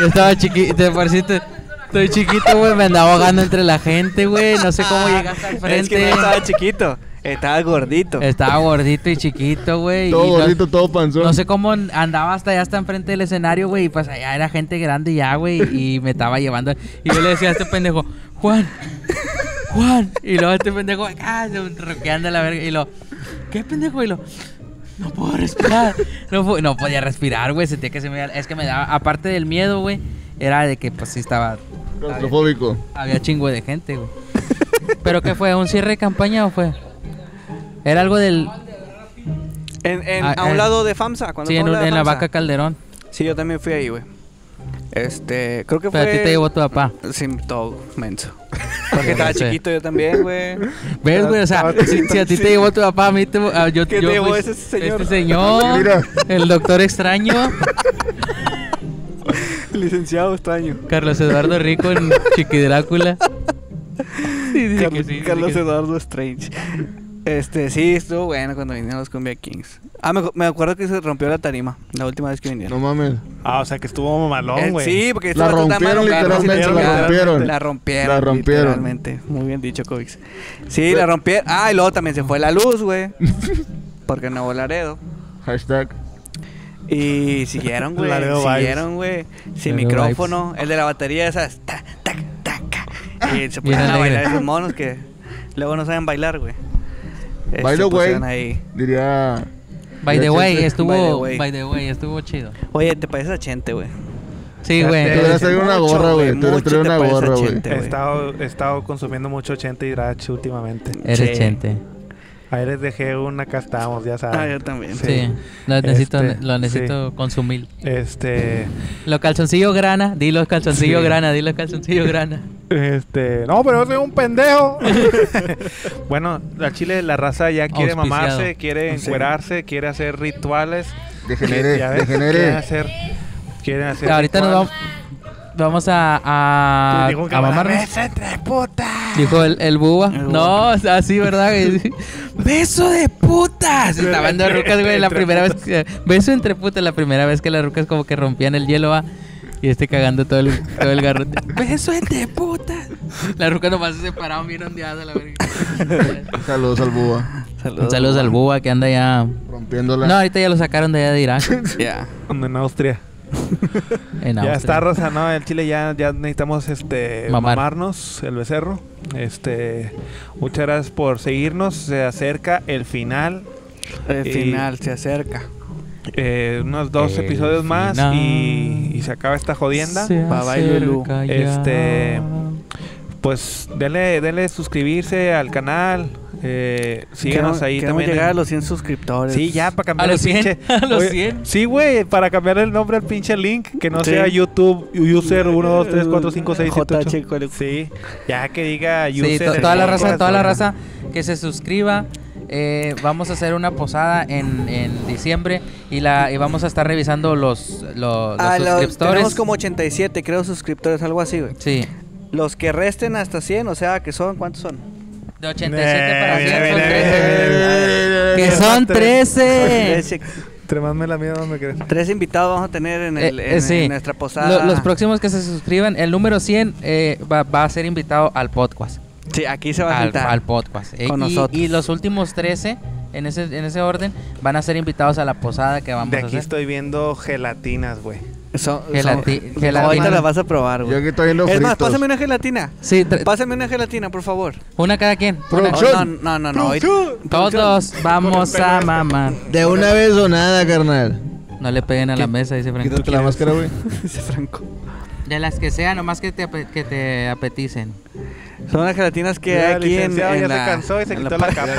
[SPEAKER 3] Yo estaba chiquito, te pareciste... Estoy chiquito, güey, me andaba ahogando entre la gente, güey. No sé cómo llegaste al frente.
[SPEAKER 1] Es que no estaba chiquito, estaba gordito.
[SPEAKER 3] Estaba gordito y chiquito, güey.
[SPEAKER 4] Todo
[SPEAKER 3] y no-
[SPEAKER 4] gordito, todo panzón.
[SPEAKER 3] No sé cómo andaba hasta allá, hasta enfrente del escenario, güey. Y pues allá era gente grande ya, güey. Y me estaba llevando. Y yo le decía a este pendejo, Juan, Juan. Y luego este pendejo, ah, se roqueando a la verga. Y lo, ¿qué pendejo? Y lo, no puedo respirar. No, pu- no podía respirar, güey. Sentía que se me Es que me daba, aparte del miedo, güey, era de que pues sí estaba.
[SPEAKER 4] Claustrofóbico.
[SPEAKER 3] Había chingo de gente, güey. ¿Pero qué fue? ¿Un cierre de campaña o fue? Era algo del.
[SPEAKER 1] En, en-
[SPEAKER 3] Ah,
[SPEAKER 1] a un
[SPEAKER 3] eh.
[SPEAKER 1] lado de FAMSA. Cuando
[SPEAKER 3] Sí,
[SPEAKER 1] fue a
[SPEAKER 3] en,
[SPEAKER 1] un
[SPEAKER 3] un-
[SPEAKER 1] lado de
[SPEAKER 3] en la
[SPEAKER 1] FAMSA.
[SPEAKER 3] vaca Calderón.
[SPEAKER 1] Sí, yo también fui ahí, güey. Este, creo que
[SPEAKER 3] Pero a ti
[SPEAKER 1] fue.
[SPEAKER 3] te llevó tu papá.
[SPEAKER 1] Sin todo, menso. Porque estaba
[SPEAKER 3] Ya sé.
[SPEAKER 1] chiquito yo también, güey.
[SPEAKER 3] ¿Ves, güey? O sea, si, si a ti te llevó tu papá, a mí te, a- yo,
[SPEAKER 1] ¿Qué
[SPEAKER 3] yo
[SPEAKER 1] te llevó
[SPEAKER 3] fui-
[SPEAKER 1] ese señor?
[SPEAKER 3] Este señor,
[SPEAKER 4] Mira.
[SPEAKER 3] el doctor extraño,
[SPEAKER 1] Licenciado este extraño.
[SPEAKER 3] Carlos Eduardo Rico en Chiqui Drácula. Sí, dice
[SPEAKER 1] Carlos,
[SPEAKER 3] que sí, dice
[SPEAKER 1] Carlos
[SPEAKER 3] que-
[SPEAKER 1] Eduardo Strange. Este, sí, estuvo bueno cuando vinieron los Cumbia Kings. Ah, me, me acuerdo que se rompió la tarima la última vez que
[SPEAKER 4] No
[SPEAKER 1] vinieron.
[SPEAKER 4] mames.
[SPEAKER 2] Ah, o sea que estuvo
[SPEAKER 1] Eh,
[SPEAKER 2] malón, güey.
[SPEAKER 1] sí, porque estos
[SPEAKER 4] La
[SPEAKER 1] vatos
[SPEAKER 4] rompieron
[SPEAKER 1] andaban rompiendo,
[SPEAKER 4] literalmente,
[SPEAKER 1] sí,
[SPEAKER 2] la
[SPEAKER 4] rompieron.
[SPEAKER 1] La rompieron.
[SPEAKER 4] La rompieron.
[SPEAKER 1] Literalmente. Muy bien dicho, Covix. Sí, la rompieron. Ah, y luego también se fue la luz, güey. Porque no volaredo.
[SPEAKER 4] Hashtag.
[SPEAKER 1] Y siguieron, güey.
[SPEAKER 2] Laredo vibes.
[SPEAKER 1] siguieron, güey. Sin
[SPEAKER 3] Laredo
[SPEAKER 1] micrófono. El de la batería, esas. Tac, tac, tac. Y se
[SPEAKER 3] Bien
[SPEAKER 1] pusieron a
[SPEAKER 3] alegre.
[SPEAKER 1] bailar esos monos que luego no saben bailar, güey. Eh, se
[SPEAKER 4] Bailo, güey.
[SPEAKER 1] pusieron ahí.
[SPEAKER 4] Diría.
[SPEAKER 3] By the way,
[SPEAKER 1] By the
[SPEAKER 3] estuvo,
[SPEAKER 1] way.
[SPEAKER 3] by the way, estuvo chido.
[SPEAKER 1] Oye, te pareces a Chente, güey.
[SPEAKER 3] Sí,
[SPEAKER 2] Ya
[SPEAKER 4] Te
[SPEAKER 2] sé.
[SPEAKER 3] güey.
[SPEAKER 4] deberías traer una
[SPEAKER 1] Mucho,
[SPEAKER 4] gorra,
[SPEAKER 1] güey,
[SPEAKER 4] güey. Te deberías
[SPEAKER 1] mucho
[SPEAKER 4] traer
[SPEAKER 1] te
[SPEAKER 4] una
[SPEAKER 1] parece
[SPEAKER 4] gorra, güey.
[SPEAKER 1] gente.
[SPEAKER 2] He
[SPEAKER 1] güey.
[SPEAKER 2] estado, he estado consumiendo mucho chente y Drach últimamente.
[SPEAKER 3] Eres
[SPEAKER 1] Sí.
[SPEAKER 3] chente.
[SPEAKER 2] Ahí les dejé una, acá estamos, ya saben.
[SPEAKER 1] Ah, yo también.
[SPEAKER 3] Sí.
[SPEAKER 2] Sí.
[SPEAKER 3] Lo necesito,
[SPEAKER 2] Este,
[SPEAKER 3] lo necesito consumir.
[SPEAKER 2] Este,
[SPEAKER 3] Los calzoncillos grana, di los calzoncillos
[SPEAKER 2] Sí.
[SPEAKER 3] grana, di los calzoncillos grana.
[SPEAKER 2] este, no, pero yo soy un pendejo. bueno, al chile la raza ya quiere
[SPEAKER 3] Auspiciado.
[SPEAKER 2] mamarse, quiere
[SPEAKER 1] Sí.
[SPEAKER 2] encuerarse, quiere hacer rituales.
[SPEAKER 4] Degenere,
[SPEAKER 2] Ya ves, Quieren
[SPEAKER 4] degenere.
[SPEAKER 2] hacer, quieren hacer
[SPEAKER 3] Ahorita nos
[SPEAKER 2] rituales.
[SPEAKER 3] vamos, vamos a, a,
[SPEAKER 2] Dijo que
[SPEAKER 3] a
[SPEAKER 2] me la
[SPEAKER 3] mamarnos.
[SPEAKER 2] besen tres putas.
[SPEAKER 3] Dijo el, el buba.
[SPEAKER 1] El buba.
[SPEAKER 3] No, o sea, sí, ¿verdad? güey? Beso de putas.
[SPEAKER 2] Entre-
[SPEAKER 3] Estaban dos rucas, güey, la
[SPEAKER 2] entre
[SPEAKER 3] primera vez. que- beso entre putas, la primera vez que las rucas como que rompían el hielo, va. Y este cagando todo el, todo el garrote. Beso entre putas. La ruca nomás se separaron bien ondeada, la verga.
[SPEAKER 4] Saludos al Búho.
[SPEAKER 3] Un saludo al buba que anda ya.
[SPEAKER 4] Rompiéndola.
[SPEAKER 3] No, ahorita ya lo sacaron de allá de Irak.
[SPEAKER 1] Ya.
[SPEAKER 2] En Austria.
[SPEAKER 3] En
[SPEAKER 2] Ya
[SPEAKER 3] Austria.
[SPEAKER 2] está, Rosa, ¿no? El Chile ya, ya necesitamos este
[SPEAKER 3] Mamar.
[SPEAKER 2] mamarnos el becerro. Este, muchas gracias por seguirnos. Se acerca el final.
[SPEAKER 1] El
[SPEAKER 2] Y-
[SPEAKER 1] final se acerca.
[SPEAKER 2] eh, unos dos
[SPEAKER 3] El
[SPEAKER 2] episodios más
[SPEAKER 3] final.
[SPEAKER 2] y, y se acaba esta jodienda.
[SPEAKER 3] Se
[SPEAKER 1] Pa' Bailulú.
[SPEAKER 3] acerca ya.
[SPEAKER 2] Este, Pues denle, denle suscribirse al canal. Eh, síganos
[SPEAKER 1] Queremos-
[SPEAKER 2] ahí
[SPEAKER 1] queremos
[SPEAKER 2] también.
[SPEAKER 1] llegar
[SPEAKER 2] en-
[SPEAKER 1] a los 100 suscriptores.
[SPEAKER 2] Sí, ya, para cambiar
[SPEAKER 3] A
[SPEAKER 2] el
[SPEAKER 3] los 100,
[SPEAKER 2] pinche.
[SPEAKER 3] a los
[SPEAKER 2] Oye,
[SPEAKER 3] 100.
[SPEAKER 2] Sí, güey, para cambiar el nombre al pinche link. Que no
[SPEAKER 1] Sí.
[SPEAKER 2] sea YouTube, user 1, 2, 3, 4, 5, 6, 7, 8.
[SPEAKER 1] JC, ¿cuál es?
[SPEAKER 2] Sí, ya que diga user.
[SPEAKER 3] Sí, to-
[SPEAKER 2] el
[SPEAKER 3] toda la
[SPEAKER 2] podcast,
[SPEAKER 3] raza, toda la
[SPEAKER 2] güey.
[SPEAKER 3] raza que se suscriba. Eh, vamos a hacer una posada en, en diciembre y la y vamos a estar revisando los, los, los
[SPEAKER 1] A los-
[SPEAKER 3] suscriptores.
[SPEAKER 1] Ah, tenemos como 87, creo, suscriptores, algo así, güey.
[SPEAKER 3] Sí,
[SPEAKER 1] Los que resten hasta 100, o sea, que son, ¿cuántos son?
[SPEAKER 3] de 87 para eh,
[SPEAKER 2] Eh,
[SPEAKER 3] 100
[SPEAKER 2] bien,
[SPEAKER 3] son
[SPEAKER 2] bien,
[SPEAKER 3] 13.
[SPEAKER 2] bien, bien,
[SPEAKER 3] Que
[SPEAKER 2] bien.
[SPEAKER 3] son
[SPEAKER 2] Tre-
[SPEAKER 3] 13.
[SPEAKER 1] 13,
[SPEAKER 2] Entre más me la mía, más me crees.
[SPEAKER 1] eh, tres invitados vamos a tener en, el-
[SPEAKER 3] Eh,
[SPEAKER 1] en-
[SPEAKER 3] eh, sí.
[SPEAKER 1] en nuestra posada.
[SPEAKER 3] Lo- los próximos que se suscriban, el número 100 eh, va, va a ser invitado al podcast.
[SPEAKER 1] Sí, aquí se va a
[SPEAKER 3] Al,
[SPEAKER 1] sentar.
[SPEAKER 3] al podcast. eh,
[SPEAKER 1] Con
[SPEAKER 3] y,
[SPEAKER 1] nosotros.
[SPEAKER 3] y los últimos 13, en ese, en ese orden, van a ser invitados a la posada que vamos
[SPEAKER 2] De
[SPEAKER 3] a
[SPEAKER 2] aquí
[SPEAKER 3] hacer.
[SPEAKER 2] estoy viendo gelatinas, güey.
[SPEAKER 1] Son- son-
[SPEAKER 3] Gelati-
[SPEAKER 1] Ahorita
[SPEAKER 3] gelatina.
[SPEAKER 1] las vas a probar,
[SPEAKER 4] Yo
[SPEAKER 1] güey.
[SPEAKER 4] aquí estoy en los
[SPEAKER 1] Es más,
[SPEAKER 4] fritos.
[SPEAKER 1] pásame una gelatina.
[SPEAKER 3] Sí, tra-
[SPEAKER 1] Pásame una gelatina, por favor.
[SPEAKER 3] una cada quien.
[SPEAKER 4] Pro-
[SPEAKER 3] una.
[SPEAKER 1] No,
[SPEAKER 4] Producción.
[SPEAKER 1] no, no, no. ahorita-
[SPEAKER 3] Todos vamos a mamar.
[SPEAKER 4] De una vez o nada, carnal.
[SPEAKER 3] No le peguen a la mesa, dice Franco.
[SPEAKER 4] Quítate la máscara, güey.
[SPEAKER 1] Dice Franco.
[SPEAKER 3] De las que sea, nomás que te, ape- que te apeticen.
[SPEAKER 1] Son las gelatinas que
[SPEAKER 2] Ya,
[SPEAKER 1] hay aquí en,
[SPEAKER 2] licenciado,
[SPEAKER 1] en
[SPEAKER 2] ya se
[SPEAKER 1] la-
[SPEAKER 2] cansó y se
[SPEAKER 1] en
[SPEAKER 2] quitó la
[SPEAKER 1] pa-
[SPEAKER 2] capa.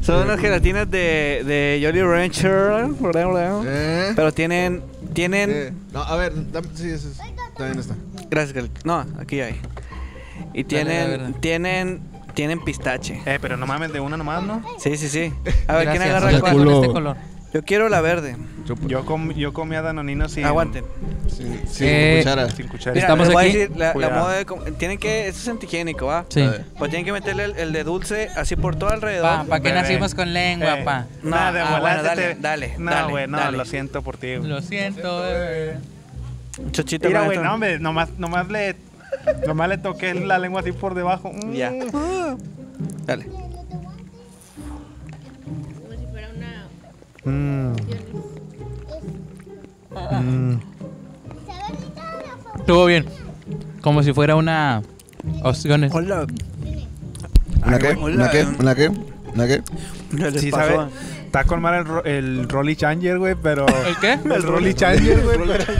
[SPEAKER 1] Son unas gelatinas de, de Jolly Rancher. bla, bla.
[SPEAKER 4] ¿Eh?
[SPEAKER 1] Pero tienen. Tienen.
[SPEAKER 4] Eh, No, a ver, dame, sí, eso es- también está.
[SPEAKER 1] Gracias, Gal- No, aquí hay. Y tienen.
[SPEAKER 3] dale, dale.
[SPEAKER 1] tienen. Tienen pistache.
[SPEAKER 2] Eh, pero no mames, de una nomás, ¿no?
[SPEAKER 1] Sí, sí, sí. A ver, ¿quién
[SPEAKER 3] Gracias.
[SPEAKER 1] agarra
[SPEAKER 3] Yo
[SPEAKER 1] cuál?
[SPEAKER 3] tengo
[SPEAKER 4] culo.
[SPEAKER 3] este color.
[SPEAKER 1] Yo quiero la verde.
[SPEAKER 2] Yo, com yo comía danonino sin...
[SPEAKER 1] Aguanten.
[SPEAKER 4] Sin, sin
[SPEAKER 3] Eh,
[SPEAKER 4] cuchara.
[SPEAKER 2] Sin cuchara.
[SPEAKER 1] Mira,
[SPEAKER 3] Estamos
[SPEAKER 1] les voy a
[SPEAKER 3] aquí.
[SPEAKER 1] decir, la, la
[SPEAKER 2] Cuidado.
[SPEAKER 1] moda de com- tienen que. Esto es antihigiénico, ¿va?
[SPEAKER 3] Sí.
[SPEAKER 4] A ver.
[SPEAKER 1] Pues tienen que meterle el, el de dulce así por todo
[SPEAKER 3] Pa,
[SPEAKER 1] alrededor.
[SPEAKER 3] pa' que
[SPEAKER 2] Bebé.
[SPEAKER 3] nacimos con lengua,
[SPEAKER 2] Eh,
[SPEAKER 3] pa.
[SPEAKER 1] No,
[SPEAKER 2] nada, de
[SPEAKER 1] ah,
[SPEAKER 2] volada
[SPEAKER 1] bueno,
[SPEAKER 2] se
[SPEAKER 1] dale,
[SPEAKER 2] te-
[SPEAKER 1] dale, dale,
[SPEAKER 2] No, güey, no,
[SPEAKER 1] dale.
[SPEAKER 2] lo siento por ti, güey.
[SPEAKER 3] Lo siento, bebé.
[SPEAKER 1] Chochito,
[SPEAKER 2] Mira,
[SPEAKER 1] con
[SPEAKER 2] güey,
[SPEAKER 1] esto.
[SPEAKER 2] no, hombre, nomás, nomás le... Nomás le toqué la lengua así por debajo. Mm.
[SPEAKER 1] Ya. Dale.
[SPEAKER 5] Como si fuera una.
[SPEAKER 2] Mm. Mm.
[SPEAKER 3] Estuvo bien. Como si fuera una. Opciones.
[SPEAKER 1] Hola.
[SPEAKER 4] ¿Una qué?
[SPEAKER 1] Hola.
[SPEAKER 4] ¿Una qué? ¿Una qué? ¿No qué?
[SPEAKER 1] Ya les
[SPEAKER 2] Sí,
[SPEAKER 1] pasó.
[SPEAKER 2] sabe. Está con mal el, ro- el Rolly Changer, güey, pero.
[SPEAKER 3] ¿El qué?
[SPEAKER 2] El Rolly Changer, güey. pero-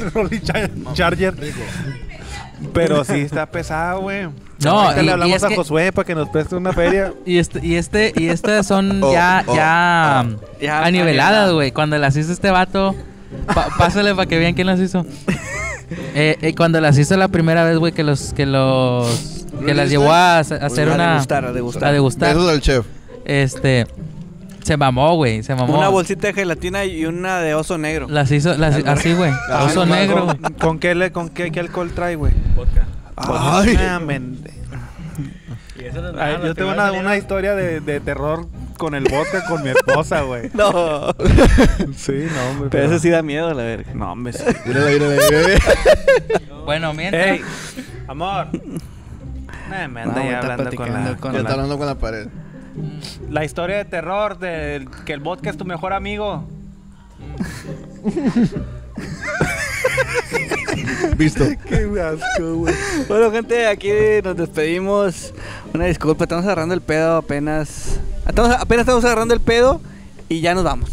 [SPEAKER 2] El Rolly Cha- Charger. Pero sí está pesado, güey.
[SPEAKER 3] No,
[SPEAKER 2] Ahorita
[SPEAKER 3] y- y
[SPEAKER 2] le hablamos
[SPEAKER 3] es
[SPEAKER 2] a
[SPEAKER 3] que-
[SPEAKER 2] Josué para que nos preste una feria.
[SPEAKER 3] Y este, y este, y estas son
[SPEAKER 7] Oh,
[SPEAKER 3] ya,
[SPEAKER 7] oh,
[SPEAKER 3] ya,
[SPEAKER 1] ah. Ya,
[SPEAKER 3] aniveladas, güey. Cuando las hizo este vato, pa- pásale para que vean quién las hizo. Eh, eh, cuando las hizo la primera vez, güey, que los, que los, que las llevó a, hac- a hacer
[SPEAKER 1] A
[SPEAKER 3] una,
[SPEAKER 1] degustar, a degustar.
[SPEAKER 3] a degustar,
[SPEAKER 7] Besos al chef.
[SPEAKER 3] este, se mamó, güey, se mamó.
[SPEAKER 1] Una bolsita de gelatina y una de oso negro.
[SPEAKER 3] Las hizo, las, así, güey,
[SPEAKER 7] Ah,
[SPEAKER 3] oso
[SPEAKER 7] no,
[SPEAKER 3] negro.
[SPEAKER 2] ¿Con, con qué, le- con qué, qué alcohol trae, güey?
[SPEAKER 6] Vodka.
[SPEAKER 7] Ay.
[SPEAKER 2] Ah, men-
[SPEAKER 6] Y eso no es
[SPEAKER 2] Ay,
[SPEAKER 6] nada,
[SPEAKER 2] yo
[SPEAKER 6] las
[SPEAKER 2] tengo una,
[SPEAKER 6] primeras
[SPEAKER 2] una historia de, de terror con el vodka con mi esposa, güey.
[SPEAKER 1] No,
[SPEAKER 2] Sí, no, hombre.
[SPEAKER 1] pero eso sí da miedo, la verga.
[SPEAKER 2] No, hombre. sí.
[SPEAKER 7] Mírala, mírala, mírala.
[SPEAKER 3] Bueno, mientras,
[SPEAKER 2] ¡Ey! Amor. Nah, me anda
[SPEAKER 1] No, está
[SPEAKER 2] ya hablando con la,
[SPEAKER 1] platicando
[SPEAKER 2] con
[SPEAKER 7] Ya
[SPEAKER 2] la-
[SPEAKER 7] está hablando con la pared.
[SPEAKER 2] la historia de terror de que el vodka es tu mejor amigo.
[SPEAKER 7] Visto.
[SPEAKER 1] Bueno, gente, aquí nos despedimos. Una disculpa, estamos agarrando el pedo apenas. Estamos, apenas estamos agarrando el pedo y ya nos vamos.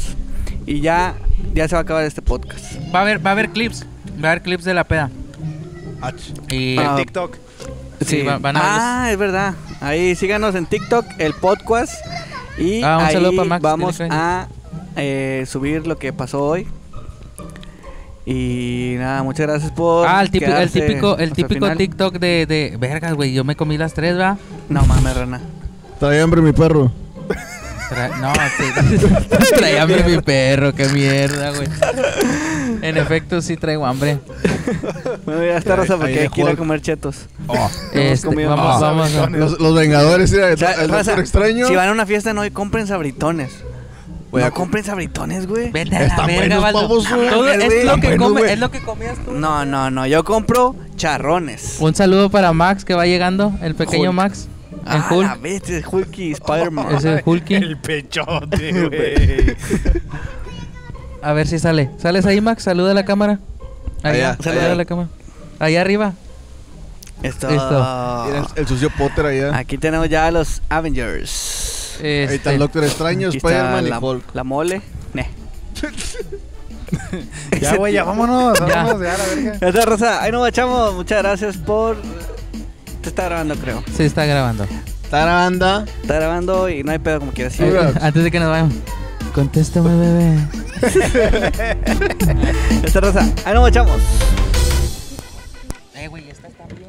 [SPEAKER 1] Y ya, ya se va a acabar este podcast.
[SPEAKER 3] va a haber, va a haber clips, va a haber clips de la peda. Y
[SPEAKER 1] Ah,
[SPEAKER 2] TikTok.
[SPEAKER 3] Sí, va- van a
[SPEAKER 1] ah, es verdad. Ahí síganos en TikTok, el podcast. Y
[SPEAKER 3] Ah, un
[SPEAKER 1] ahí
[SPEAKER 3] saludo para Max,
[SPEAKER 1] vamos
[SPEAKER 3] tiene que
[SPEAKER 1] a eh, subir lo que pasó hoy. Y nada, muchas gracias por.
[SPEAKER 3] Ah, el típico, el
[SPEAKER 1] quedarse
[SPEAKER 3] típico, el
[SPEAKER 1] hasta el
[SPEAKER 3] típico
[SPEAKER 1] final.
[SPEAKER 3] TikTok de, de vergas, güey. Yo me comí las tres, va.
[SPEAKER 1] No mames, Rana.
[SPEAKER 4] Trae hambre mi perro.
[SPEAKER 3] Tra- no, sí. Traía hambre mi perro, qué mierda, güey. En efecto, sí traigo hambre.
[SPEAKER 1] Bueno, ya está
[SPEAKER 7] Ahí-
[SPEAKER 1] Rosa
[SPEAKER 7] ahí
[SPEAKER 1] porque
[SPEAKER 7] dejó
[SPEAKER 1] quiere
[SPEAKER 7] el-
[SPEAKER 1] comer chetos.
[SPEAKER 3] Este,
[SPEAKER 1] comido
[SPEAKER 3] vamos,
[SPEAKER 1] más.
[SPEAKER 3] vamos. a-
[SPEAKER 4] Los, los Vengadores, mira, el,
[SPEAKER 1] O sea,
[SPEAKER 4] el
[SPEAKER 1] raza,
[SPEAKER 4] Doctor Extraño.
[SPEAKER 1] Si van a una fiesta, no compren sabritones.
[SPEAKER 7] Voy a
[SPEAKER 1] no
[SPEAKER 7] com-
[SPEAKER 1] compren sabritones, güey.
[SPEAKER 3] Vete a la
[SPEAKER 7] Están
[SPEAKER 3] verga,
[SPEAKER 7] buenos,
[SPEAKER 3] Valdo.
[SPEAKER 7] baboso.
[SPEAKER 3] Todo
[SPEAKER 1] Están
[SPEAKER 3] es lo, que
[SPEAKER 7] buenos,
[SPEAKER 3] come-
[SPEAKER 7] güey.
[SPEAKER 3] es lo que comías tú.
[SPEAKER 1] No, no, no. Yo compro charrones.
[SPEAKER 3] Un saludo para Max que va llegando, el pequeño
[SPEAKER 1] Hulk.
[SPEAKER 3] Max. El
[SPEAKER 1] Ah, la
[SPEAKER 3] Hulk.
[SPEAKER 1] bestia, Hulk y Spider-Man.
[SPEAKER 3] Es el Hulky.
[SPEAKER 2] pechote, güey.
[SPEAKER 3] A ver si sale. ¿Sales ahí, Max? Saluda a la cámara. Allá,
[SPEAKER 7] Allá,
[SPEAKER 3] saluda
[SPEAKER 7] allá.
[SPEAKER 3] a la cámara. Allá arriba.
[SPEAKER 1] Esto.
[SPEAKER 3] Esto.
[SPEAKER 7] Mira, el- el sucio Potter allá.
[SPEAKER 1] Aquí tenemos ya a los Avengers.
[SPEAKER 7] Ahí está
[SPEAKER 3] Este,
[SPEAKER 7] el Doctor Extraño,
[SPEAKER 1] Aquí está
[SPEAKER 7] Eh, Spider-Man y
[SPEAKER 1] la,
[SPEAKER 7] Hulk.
[SPEAKER 1] la mole. Ne.
[SPEAKER 2] ya, güey, ya vámonos. Vámonos, ya, la verga.
[SPEAKER 1] Ya está, Rosa. Ahí nos bachamos. Muchas gracias por. Te está grabando, creo.
[SPEAKER 3] se está grabando.
[SPEAKER 7] Taranda.
[SPEAKER 1] Está grabando y no hay pedo como quieras.
[SPEAKER 7] Sí, bro.
[SPEAKER 3] Antes de que nos vayamos. Contéstame, bebé.
[SPEAKER 1] Ya está, Rosa. Ahí nos bachamos.
[SPEAKER 3] Eh, güey, esta está bien.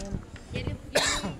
[SPEAKER 5] ¿Quiere- quiere-